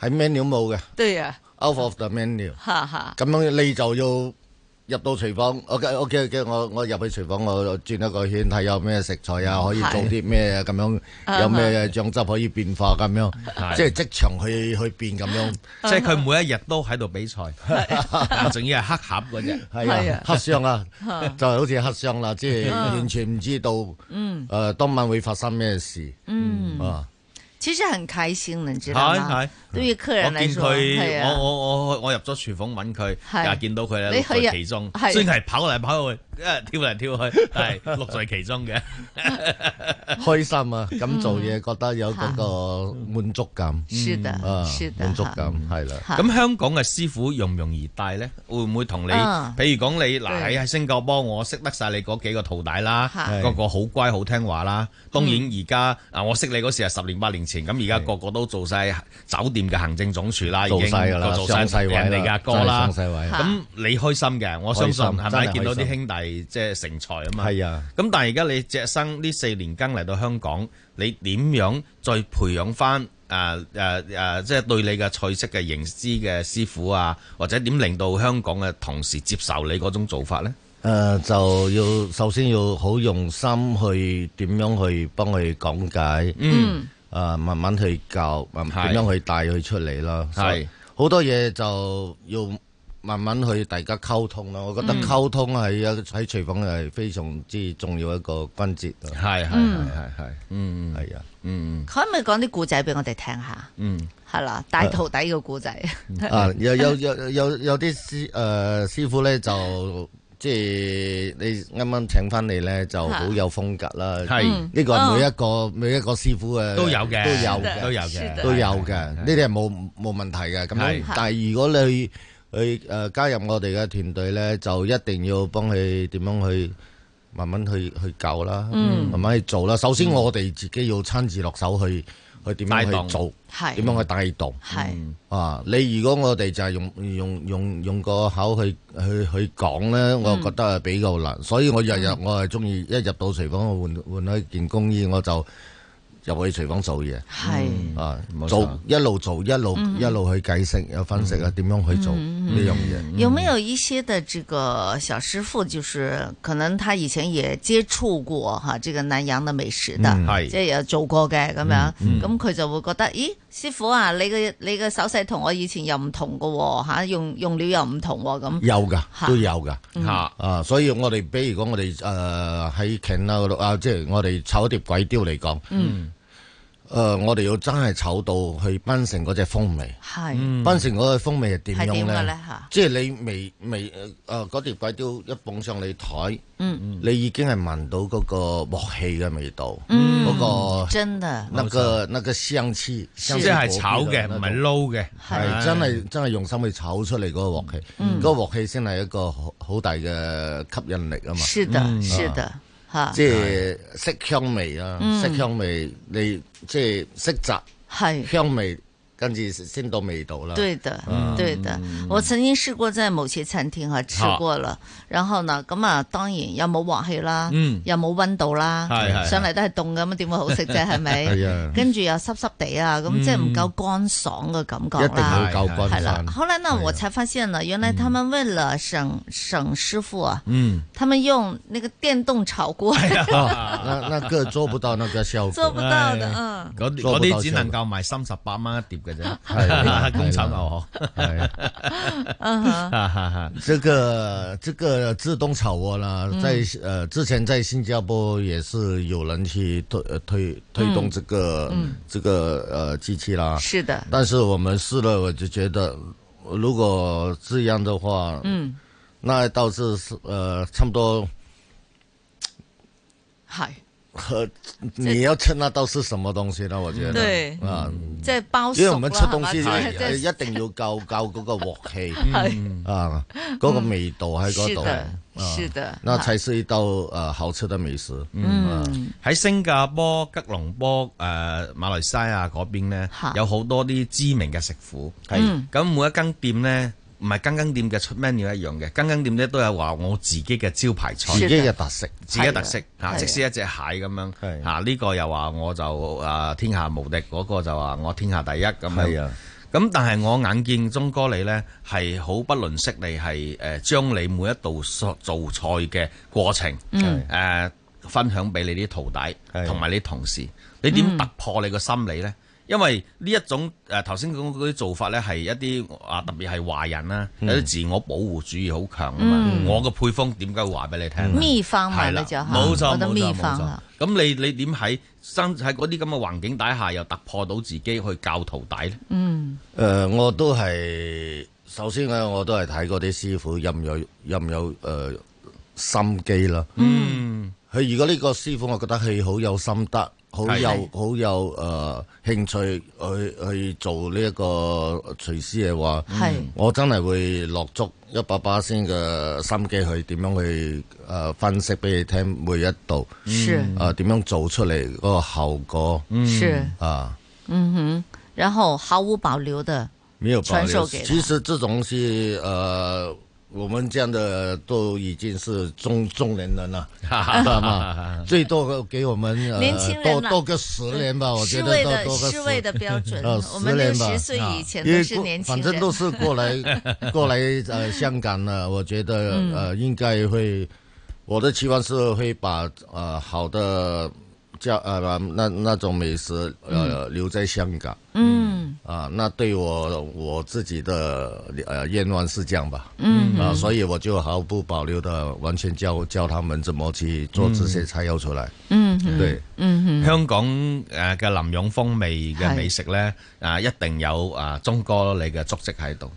S23: 喺 menu 冇嘅
S11: 對啊，
S23: out of the menu，
S11: 哈哈，
S23: 咁樣你就要入到廚房。OK OK OK，我我入去廚房我轉一個圈睇有咩食材啊，可以
S11: 係
S23: 做啲咩啊咁
S11: 啊
S23: 樣，有咩醬汁可以變化咁樣
S22: 係，
S23: 即係即場去去變咁樣。
S22: 即係佢每一日都喺度 比賽，啊仲要係黑盒嗰只，
S23: 係啊，黑 箱啊
S22: 啊，
S23: 就係好似黑箱啦，即係
S11: 啊
S23: 完全唔知道誒、
S11: 嗯
S23: 呃、當晚會發生咩事。
S11: 嗯
S23: 啊，
S11: 其實很開心的，你知道
S22: 係
S11: 嗎
S22: 係？
S11: 對於客
S22: 我
S11: 人來
S22: 見
S11: 說，
S22: 佢，我
S11: 啊，
S22: 我我我入咗廚房揾佢，
S11: 係
S22: 又見到佢
S11: 你
S22: 咧
S11: 去
S22: 樂在其中
S11: 係，
S22: 雖然係跑嚟跑去，誒跳嚟跳去，但係樂在其中嘅。
S23: 開心啊，咁做嘢覺得有嗰個滿足感。
S11: 嗯是的
S23: 啊
S11: 是的
S23: 滿足感係啦。
S22: 咁香港嘅師傅容唔容易帶咧？會唔會同你？
S23: 啊
S22: 譬如講你嗱
S23: 對
S22: 喺喺新加坡，我識得晒你嗰幾個徒弟啦，
S23: 係
S22: 個個好乖好聽話啦。當然而家啊，我識你嗰時係十年八年前，咁而家個個都做晒酒店嘅行政總廚啦，已
S23: 做
S22: 經
S23: 晒㗎啦
S22: 個做晒
S23: 上細位啦
S22: 人哋嘅阿哥啦。
S23: 真係上細位
S22: 咁你開心嘅，我相信
S23: 開心
S22: 係
S23: 真
S22: 咪
S23: 係
S22: 見到
S23: 開
S22: 啲
S23: 心
S22: 兄弟即係成才啊嘛？
S23: 係啊。
S22: 咁但係而家你隻生呢四年更嚟到香港，你點樣再培養翻誒誒誒，啊即係對你嘅菜式嘅認知嘅師傅啊，或者點令到香港嘅同事接受你嗰種做法呢？
S23: 誒、呃就要首先要好用心去點樣去幫佢講解，
S22: 嗯，
S23: 誒、慢慢去教，慢
S22: 係
S23: 點樣去帶佢出嚟啦。
S22: 係
S23: 所以好多嘢就要慢慢去大家溝通啦。我覺得
S22: 嗯
S23: 溝通係一喺廚房係非常之重要一個關節啊。
S22: 係
S11: 係嗯
S23: 係係，
S22: 嗯
S23: 係啊，
S22: 嗯
S11: 可唔可以講啲故仔俾我哋聽下？
S22: 嗯。
S11: 係啦，大徒弟嘅故仔。
S23: 啊， 有有有有有啲師誒、師傅咧就。即係你啱啱請翻嚟咧，就好有風格啦。
S22: 係嗯
S23: 呢個係每一個每一個師傅嘅
S22: 都有嘅
S23: 都有
S22: 是的
S23: 嘅，
S22: 都有嘅
S23: 都有
S22: 是
S23: 嘅。
S22: 的
S23: 呢啲係冇冇問題嘅。咁
S22: 係
S23: 樣，但係如果你去去誒加入我哋嘅團隊咧，就一定要幫佢點樣去慢慢去去教啦，
S11: 嗯
S23: 慢慢去做啦。首先我哋自己要親自落手去去點
S22: 帶
S23: 樣
S22: 動
S23: 去做，
S11: 係
S23: 點樣去帶動。
S11: 係
S23: 啊！你如果我哋就係用用用用個口去去去講咧，我
S11: 嗯
S23: 覺得係比較難，所以我日日我係中意一入到廚房，我換換一件工衣，我就入去廚房做嘢。
S11: 係
S23: 啊，
S22: 嗯冇錯
S23: 做一路做一路
S11: 嗯
S23: 一路去解釋、有分析啊，
S22: 嗯
S23: 點樣去做呢樣嘢。
S11: 有没有一些的这个小师傅，就是可能他以前也接触过哈这个南洋的美食的
S8: 嗯，係
S11: 即係有做過嘅咁樣，
S8: 嗯嗯
S11: 咁佢就會覺得，咦，師傅啊，你嘅你嘅手勢同我以前又唔同嘅喎，吓用用料又唔同喎，咁
S23: 有噶，
S11: 嚇
S23: 都有噶
S11: 嗯
S22: 嚇
S23: 啊！所以我哋呃比如講，啊我哋誒喺 c a 嗰度啊，即係我哋炒碟鬼雕嚟講，
S11: 嗯
S23: 誒、呃，我哋要真係炒到去檳城嗰只風味。
S8: 係
S22: 嗯
S23: 檳城嗰隻風味係點
S8: 係點
S23: 樣
S8: 嘅
S23: 咧
S8: 咧嚇？
S23: 即係你未未誒誒嗰碟鬼雕一捧上你台，
S8: 嗯
S23: 你已經係聞到嗰個鑊氣嘅味道，
S8: 嗯
S23: 嗰個
S8: 真的
S23: 那個那個香氣，
S22: 是即係炒嘅唔係撈嘅係
S23: 係真係真係用心去炒出嚟嗰個鑊氣，
S8: 嗯
S23: 嗰個鑊氣先係一個好好大嘅吸引力啊嘛。
S8: 是的，
S23: 嗯
S8: 是的，哈，
S23: 即係色香味啦，
S8: 嗯
S23: 色香味你即係色澤，
S8: 係
S23: 香味，跟住先到味道啦。
S8: 对的，
S23: 嗯
S8: 对的。我曾經試過在某些餐廳啊吃過啦，然後呢，咁啊當然有冇鑊氣啦，
S11: 嗯
S8: 又冇温度啦
S11: 係，係
S8: 上嚟都係凍咁，點會好食啫？係咪？
S11: 係啊嗯
S8: 跟住又濕濕地啊，咁即係唔夠乾爽嘅感覺啦。
S11: 一定要夠乾爽啊
S8: 係啦。後來呢，我才發現呢，原來他們為了省
S11: 嗯
S8: 省師傅啊，
S23: 嗯，
S8: 他們用那個電動炒鍋。
S11: 哎
S23: 那那個做不到那個效果，
S8: 做不到的嗯
S22: 嗰
S23: 做
S22: 嗰
S23: 不到
S22: 啲只能
S23: 效果
S22: 夠賣三十八蚊一碟嘅
S23: 係
S22: 啫，工廠牛河。
S8: 嗯哼
S22: 哈哈哈
S23: 这个这个自动炒锅啦
S8: 嗯，
S23: 在呃之前在新加坡也是有人去推呃推推动这个、
S8: 嗯
S23: 这个呃机器啦。
S8: 是的
S23: 但是我们试了，我就觉得如果这样的话，
S8: 嗯，
S23: 那倒是是呃差不多。
S8: 係。
S23: 呃，你要吃那倒是什么东西呢？我觉得
S8: 对
S23: 啊，
S8: 即係包
S23: 因為我
S8: 熟
S23: 們
S8: 啦
S23: 出東西呃
S8: 係嘛即係
S23: 一定要 夠夠嗰個鑊氣
S8: 係
S23: 啊，嗰個味道喺嗰度，
S8: 是的
S23: 啊
S8: 是的
S23: 那才是一道
S22: 呃
S23: 誒好吃的美食。
S22: 嗯，喺新加坡、吉隆坡、誒、馬來西亞嗰邊咧
S23: 嚇，
S22: 有好多啲知名嘅食府。
S23: 係嗯
S22: 咁每一間店咧，唔係間間店嘅出 menu 一樣嘅，間間店咧都有話我自己嘅招牌菜，
S23: 自己嘅特色
S22: 自己嘅特色
S23: 係啊
S22: 嚇。
S23: 係啊
S22: 即使一隻蟹咁樣嚇，呢個又話我就誒天下無敵，嗰個就話我天下第一咁
S23: 係
S22: 樣
S23: 啊。
S22: 咁但係我眼見鐘哥你呢係好不吝惜你係誒將你每一道所做菜嘅過程誒、
S15: 嗯
S22: 呃分享俾你啲徒弟同埋你同事，你
S8: 嗯
S22: 點突破你個心理呢？因為呢一種誒頭先講嗰啲做法呢，係一啲啊特別係華人啦，
S8: 嗯
S22: 有啲自我保護主義好強啊嘛。
S8: 嗯
S22: 我個配方點解會話俾你聽呢？啊
S8: 秘方嘛
S22: 係
S8: 那
S22: 啦
S8: 叫哈
S22: 冇錯
S8: 我的
S22: 冇
S8: 秘
S22: 錯冇
S8: 方
S22: 錯
S8: 啊。
S22: 咁你你點喺生喺嗰啲咁嘅環境底下，又突破到自己去教徒弟呢？
S8: 嗯
S23: 誒、我都係首先咧，我都係睇嗰啲師傅有唔有有唔有誒、呃心機啦。
S22: 嗯，
S23: 佢如果呢個師傅，我覺得佢好有心得，好
S22: 係
S23: 有好有誒、呃、興趣去去做呢一個廚師嘅話，
S22: 係
S23: 我真係會落足一百巴先嘅心機去點樣去誒、呃分析俾你聽每一度，
S8: 是
S23: 誒點、樣做出嚟嗰個效果，
S8: 是
S23: 啊。
S8: 嗯哼，然後毫無保留的
S23: 没有保
S8: 传授
S23: 留。
S8: 给他
S23: 其实这种是呃，我们这样的都已经是中中年 人了，知道吗？最多给我们、呃、
S8: 年轻人
S23: 多
S8: 嘛
S23: 多个十年吧，我觉
S8: 世
S23: 得
S8: 卫
S23: 多
S8: 的
S23: 多个
S8: 世卫的标 准
S23: 呃，
S8: 我
S23: 十
S8: 们六
S23: 年吧
S8: 十岁以前
S23: 因
S8: 都
S23: 为
S8: 是
S23: 过
S8: 年轻
S23: 反
S8: 人，
S23: 正都是过 来过来呃香港了，我觉得
S8: 嗯
S23: 呃应该会，我的期望是会把呃好的教呃那那种美食呃留在香港。
S8: 嗯
S23: 啊，那对我我自己的呃愿望是这样吧，
S8: 嗯
S23: 啊，
S8: 嗯
S23: 所以我就毫不保留的完全教教他们怎么去做这些菜肴出来，
S8: 嗯
S23: 对，
S8: 嗯
S22: 香港誒嘅林勇風味嘅美食咧，啊一定有啊鐘哥你嘅足跡喺 度。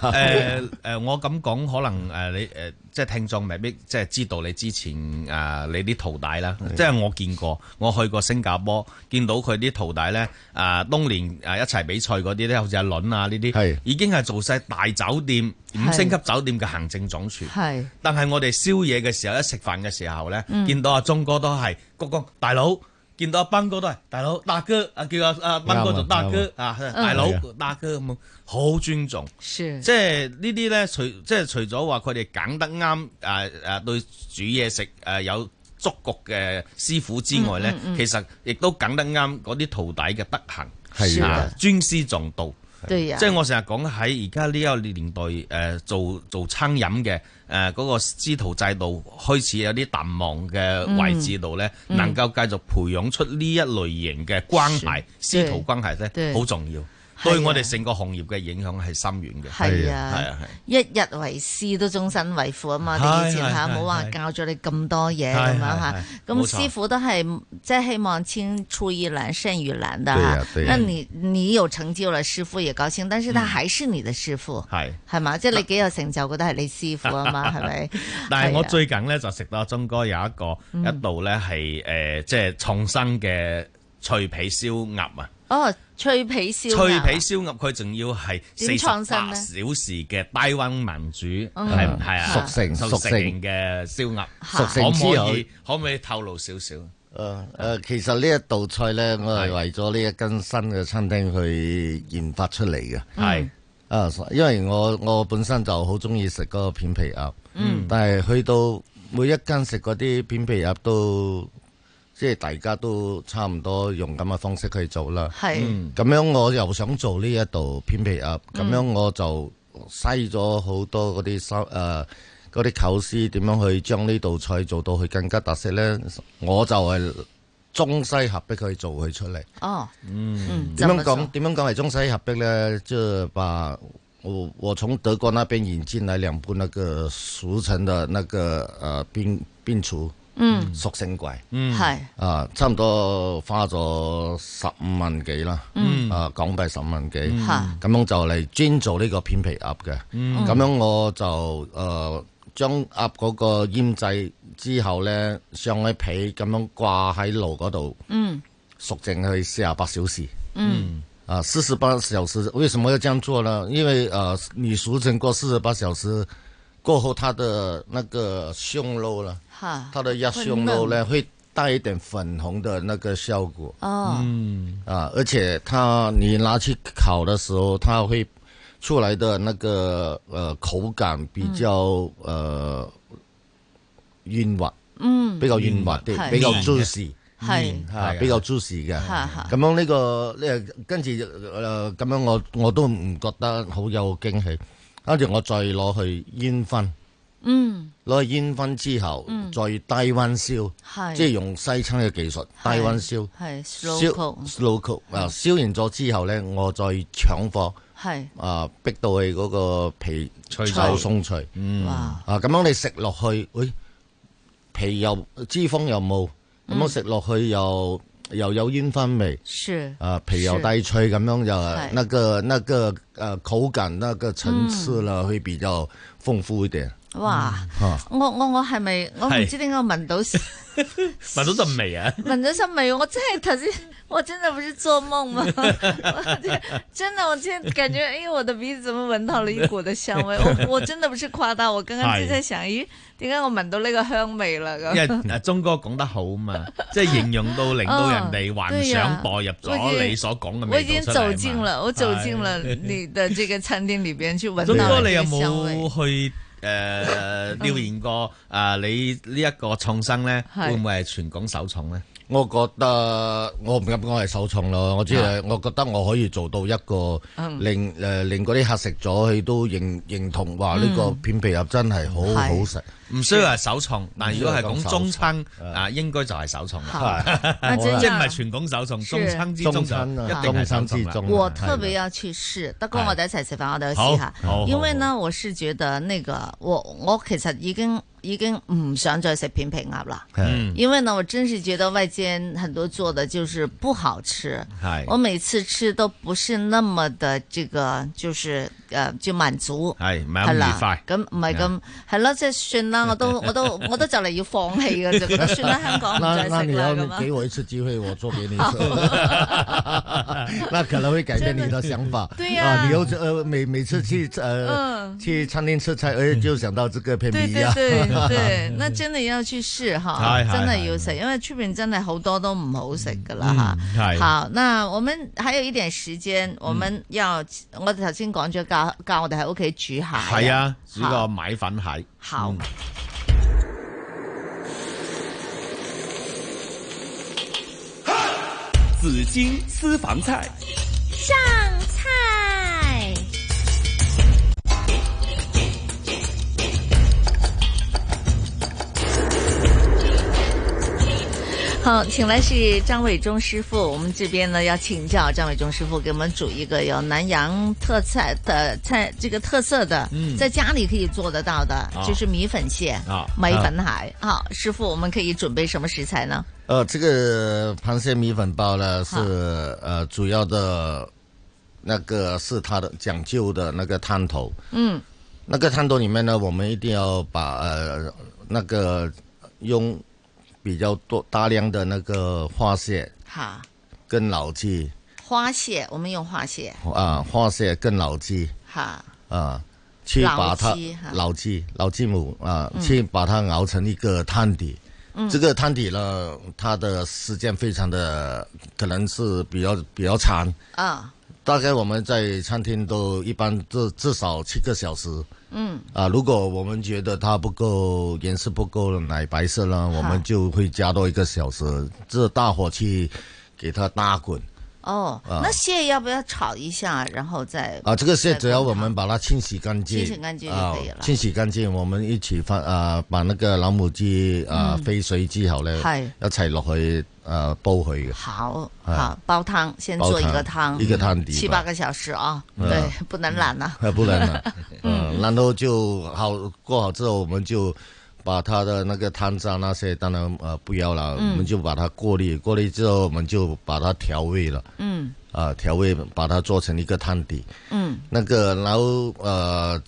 S22: 誒誒，我咁講可能誒你誒即係聽眾未必即係知道你之前啊你啲徒弟啦，即係我見過，我去過新加坡，見到佢啲徒弟咧啊，當年啊一齊比賽嗰啲咧，好似阿倫啊呢啲，已經係做晒大酒店五星級酒店嘅行政總廚。
S8: 係
S22: 但係我哋宵夜嘅時候，一食飯嘅時候咧，
S8: 嗯
S22: 見到阿鐘哥都係鞠躬大佬，見到阿斌哥都係大佬大哥，啊叫阿阿斌哥做大哥
S8: 啱
S22: 啊
S8: 啊，啱啊
S22: 大佬
S8: 嗯
S22: 大哥咁樣，好尊重。
S8: 是
S22: 即係呢啲咧，除即係除咗話佢哋揀得啱誒誒對煮嘢食誒有觸覺嘅師傅之外咧，
S8: 嗯嗯嗯
S22: 其實亦都揀得啱嗰啲徒弟嘅德行，
S23: 係啊
S22: 啊尊師重道。
S8: 對呀
S22: 即係我成日講喺而家呢個年代，誒、做做餐飲嘅誒嗰個師徒制度開始有啲淡忘嘅位置度咧，
S8: 嗯嗯
S22: 能夠繼續培養出呢一類型嘅關係，師徒關係咧
S8: 對啊
S22: 好重要。對我哋成個行業嘅影響係深遠嘅。
S11: 係
S22: 係
S11: 啊
S22: 啊，係。
S11: 一日為師都終身為父啊嘛！我
S22: 係
S11: 哋以前嚇
S22: 係係
S11: 冇話
S22: 係
S11: 教咗你咁多嘢
S22: 係
S11: 咁樣嚇
S22: 係係，
S11: 咁
S22: 冇錯
S11: 師傅都係即係希望青出於藍勝於藍的
S22: 對
S11: 嚇
S22: 呀對。呀嗯
S11: 那你你有成就了，師傅也高興，但是他還是你的師傅，
S22: 係
S11: 係嘛？即係你幾有成就，覺得係你師傅啊嘛，係咪？
S22: 但係我
S11: 係啊
S22: 最近咧就食到阿鐘哥有一個
S11: 嗯
S22: 一度咧係誒即係創新嘅脆皮燒鴨啊！
S11: 哦，脆皮燒鴨啊
S22: 脆皮燒鴨佢仲要係四
S11: 點
S22: 十
S11: 創
S22: 八
S11: 新呢
S22: 小時嘅低温民主
S11: 嗯
S22: 係係啊
S23: 熟成
S22: 熟
S23: 熟
S22: 成
S23: 成
S22: 嘅燒鴨，
S23: 熟成之後
S22: 可唔可以可唔可以透露少少？
S23: 誒誒、呃其實呢一道菜咧，我係為咗呢一間新嘅餐廳去研發出嚟嘅。
S22: 係
S23: 啊，所因為我我本身就好中意食嗰個片皮鴨，
S22: 嗯
S23: 但係去到每一間食嗰啲片皮鴨都，即係大家都差唔多用咁嘅方式去做啦。
S11: 係嗯
S23: 咁樣我又想做呢一道片皮鴨，
S11: 嗯
S23: 咁樣我就篩咗好多嗰啲收誒。呃嗰啲構思點樣去將呢道菜做到佢更加特色呢？我就係中西合璧去做佢出嚟。
S11: 哦，嗯，
S23: 點
S11: 怎
S23: 樣
S11: 麼
S23: 講？
S11: 說？
S23: 點樣講係中西合璧呢？就是把我我從德國那邊引進來兩部那個熟成的那個呃冰冰廚，
S11: 嗯
S23: 熟成櫃，
S22: 嗯
S11: 係
S23: 啊，差唔多花咗十五萬幾啦，
S11: 嗯
S23: 啊港幣十五萬幾，
S11: 嗯嚇
S23: 咁樣就嚟專做呢個片皮鴨嘅，
S11: 嗯
S23: 咁樣我就誒將鴨嗰個醃製之後咧，上喺皮咁樣掛喺爐嗰度。
S11: 嗯
S23: 熟淨去四十八小時。
S11: 嗯
S23: 啊，四十八小時为什么要这样做呢？因为呃，你熟成过四十八小时过后，它的那个胸肉呢，
S11: 哈，
S23: 它的鸭胸肉呢
S11: 會
S23: 会带一点粉红的那个效果。
S11: 哦
S22: 嗯
S23: 啊，而且它你拿去烤的时候，它会出来的那个呃口感比较、呃润滑，
S11: 嗯
S23: 比較軟滑啲
S11: 嗯，
S23: 比較
S11: 係
S23: juicy，
S11: 係
S23: 嗯
S11: 係啊
S23: 係比較 juicy 嘅。
S11: 嚇嚇
S23: 咁樣呢個呢，跟住誒咁樣我我都唔覺得好有驚喜。跟住我再攞去煙燻，
S11: 嗯
S23: 攞去煙燻之後
S11: 嗯
S23: 再低温燒
S11: 係，
S23: 即係用西餐嘅技術低温
S11: 係
S23: 燒，
S11: 嗯 slow
S23: 燒
S11: cook
S23: slow cook 啊，燒完咗之後咧，我再搶火。
S11: 係
S23: 啊，逼到佢嗰個皮
S22: 脆
S23: 就
S22: 咗
S23: 鬆脆，
S22: 嗯
S11: 哇
S23: 啊咁樣你食落去，喂、皮又脂肪又冇，咁
S11: 嗯
S23: 樣食落去又又有煙燻味，
S11: 是
S23: 啊皮又
S11: 是
S23: 低脆咁樣
S11: 係
S23: 又那個那個呃口感那個層次啦，
S11: 嗯
S23: 會比較豐富一點。
S11: 哇！
S23: 啊
S22: 嗯
S11: 我我我係咪我唔
S23: 係
S11: 知點解我聞到 聞
S22: 聞到陣味啊！
S11: 到陣味？我真係頭先，我真的不是做夢 嗎？ 真的，我今天感覺，哎，我的鼻子怎麼聞到了一股的香 味？我我真的不是誇大，我剛剛就在想，咦，點解我聞到呢個香味啦？
S22: 因為
S11: 咁
S22: 誒鐘哥講得好嘛，即係形容到令到人哋幻想代入 咗你所講嘅
S11: 哦我
S22: 味
S11: 已經
S22: 道
S11: 走
S22: 出
S11: 進
S22: 嚟嘛。
S11: 了，我走進了
S22: 係
S11: 你的這個餐廳裏邊去聞
S22: 鐘
S11: 到
S22: 哥，
S11: 了
S22: 你
S11: 這
S22: 有
S11: 個香味。
S22: 冇去誒調研過啊？你呢一個創新咧，
S11: 係
S22: 會唔會係全港首創咧？
S23: 我覺得我唔敢講係手重咯，我只係我覺得我可以做到一個
S11: 嗯
S23: 令誒、令嗰啲客食咗佢都認認同話呢個
S22: 嗯
S23: 片皮鴨真係好
S22: 係
S23: 好食。
S22: 唔需要係首創，但如果係講中餐
S23: 嗯
S22: 啊，應該就係首創 啦
S23: 係啊。
S22: 即
S23: 真係
S22: 係唔係全港首創，
S11: 是
S22: 中餐之中就
S23: 中
S22: 一
S23: 餐啊
S22: 定係首
S23: 中餐之
S22: 創啦
S23: 中。
S11: 我特别要去试，得跟我哋一齊食飯，我哋去試下
S22: 哎好好。
S11: 因為呢，我是覺得那個我我其實已經已經唔想再食片皮鴨啦。
S22: 嗯
S11: 因為呢，我真是覺得外間很多做的就是不好吃，
S22: 係
S11: 我每次吃都不是那麼的這個，就是呃就滿足。
S22: 係唔
S11: 係
S22: 係咁愉
S11: 啦
S22: 快，？
S11: 咁唔係咁係咯，即係算啦，我都我都我都就嚟要放棄嘅， 就覺得算啦，香港唔
S23: 那
S11: 再
S23: 那
S11: 食
S23: 你
S11: 啦
S23: 要
S11: 咁啊。
S23: 给我一次机会，我做给 你 吃，那可能会改变你的想 法。
S11: 对呀
S23: 啊，你又呃每每次去呃
S11: 嗯
S23: 去餐厅吃菜，哎就想到这个片
S11: 對
S23: 皮
S11: 對
S23: 鸭。
S11: 對對，那真係要去試哈，
S23: 係係
S11: 真係要食，因為出邊真係好多都唔好食噶
S23: 嗯
S11: 啦哈。
S22: 係
S11: 好，那我們還有一點時間，我們要我頭先講咗教教我哋喺屋企煮蟹。
S22: 係啊，煮個
S11: 好
S22: 米粉蟹。
S11: 好，
S2: 紫金私房菜，
S21: 上菜。
S11: 好，请来是张伟忠师傅，我们这边呢要请教张伟忠师傅给我们煮一个有南洋特菜的菜，这个特色的，
S27: 嗯
S11: 在家里可以做得到的，
S23: 啊
S11: 就是米粉蟹、
S23: 啊
S11: 米粉海。啊，师傅，我们可以准备什么食材呢？
S23: 呃，这个螃蟹米粉包呢是
S11: 好
S23: 呃主要的，那个是它的讲究的那个汤头，
S11: 嗯
S23: 那个汤头里面呢，我们一定要把呃那个用比较多大量的那个花蟹
S11: 好，
S23: 跟老鸡
S11: 花蟹，我们用花蟹，
S23: 啊，花蟹跟老鸡
S11: 好，
S23: 啊，去把它
S11: 老鸡哈
S23: 老鸡老鸡母啊，
S11: 嗯
S23: 去把它熬成一个汤底。
S11: 嗯
S23: 这个汤底呢，它的时间非常的可能是比较比较长，
S11: 啊，
S23: 大概我们在餐厅都一般至至少七个小时。
S11: 嗯
S23: 啊，如果我们觉得它不够颜色不够奶白色呢，我们就会加多一个小时，这大火去给它打滚。
S11: 哦，
S23: 啊
S11: 那蟹要不要炒一下，然后再
S23: 啊，这个蟹
S11: 再
S23: 只要我们把它清洗干净，
S11: 清洗干净就
S23: 啊
S11: 可以了
S23: 清洗干净，我们一起放啊，把那个老母鸡啊、
S11: 嗯
S23: 飞水之後咧，
S11: 係
S23: 一齊落去啊煲佢嘅。
S11: 好
S23: 啊
S11: 好煲汤，先
S23: 煲
S11: 做一个
S23: 汤
S11: 汤，
S23: 一个汤底
S11: 七
S23: 吧
S11: 八个小时啊，
S23: 嗯
S11: 对，不能懒了。
S23: 啊，不 能了，嗯，然后就好过好之后，我们就把它的那个汤渣那些，当然呃不要了，
S11: 嗯
S23: 我们就把它过滤，过滤之后我们就把它调味了，
S11: 嗯
S23: 啊、调味把它做成一个汤底，
S11: 嗯
S23: 那个然后呃，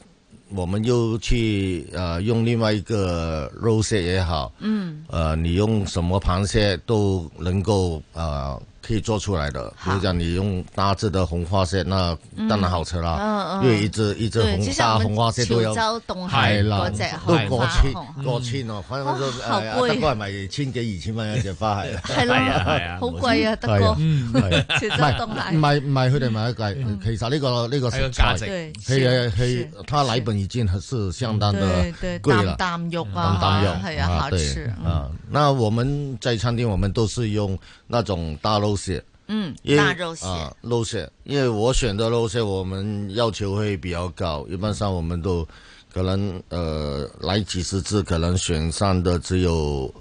S23: 我们又去呃用另外一个肉蟹也好，
S11: 嗯
S23: 呃，你用什么螃蟹都能够呃可以做出来的。比如讲，你用大只的红花蟹，那
S11: 嗯
S23: 当然好吃啦。
S11: 嗯嗯
S23: 因为一只一只
S11: 對
S23: 红
S11: 就像
S23: 大
S11: 我們
S23: 紅花蟹都有，
S11: 潮州東海
S23: 係啦
S11: 嗰隻，
S23: 都
S11: 紅
S23: 過
S11: 花
S23: 千
S11: 紅
S23: 過千哦，反正都誒，
S11: 好
S23: 阿
S11: 貴
S23: 德哥係咪千幾二千蚊一隻花蟹？
S11: 係咯係啊係啊好貴啊德哥
S23: 係嗯係啊
S11: 潮州東海
S23: 唔係唔係佢哋買得貴，其實呢個呢個
S11: 係個
S23: 食
S11: 價
S23: 材
S11: 值對
S23: 係係係，它奶本已經是相當的
S11: 对对，
S23: 貴
S11: 啖
S23: 了。
S11: 啖肉啊
S23: 担，嗯当用
S11: 系啊，好
S23: 对
S11: 吃，
S23: 啊。那我们在餐厅，我们都是用那种大肉蟹，
S11: 嗯，
S23: 因为
S11: 大肉蟹，
S23: 啊，肉蟹，因为我选的肉蟹，我们要求会比较高，一般上我们都可能呃来几十只，可能选上的只有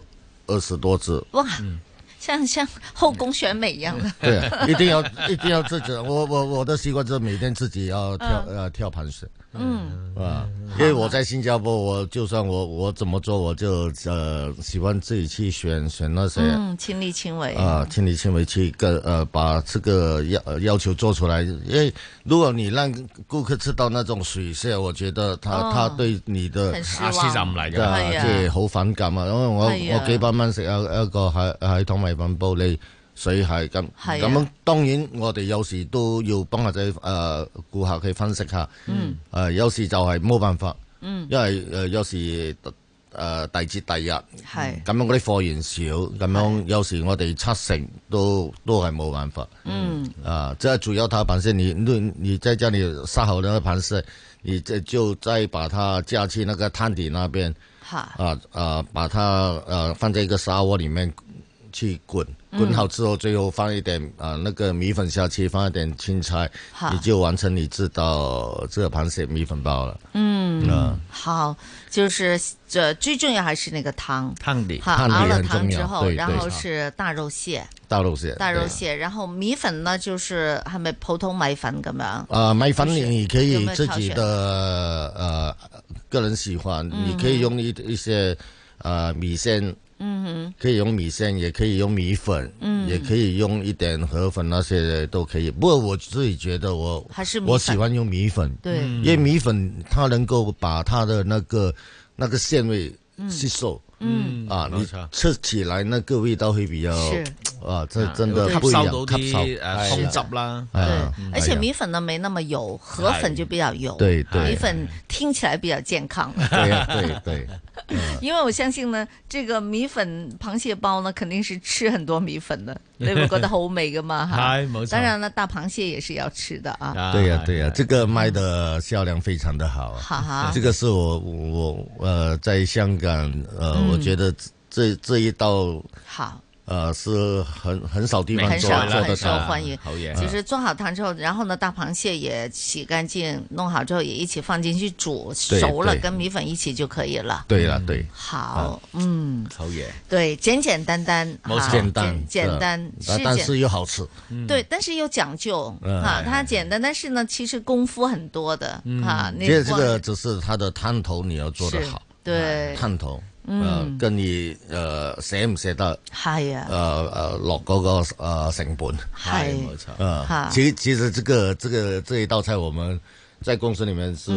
S23: 二十多只，
S11: 哇，像像后宫选美一样的，
S23: 嗯对，啊一定要一定要自己，我我我的习惯就是每天自己要跳、
S11: 嗯
S23: 呃跳盘水。
S11: 嗯
S23: 啊，因为我在新加坡，我就算我我怎么做，我就呃喜欢自己去选选那些
S11: 嗯，亲力亲为
S23: 啊，亲力亲为去跟呃把这个要呃要求做出来，因为如果你让顾客吃到那种水蟹，我觉得他、
S11: 哦
S23: 他對你的
S11: 很失望下次就唔嚟㗎
S23: 啊
S11: 係啊
S23: 即係好反感啊！因為我
S11: 係啊
S23: 我幾百蚊食一一個喺喺湯米粉煲你。水蟹咁
S11: 係啊
S23: 咁樣，當然我哋有時都要幫下仔誒顧客去分析下，
S11: 嗯
S23: 誒呃有時就係冇辦法，
S11: 嗯
S23: 因為誒有時誒第節第日
S11: 係
S23: 咁樣嗰啲貨源少，咁樣有時我哋七成都都係冇辦法。
S11: 嗯
S23: 啊，这主要它螃蟹，你你你在家里杀好那个螃蟹，你这就再把它架去那个汤底那边，
S11: 好，
S23: 啊啊，把它呃放在一个砂锅里面去滚，
S11: 嗯
S23: 滚好之后，最后放一点啊、那个米粉下去，放一点青菜
S11: 好，
S23: 你就完成你这道这个螃蟹米粉包了。
S11: 嗯
S23: 嗯，
S11: 好，就是这最重要还是那个汤，
S23: 汤底
S11: 好
S23: 汤
S11: 熬
S23: 底
S11: 了
S23: 很
S11: 汤
S23: 重
S11: 之
S23: 要，
S11: 后，
S23: 对
S11: 然后
S23: 对，
S11: 是大肉蟹，
S23: 大肉蟹，
S11: 大肉
S23: 对
S11: 蟹，然后米粉呢就是系咪普通米粉咁样？
S23: 啊，米粉
S11: 就是
S23: 你可
S11: 有
S23: 以
S11: 没有
S23: 自
S11: 挑
S23: 己
S11: 选
S23: 的呃个人喜欢，
S11: 嗯
S23: 你可以用一一些呃米线，
S11: 嗯
S23: 可以用米线，也可以用米粉，
S11: 嗯
S23: 也可以用一点河粉那些都可以。不过我自己觉得我
S11: 还是米粉
S23: 我喜欢用米粉，
S11: 对嗯
S23: 因为米粉它能够把它的那个那个鲜味吸收。
S11: 嗯
S23: 啊，
S22: 冇
S23: 你
S22: 錯
S23: 吃起来那个味道会比较
S11: 是
S23: 啊，这真
S22: 會
S23: 的
S22: 吸
S23: 不一
S22: 收
S23: 样，
S22: 到啲
S23: 吸收
S22: 誒
S23: 哎呀
S22: 湯汁啦
S23: 哎呀
S11: 哼，而
S23: 哎
S11: 且
S23: 呀
S11: 米粉呢没那么油，河粉就比较油，
S23: 对对
S11: 米粉听起来比较健康。
S23: 对呀对嗯对，
S11: 因为我相信呢，这个米粉螃蟹包呢，肯定是吃很多米粉 的，你会觉得好美噶嘛哈。
S23: 系哎冇错
S11: 当然了，大螃蟹也是要吃的啊。
S23: 对呀、
S22: 哎
S23: 对呀、这个卖的销量非常的好啊。
S11: 好好
S23: 这个是我我我呃在香港呃，
S11: 嗯
S23: 我觉得这这一道
S11: 好，
S23: 呃，是很很少地方
S11: 很
S23: 做
S11: 少
S23: 做得
S11: 很受
S23: 到
S11: 欢迎。就是做好汤之后，然后呢，大螃蟹也洗干净，弄好之后也一起放进去煮
S23: 对
S11: 熟了，
S23: 对啊
S11: 跟米粉一起就可以了。
S23: 对了，对，
S11: 好，嗯，
S23: 好嘢，
S11: 对，简简单单，哈
S23: 简单
S11: 简，简单，
S23: 是啊
S11: 是
S23: 但但
S11: 简嗯
S23: 是又好吃，
S11: 对，但是又讲究
S23: 嗯
S11: 哈，它简单，但是呢，其实功夫很多的哈。啊那
S23: 其嗯实这
S11: 光
S23: 个只是它的探头你要做得
S11: 是
S23: 好，
S11: 对
S23: 探头，
S11: 嗯
S23: 呃，跟你誒捨唔捨得，
S11: 係啊
S23: 誒誒呃落嗰個誒成本，
S11: 係冇
S22: 錯
S23: 呃
S11: 嚇，
S23: 其其實這個這個這一道菜我們。在公司里面是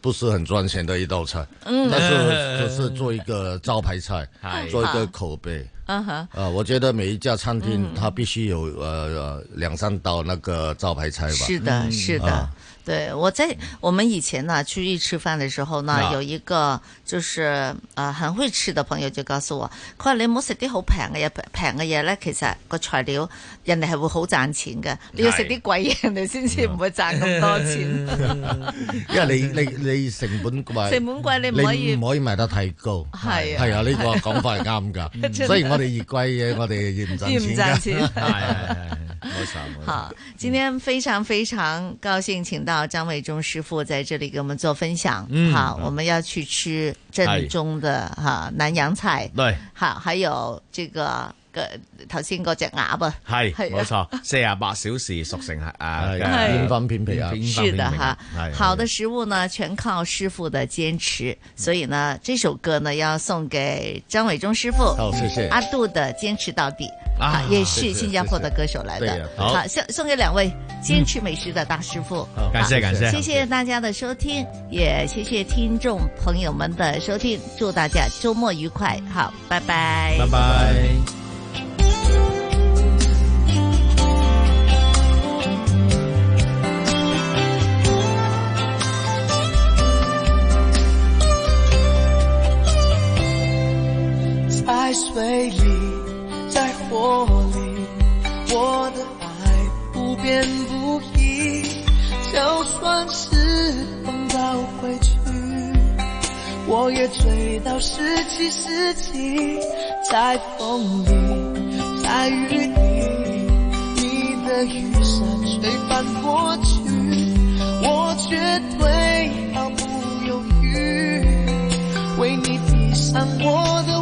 S23: 不是很赚钱的一道菜？
S11: 嗯
S23: 但是就是做一个招牌菜，做一个口碑。
S11: 嗯哼，
S23: 呃，我觉得每一家餐
S11: 嗯
S23: 厅它必须有呃两三道那个招牌菜吧。
S11: 是的，是的
S23: 啊，
S11: 对我在我们以前呢出去吃饭的时候呢
S23: 嗯啊，
S11: 有一个就是呃很會吃的朋友就告訴我，佢話你唔好食啲好平嘅嘢，平嘅嘢咧其實個材料人哋係會好賺錢嘅，你要食啲貴嘢，人哋先至唔會賺咁多 錢。
S23: 因為你你你成本貴，
S11: 成本貴你唔可以
S23: 你唔可以賣得太高。
S11: 係啊
S23: 係啊，呢個講法係啱
S11: 真係
S23: 㗎。雖然我哋越貴嘢，我哋越唔
S11: 越
S23: 賺
S11: 唔
S23: 錢
S11: 賺
S23: 㗎。
S11: 錢好，今天非常非常高兴，请到张伟忠师傅在这里给我们做分享。
S28: 嗯
S23: 啊
S11: 好，
S28: 嗯
S11: 我们要去吃正宗的哈南洋菜。
S22: 對，
S11: 好，还有这个个头先嗰只鸭吧。
S22: 係
S11: 係
S22: 冇
S11: 啊。
S22: 錯，四廿八小時熟成係啊，
S23: 係
S22: 嘅
S23: 片粉片皮啊
S22: 片粉
S11: 是的
S22: 片皮
S11: 哈
S22: 啊係，
S11: 好的食物呢，全靠师傅的坚持。所以呢，这首歌呢要送给张伟忠师傅。
S23: 好谢谢
S11: 阿杜的坚持到底
S23: 啊
S11: 啊，也是
S23: 谢谢
S11: 新加坡的歌手来
S23: 谢谢
S11: 的
S23: 对呀。好
S11: 好，送送给两位坚持美食的大师傅
S23: 好。
S22: 感谢
S11: 好
S22: 感谢
S11: 谢谢大家的收听，也谢谢听众朋友们的收听。祝大家周末愉快，好，拜拜，
S22: 拜拜。
S8: 在水里，在火里，我的爱不变不移。就算时光倒回去，我也追到十七世纪。在风里，在雨里，你的雨伞吹翻过去，我绝对毫不犹豫。为你披上我的